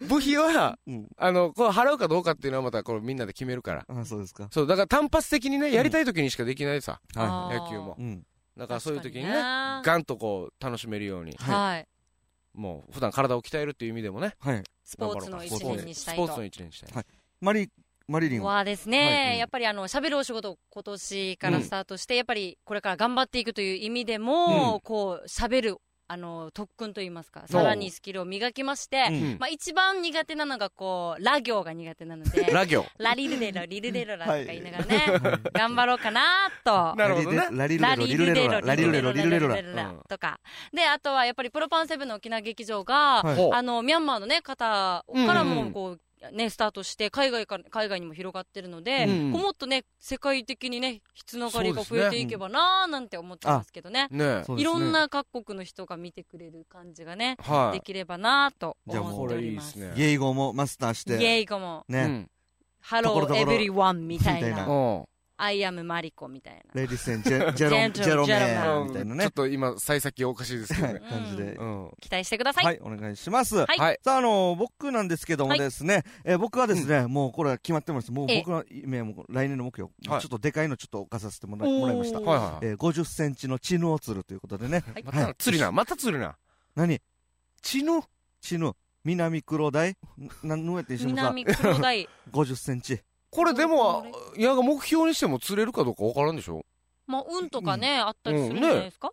C: 部費は、
B: うん。
C: あの、こう払うかどうかっていうのはまたこれみんなで決めるから。
B: あ、そうですか。
C: そう、だから単発的にね、やりたい時にしかできないさ、
B: は
D: あー
C: 野球も
B: い。。うん。
C: だからそういう時に
D: 確
C: ね、
D: か
C: ガンとこう楽しめるように、
D: はい
C: もう普段体を鍛えるっていう意味でもね、
B: はい。
D: スポーツの一年にしたい
C: スポーツ
D: と
C: の一年にしたい。
B: マリ、マリリンは。
D: はです
B: はいうん
D: ねやっぱりあの喋るお仕事を今年からスタートしてやっぱりこれから頑張っていくという意味で
C: う
D: もこう喋るあの特訓といいますかさらにスキルを磨きまして
C: うん
D: まあ、一番苦手なのがこうラ行が苦手なの で
C: ラ行。
D: ラリルレロリルレロラとか言いながらね、頑張ろうかなと。
C: なるほどね。
B: ラリルレロ、リルレロ、ラリルレロ、リルレロ。
C: うん
D: とかであとはやっぱりプロパンセブンの沖縄劇場が、
B: はい
C: ほう
D: あのミャンマーの、ね、方から
C: うんうん
D: もこう、ね、スタートして海外から海外にも広がってるので、
C: うん
D: こうもっとね世界的にねつながりが
C: そうです
D: 増
C: ね
D: えていけばなーなんて思ってますけどね
C: ね
B: そうですね
D: いろんな各国の人が見てくれる感じがね、
C: は
D: できればなーと
B: じゃあもう
D: 思っております。
C: これいいっすね
B: ゲイ語もマスターし
D: イ
B: て、
D: エイゴも
C: い。う
B: ね、
C: ん
D: ハ
B: とこ
D: ロ
B: ろど
D: ー
B: ころ
D: エブリワンみたい
B: みたいな。
D: な
C: うん。
D: アイアムマリコみたいな。
B: レディセン、ジェジェロン、ジ
D: ジ
B: ェ
D: ェ
B: ロ
D: ロ
B: メ
D: ン
B: ーみたいな
C: ちょ
B: ね
C: っ、と今、幸先おかしいですけどね。
B: 感じで
C: う。ん。
D: 期待してください。
B: はい、お願いします。
D: はい
C: はい
B: さあ、あの、僕なんですけどもですね、えー僕はですね、もうこれは決まってます。もう僕の夢、もう来年の目標、ちょ
C: は
B: っ
C: い
B: とでかいのちょっと置かさせてもらもらいました。
C: はいはいは
B: えー50センチのチヌを釣るということでね、
C: い。また釣りな、また釣りな。
B: 何
C: 血の
B: チヌ、南黒大な何のやって石本さん、
D: 南黒 大。
B: 50センチ。
C: これでも
D: これ、
C: いや、目標にしても釣れるかどうか分からんでしょ
D: まあ、運とかね、あったりするんじゃないですか、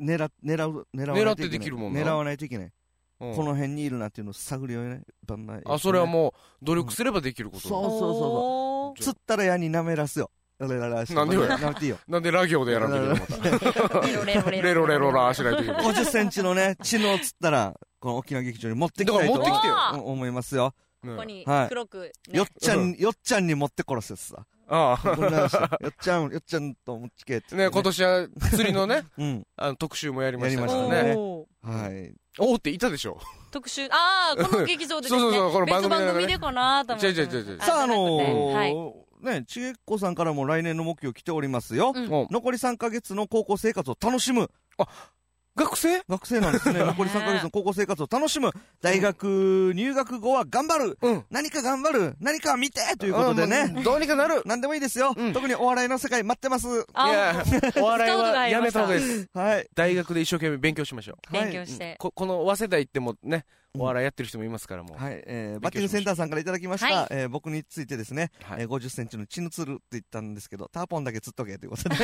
B: 狙っ、狙う、狙わないといけない。
C: 狙ってできるもんな
B: 狙わないといけない。
C: うん
B: この辺にいるなっていうのを探るよね。だんだん
C: あ、それはもう、努力すればできるこ
B: そ
C: と
B: うそうそうそう
D: おー
B: 釣ったら矢に舐めらすよ。あれらら
C: なんでよ
B: 舐めていいよ。
C: だ。なんでラ行でやらんといけないの また。
D: レロレロ
C: レロレロラーしないといけない。
B: 50センチのね、チヌを釣ったら、この沖縄劇場に持ってきたいと
C: だから持って
D: きてよ
B: お思いますよ。
C: ね
D: ここに
B: はい
D: 黒く、ね
B: よっちゃん、よっちゃんに持ってこらせてさ。
C: あ
B: こんなんしてよっちゃん、よっちゃんと持ちけって
C: あ。ね、今年は釣りのね、
B: うん。
C: あの特集もやりました
B: や
C: か
B: り
C: ら
B: ました
C: ね。
D: おー
B: はい。
C: おおっていたでしょ。
D: 特集、ああ、この劇場でですね。
C: そうそうそうこの番組
D: 別
C: の
D: 番
C: ね
D: 組でかなと思ってました。
C: 違う違う違う違う
B: さあ、あの
D: はい。
B: ー、ね、ちげっこさんからも来年の目標来ておりますよ。
D: うん
C: お
B: 残り3ヶ月の高校生活を楽しむ。
C: 学生
B: 学生なんですね。
D: ね
B: 残り3ヶ月の高校生活を楽しむ。大学入学後は頑張る。
C: うん。
B: 何か頑張る。何か見てということで
C: あ
B: ね。
C: もうどうにかなる。
B: 何でもいいですよ。
C: うん
B: 特にお笑いの世界待ってます。
C: い
D: あ
C: や、お笑いはやめた方がいいです。
B: はい。
C: 大学で一生懸命勉強しましょ
D: ー勉強し
C: う。
D: て。
C: ここの早稲田行ってもね、
B: うん
C: お笑いやってる人もいますから、もう。
B: はい、
C: 勉強しま
B: えー
C: しょう
B: バッティングセンターさんからいただきました、
D: はい
B: えー僕についてですね、
C: はい
B: えー50センチのチヌ釣るって言ったんですけど、ターポンだけ釣っとけということ で。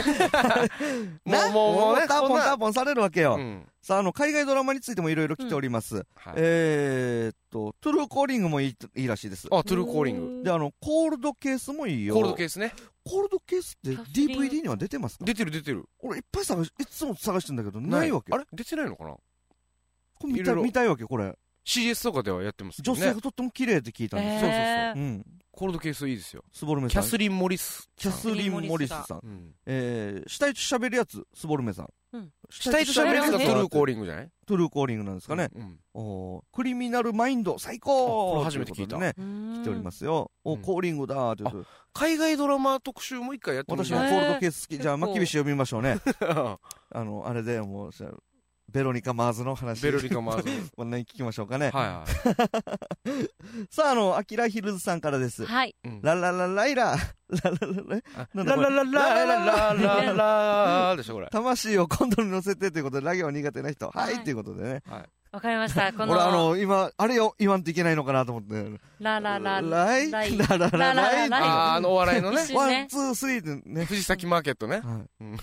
C: もう、もう、もうね、
B: ター
C: こ
B: ポ
C: ん
B: ン、
C: な
B: ターポンされるわけよ。
C: うん。
B: さあ、あの、海外ドラマについてもいろいろ来ております。
C: はい
B: えーっと、トゥルーコーリングもいいと、いいらしいです。
C: あ、トゥルーコーリン
B: で、あの、コールドケースもい
C: グ。
B: いよ。
C: コールドケースね。
B: コールドケースって
D: キャスティング
B: DVD には出てますか
C: 出てる出てる。
B: 俺いっぱい探し、いつも探してんだけど、ないわけ。
C: あ
B: れ
C: れ出てないのかな
B: これ見
C: い
B: た
C: ろいろ
B: 見たいわけ、これ。
C: CS とかではやってますけ
B: 女
C: どね
B: 性がとっても綺麗って聞いたんですよ。
D: へー
B: うん。
C: コールドケースいいですよ
B: スボルメ
C: キ
B: さ
C: ャ
B: ん。
C: スリン・モリス
B: キャスリン・モリスさん。
C: うん
B: えー、死体と喋るやつ、スボルメさん。
D: うん
C: 死体と喋るやつがトゥルーコー
B: リング。
C: リングじゃないで
B: トゥルーコーリングなんですすかね。おークリミナル・マインド、最
C: あ
B: 高
C: これ初めて聞いた
B: とうことでね、
D: 来
B: 来ておりますよ。お、
C: うん
B: コーリングだーということで。
C: 海外ドラマ特集も一回やってもいい
B: 私
C: じゃ
B: もコ
C: ない
D: ね
B: ールドケース好き。じゃあ、
D: 結構
B: まあ、厳しい読みましょうね。
C: ベ
B: あの、あれでもう、じゃあベロニカ・マーズの話。
C: ルリカ・マーズ
B: こんなに聞きましょうかね。
C: はいは
B: さあ、あの、アキラ・ヒルズさんからです。
D: はい。
C: いうん
B: ラララライララララライ
C: あ
B: な
C: ラ
B: んだ
C: ラ
B: こ
C: ララ
B: れ
C: ララララでしょこれ
B: 魂をコンドルに乗せてということで、ラ行苦手な人、はい、
D: はい
B: ということでね。
D: わかりました。この、
B: 俺、あの、今、あれよ、言わんといけないのかなと思って。
D: ラララ
B: ライ
D: ライ
B: ラララライ
D: ララララ
C: あーあのお笑いのね
D: 一瞬
B: ワン、
D: ね。
B: ツー、スリーでね。
C: 藤崎マーケットね
B: は
C: う
B: い
C: ん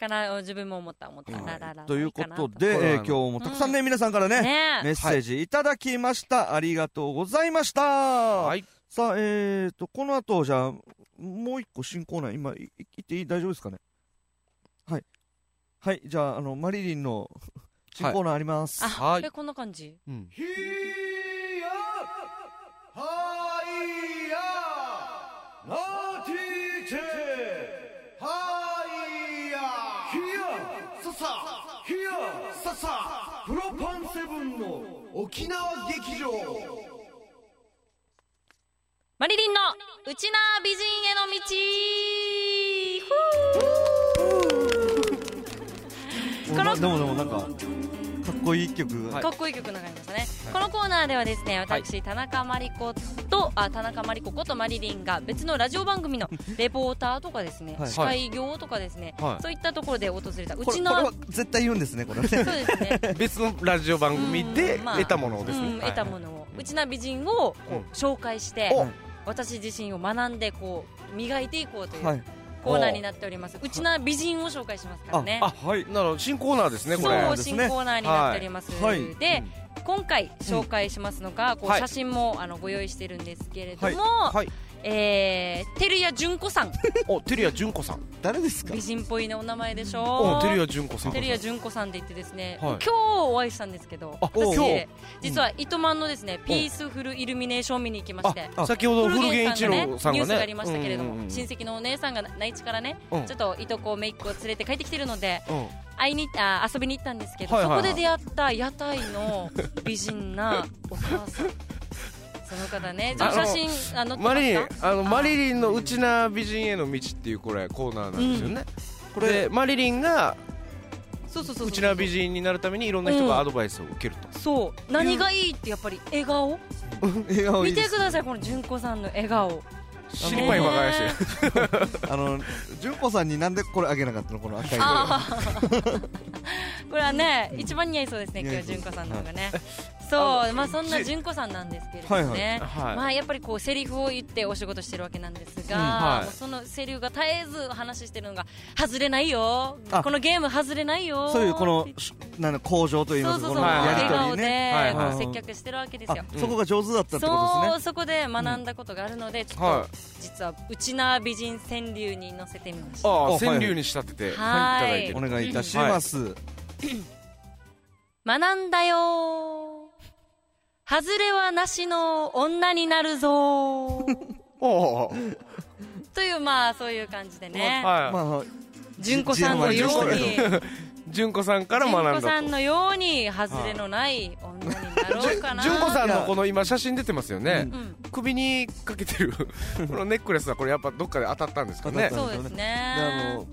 D: かな、自分も思った、思った。ララララ。
B: ということ
C: いいかな
B: で、えー今
C: こ
B: 日もたくさんね、皆さんから
D: ね
B: ね、
D: ね
B: メッセージいただきました。ありがとうございました。
C: はい
B: さあ、えーと、この後、じゃあ、もう一個新コーナー、今、いい行っていい大丈夫ですかねはい。はい、じゃあ、あの、マリリンの新コーナーあります。
D: あ、
C: はい
D: えこんな感じ
C: うん
D: マリリンのうちな美人への
B: お
D: 道この
B: なでもでもなんか、かっこいい曲。
D: ふうかっこいい曲流れましたね、このコーナーではですね私、田中真理子とあ田中真理子ことマリリンが別のラジオ番組のレポーターとかですね、
B: はい
D: 司会業とかですね、
C: はい
D: そういったところで訪れたう
B: これこ
D: ち
B: れ
D: な
B: は絶対言うんですね、これね。
D: そうですね
C: 別のラジオ番組で
D: うんまあ
C: 得たものをですね、
D: うん、
C: はい
D: 得たものを、うちな美人を
C: うん
D: こう紹介して、
B: お
D: 私自身を学んでこう磨いていこうとい
B: は
D: う
B: い
D: コーナーになっております、うちな美人を紹介しますからね
C: あはいなるほど新コーナーですねこれ
D: そう
B: です
D: 新
B: ね
D: コーナーになっております、
B: はいはい
D: で今回紹介しますのが、こう
C: はい
D: 写真もあのご用意してるんですけれども、
C: はい
D: えー、照屋純子さん
C: おテリア純子さん
B: 誰ですか
D: 美人っぽいねお名前でしょ
C: おテリア純子さん
D: 照屋純子さんで言ってですね、
C: はい
D: 今日お会いしたんですけど
C: あ
D: 私
C: 今日
D: 実は糸満のですねピースフルイルミネーションを見に行きまして
C: あ先ほど古
D: 古
C: 源
D: 源
C: 一
D: さんがね
C: 郎さん
D: ニュ
C: が
D: ースがあ
C: ね
D: りましたけれども、
C: うんうんうん
D: 親戚のお姉さんが内地からね、
C: うん
D: ちょっといとこめいっ子を連れて帰ってきてるので
C: うん
D: 会いにあ遊びに行ったんですけど、
C: はいはいはい
D: そこで出会った屋台の美人なお母さんその方ねちょっと写真あの
C: マリリンあの
D: ー
C: マリリンのうちな美人への道っていうこれコーナーなんですよね、これマリリンが
D: そうそうそうそう
C: うちな美人になるためにいろんな人
D: うん
C: がアドバイスを受けると、
D: そう何がいいってやっぱり笑顔
B: 笑顔いい
D: 見
B: で
D: て
B: す。
D: くださいこの純子さんの笑顔
C: 死にまい若林
D: ね
B: あの、純子さんになんでこれあげなかったのこの赤いの。
D: あー これはね一番似合いそうですね今日純子さんの方がねそうまあそんな純子さんなんですけれどもね、
C: はい
D: まあやっぱりこうセリフを言ってお仕事してるわけなんですが、
C: うんはい
D: もうそのセリフが絶えず話してるのが外れないよ
B: あ
D: このゲーム外れないよ
B: そういうこの
D: って、
B: しなんだ、工場といい
D: そ
B: ま
D: う
B: す
D: そ
B: か、こ
D: うそう
B: のやり
D: 笑
B: と
D: 顔
B: り
D: で、
B: ね。
C: はい
B: はい
D: こう接客してるわけです
B: あ
D: よ、
B: そこが上手だったってことです
D: そ
B: ね
D: う。そこで学んだことがあるので、ちょっと、
C: はい
D: 実はうちな美人川柳に載せてみました
C: あ
B: は
C: あ
B: い
C: 川柳に仕立てていた
D: はい
C: だいて
B: お
C: る
B: 願いいたします。
D: 学んだよハズレはなしの女になる ぞ
C: おー
D: というまあそういう感じでね、
C: はい
B: まあ、
D: 純子さんのよ
B: じんわ
D: う
B: り
D: に
C: 純子さんから
D: 純
C: 学
D: 子
C: んだ
D: さ
C: と
D: んのように外れのない女になろうかな
C: 純子さんのこの今写真出てますよね、
D: うん
C: 首にかけ てるこのネックレスはこれやっぱどっかで当たったんですかね
B: 当たっ
D: そうで
B: であ
D: すね
B: の、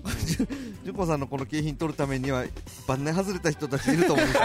B: 純子さんのこの景品取るためには、晩年外れた人たちいると思うんです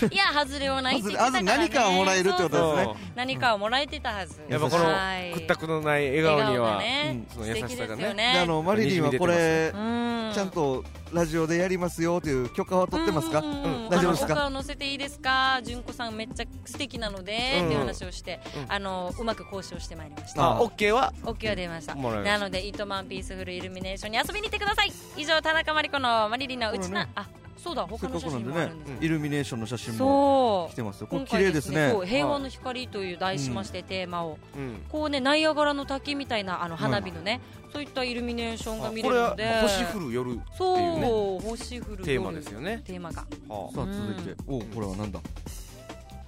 B: けど、
D: いや外れをないって言ってた
B: あ
D: から、
B: ず
D: ね、
B: 何かをもらえるってことです
C: そう
B: ね。
D: 何かをもらえてたはず
C: やっぱこの
D: はい
C: 屈託のない笑
D: 笑
C: 顔
D: 顔
C: に
D: が
C: は
D: ね
B: うん
C: その
D: 素
C: 優しさがね
D: 敵ですよ
B: で
D: ね
B: あの、マリリンはこれ
D: う、ん
B: ちゃんとラジオでやりますよという許可は取ってますか
D: うんうんうん
B: 大丈夫ですか
D: あのお顔乗せていいですか純子さんめっちゃ素敵なので、っていう話をして、
C: うん
D: あのうまく交渉してまいりました
C: あオッケーは
D: OK が出ました
C: もらえまし
D: な
C: た
D: ので「イートマンピースフルイルミネーション」に遊びに来てください以上田中真理子のマリリンのうちな、
B: これね
D: あそうだ
B: せ
D: 他
B: っ
D: の
B: かくな
D: 写真
B: んで
D: もあるんです、
B: ね、イルミネーションの写真も
D: そ
B: 来
D: う
B: てますよ。これ
D: 今
B: 綺
D: 回
B: 麗ですね
D: そう。平和の光という題しまして、テーマを
C: うん
D: こうねナイアガラの滝みたいなあの花火のね、そういったイルミネーションが見れ
C: これ
D: る
C: は
D: ので
C: 星降る夜
D: そう
C: っていう
D: 星降る夜
C: テーマですよね、
D: テーマが
C: は
B: さあ続いて、おこれはなんだ。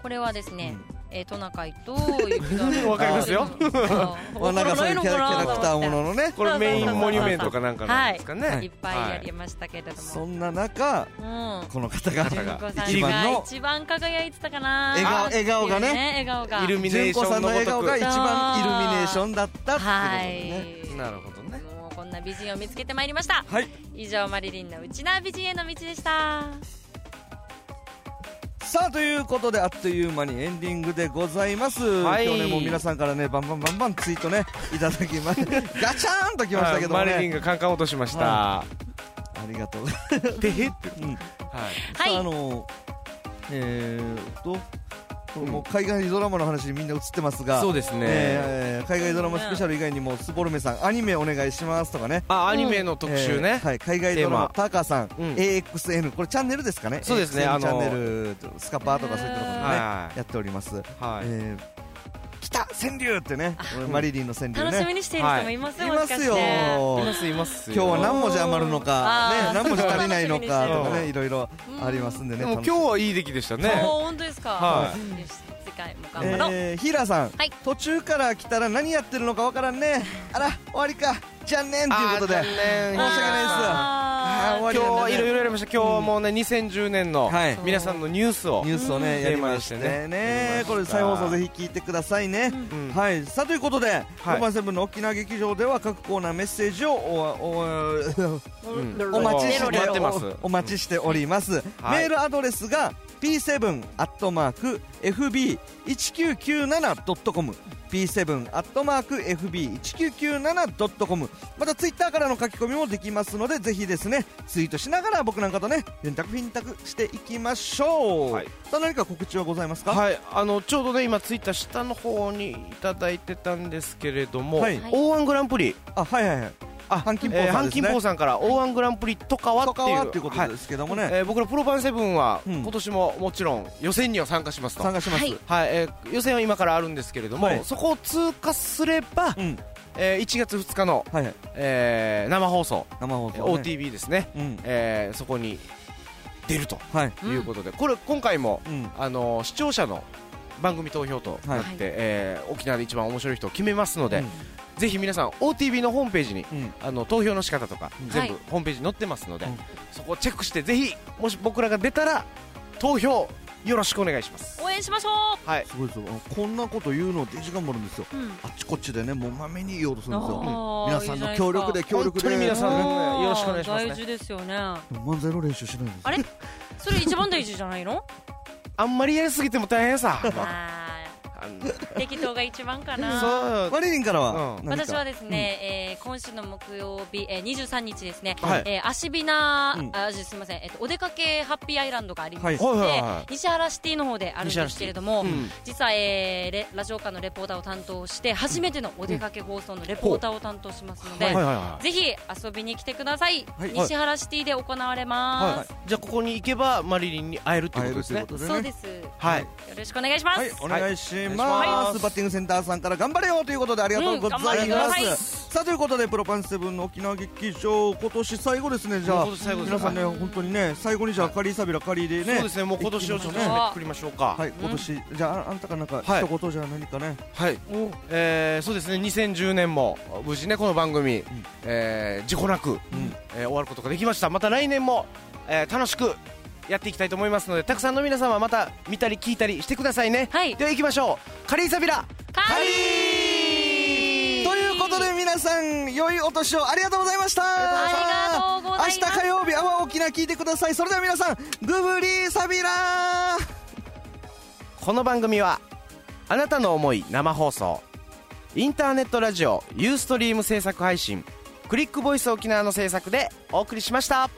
D: これはですね、えートナカイと雪だる
C: わかりますよ
B: まあなんかそういうキャラキャラクターもののね
C: あ、。これメインモニュメントかなんかなんですかね、
D: いっぱいやりましたけれど
B: そ
D: も、
B: んな中
D: うん
B: この方が
D: 純子さん
B: 一番
D: が
B: の
D: 一番輝いてたかな
B: 笑顔
D: あ
B: 笑顔がね
D: っていう笑顔が
C: イルミネー
B: 純
C: シ
B: 子
C: ョ
B: さ
C: ン
B: ん
C: の
B: の
C: ご
B: 笑
C: と
B: 顔
C: く
B: が一番イルミネーションだったって
D: は
B: いうことでね。
D: い
C: なるほどね
D: もうこんな美人を見つけてまいりました、
B: はい
D: 以上マリリンのうちな美人への道でした
B: さあということであっという間にエンディングでございます、
C: はい
B: 今日ねもう皆さんからねバンバンバンバンツイートねいただきまして ガチャーンときましたけども
C: はいマリリン
B: ね
C: がカンカン落としました、
B: はありがとう、さ
C: でへって、
B: うん
C: はい
D: はい
B: ああのえー、っとこれもう海外ドラマの話にみんな映ってますが、
C: そうですね、
B: えー海外ドラマスペシャル以外にもスボルメさんアニメお願いしますとかね
C: あアニメの特集
B: え
C: ね
B: ー、はい、海外ドラマ
C: テーマ
B: タカさん、
C: うん
B: AXN これチャンネルですかね
C: そうですね
B: AXN
C: あの
B: チャンネルスカパーとかそういったところもね、
C: はい
B: やっております、
C: はい、
B: えー北た川柳ってねマリリンの川柳
D: 楽し
B: ね
D: みにしている人もいますよ、もしかして
B: い
C: い
B: ま
C: ます
B: よ
C: すいます
B: 今日は何文字余るのか
D: あー
B: ね何文字足りないのかとか
C: う
B: ね
C: ん
B: いろいろありますんでね
C: でも今
B: 楽し
C: 日はいい出来でしたね
D: おー本当ですか、
C: は
D: よし次回も頑張ろう、
B: えー、ヒーラーさん、
D: はい
B: 途中から来たら何やってるのかわからんねあら終わりかじゃん ねんということで
C: あー残念
B: 申し訳ないです
D: あー
B: はい終
C: 今日
B: わ
C: は
B: り
C: いろい
B: なんで
C: ろやりました今日はもうね2010年の
B: はい
C: 皆さんのニュースを
B: ニュースをね、
C: うん
B: やりまし
C: テ
B: て
C: ーマにしてね
B: ねねこれ再放送ぜひ聞いてくださいね、
C: うん
B: はいさあということで「ロマンセブンの沖縄劇場」では各コーナーメッセージをお
C: うん
B: おお待ちし
C: お待ってます
B: ておお待ちしております、
C: はい
B: メールアドレスが p7-fb1997.com p7-fb1997.com またツイッターからの書き込みもできますのでぜひですねツイートしながら僕なんかとねユンタクフィンタクしていきましょう、
C: はい
B: さあ何か告知はございますか
C: はい、あのちょうどね今ツイッター下の方にいただいてたんですけれども、
B: は
C: はいい、1グランプリ、
B: あはいはいはい
C: あ
B: ハンキンポー
C: えー
B: さん
C: ハ
B: で
C: ン
B: す
C: キン
B: ね
C: ポーさんから1グランプリとかは
B: と
C: って
B: か
C: いう
B: はっていうことですけどもね、
C: えー僕らプロパンセブンは
B: うん
C: 今年ももちろん予選には参加しますと、
B: 参加します、
D: はい
C: はいえー予選は今からあるんですけれども、
B: はい
C: そこを通過すれば、
B: うん
C: えー1月2日の、
B: はいはい
C: えー生放送、
B: 生放送、ね、
C: OTV ですね、
B: うん
C: えーそこに出ると
B: はい
C: いうことで、これ今回も、
B: うん
C: あのー視聴者の番組投票となって、
B: はい
C: えー沖縄で一番面白い人を決めますので、
B: うん
C: ぜひ皆さん OTV のホームページに
B: うん
C: あの投票の仕方とか、
B: うん
C: 全部
D: は
C: ホームページに載ってますので、
B: うん
C: そこをチェックしてぜひもし僕らが出たら投票よろしくお願いします
D: 応援しましょ
C: はい
B: すごいですよこんなこと言うのデジ頑張るんですよ
D: う、うん
B: あっちこっちでねもうまめに言おうとするんですよ
D: あ
B: 皆
D: ー
B: さんの協力で協
C: 本
B: 力
C: 当に
B: で
C: 皆さん
D: あー
C: よろしくお願いしますね
D: 大事ですよね
B: 漫才の練習しないんです
D: あれそれ一番大事じゃないの
C: あんまりやりすぎても大変 さ
D: あ
C: あの
D: ー適当が一番か な
C: そう
B: マリリンからは
C: うん
B: 何か
D: 私はですね、えー今週の木曜日、えー、23日ですね、
C: はい
D: えーアシビナ、
B: うん
D: あすみません、えっとお出かけハッピーアイランドがありまして、
C: はいはいはいはい
D: 西原シティの方であるんですけれども、
C: 西原シテ
D: 実は、えーレラジオ館のレポーターを担当して初めてのお出かけ放送のレポーターを担当しますので、
C: はいはいは
D: ぜひ遊びに来てください、
B: はい
D: 西原シティで行われ
C: いはい、
D: ます、
C: じゃあここに行けばマリリンに会えるってことですね
B: とい
D: そうです、
C: はい
D: よろしくお願いします、
B: はいお願いし
C: はい
B: ますバッティングセンターさんから頑張れよということでありがとうございます、
D: うん頑張ってください
B: さあということでプロパンセブンの沖縄劇場今年最後ですねじゃあ
C: 今年最後です
B: 皆さんね
D: はい
B: 本当にね最後にじゃあカリーサビラカリーで
C: そうで
B: ね
C: すねもう今年をちょっと締めくくりましょうか
B: はい今年じゃああんたがなんか
C: はい
B: 一言じゃあ何かね
C: はい、えーそうですね2010年も無事ねこの番組、えー事故なく、えー終わることができましたまた来年も、えー楽しくやっていきたいと思いますのでたくさんの皆様また見たり聞いたりしてくださいね、
D: はい
C: では行きましょうカリーサビラ
D: カリー
B: ということで皆さん良いお年をありがとうございました
D: ありがとうございました
B: 明日火曜日阿波沖縄聞いてくださいそれでは皆さんグブリーサビラー
C: この番組はあなたの思い生放送インターネットラジオユーストリーム制作配信クリックボイス沖縄の制作でお送りしました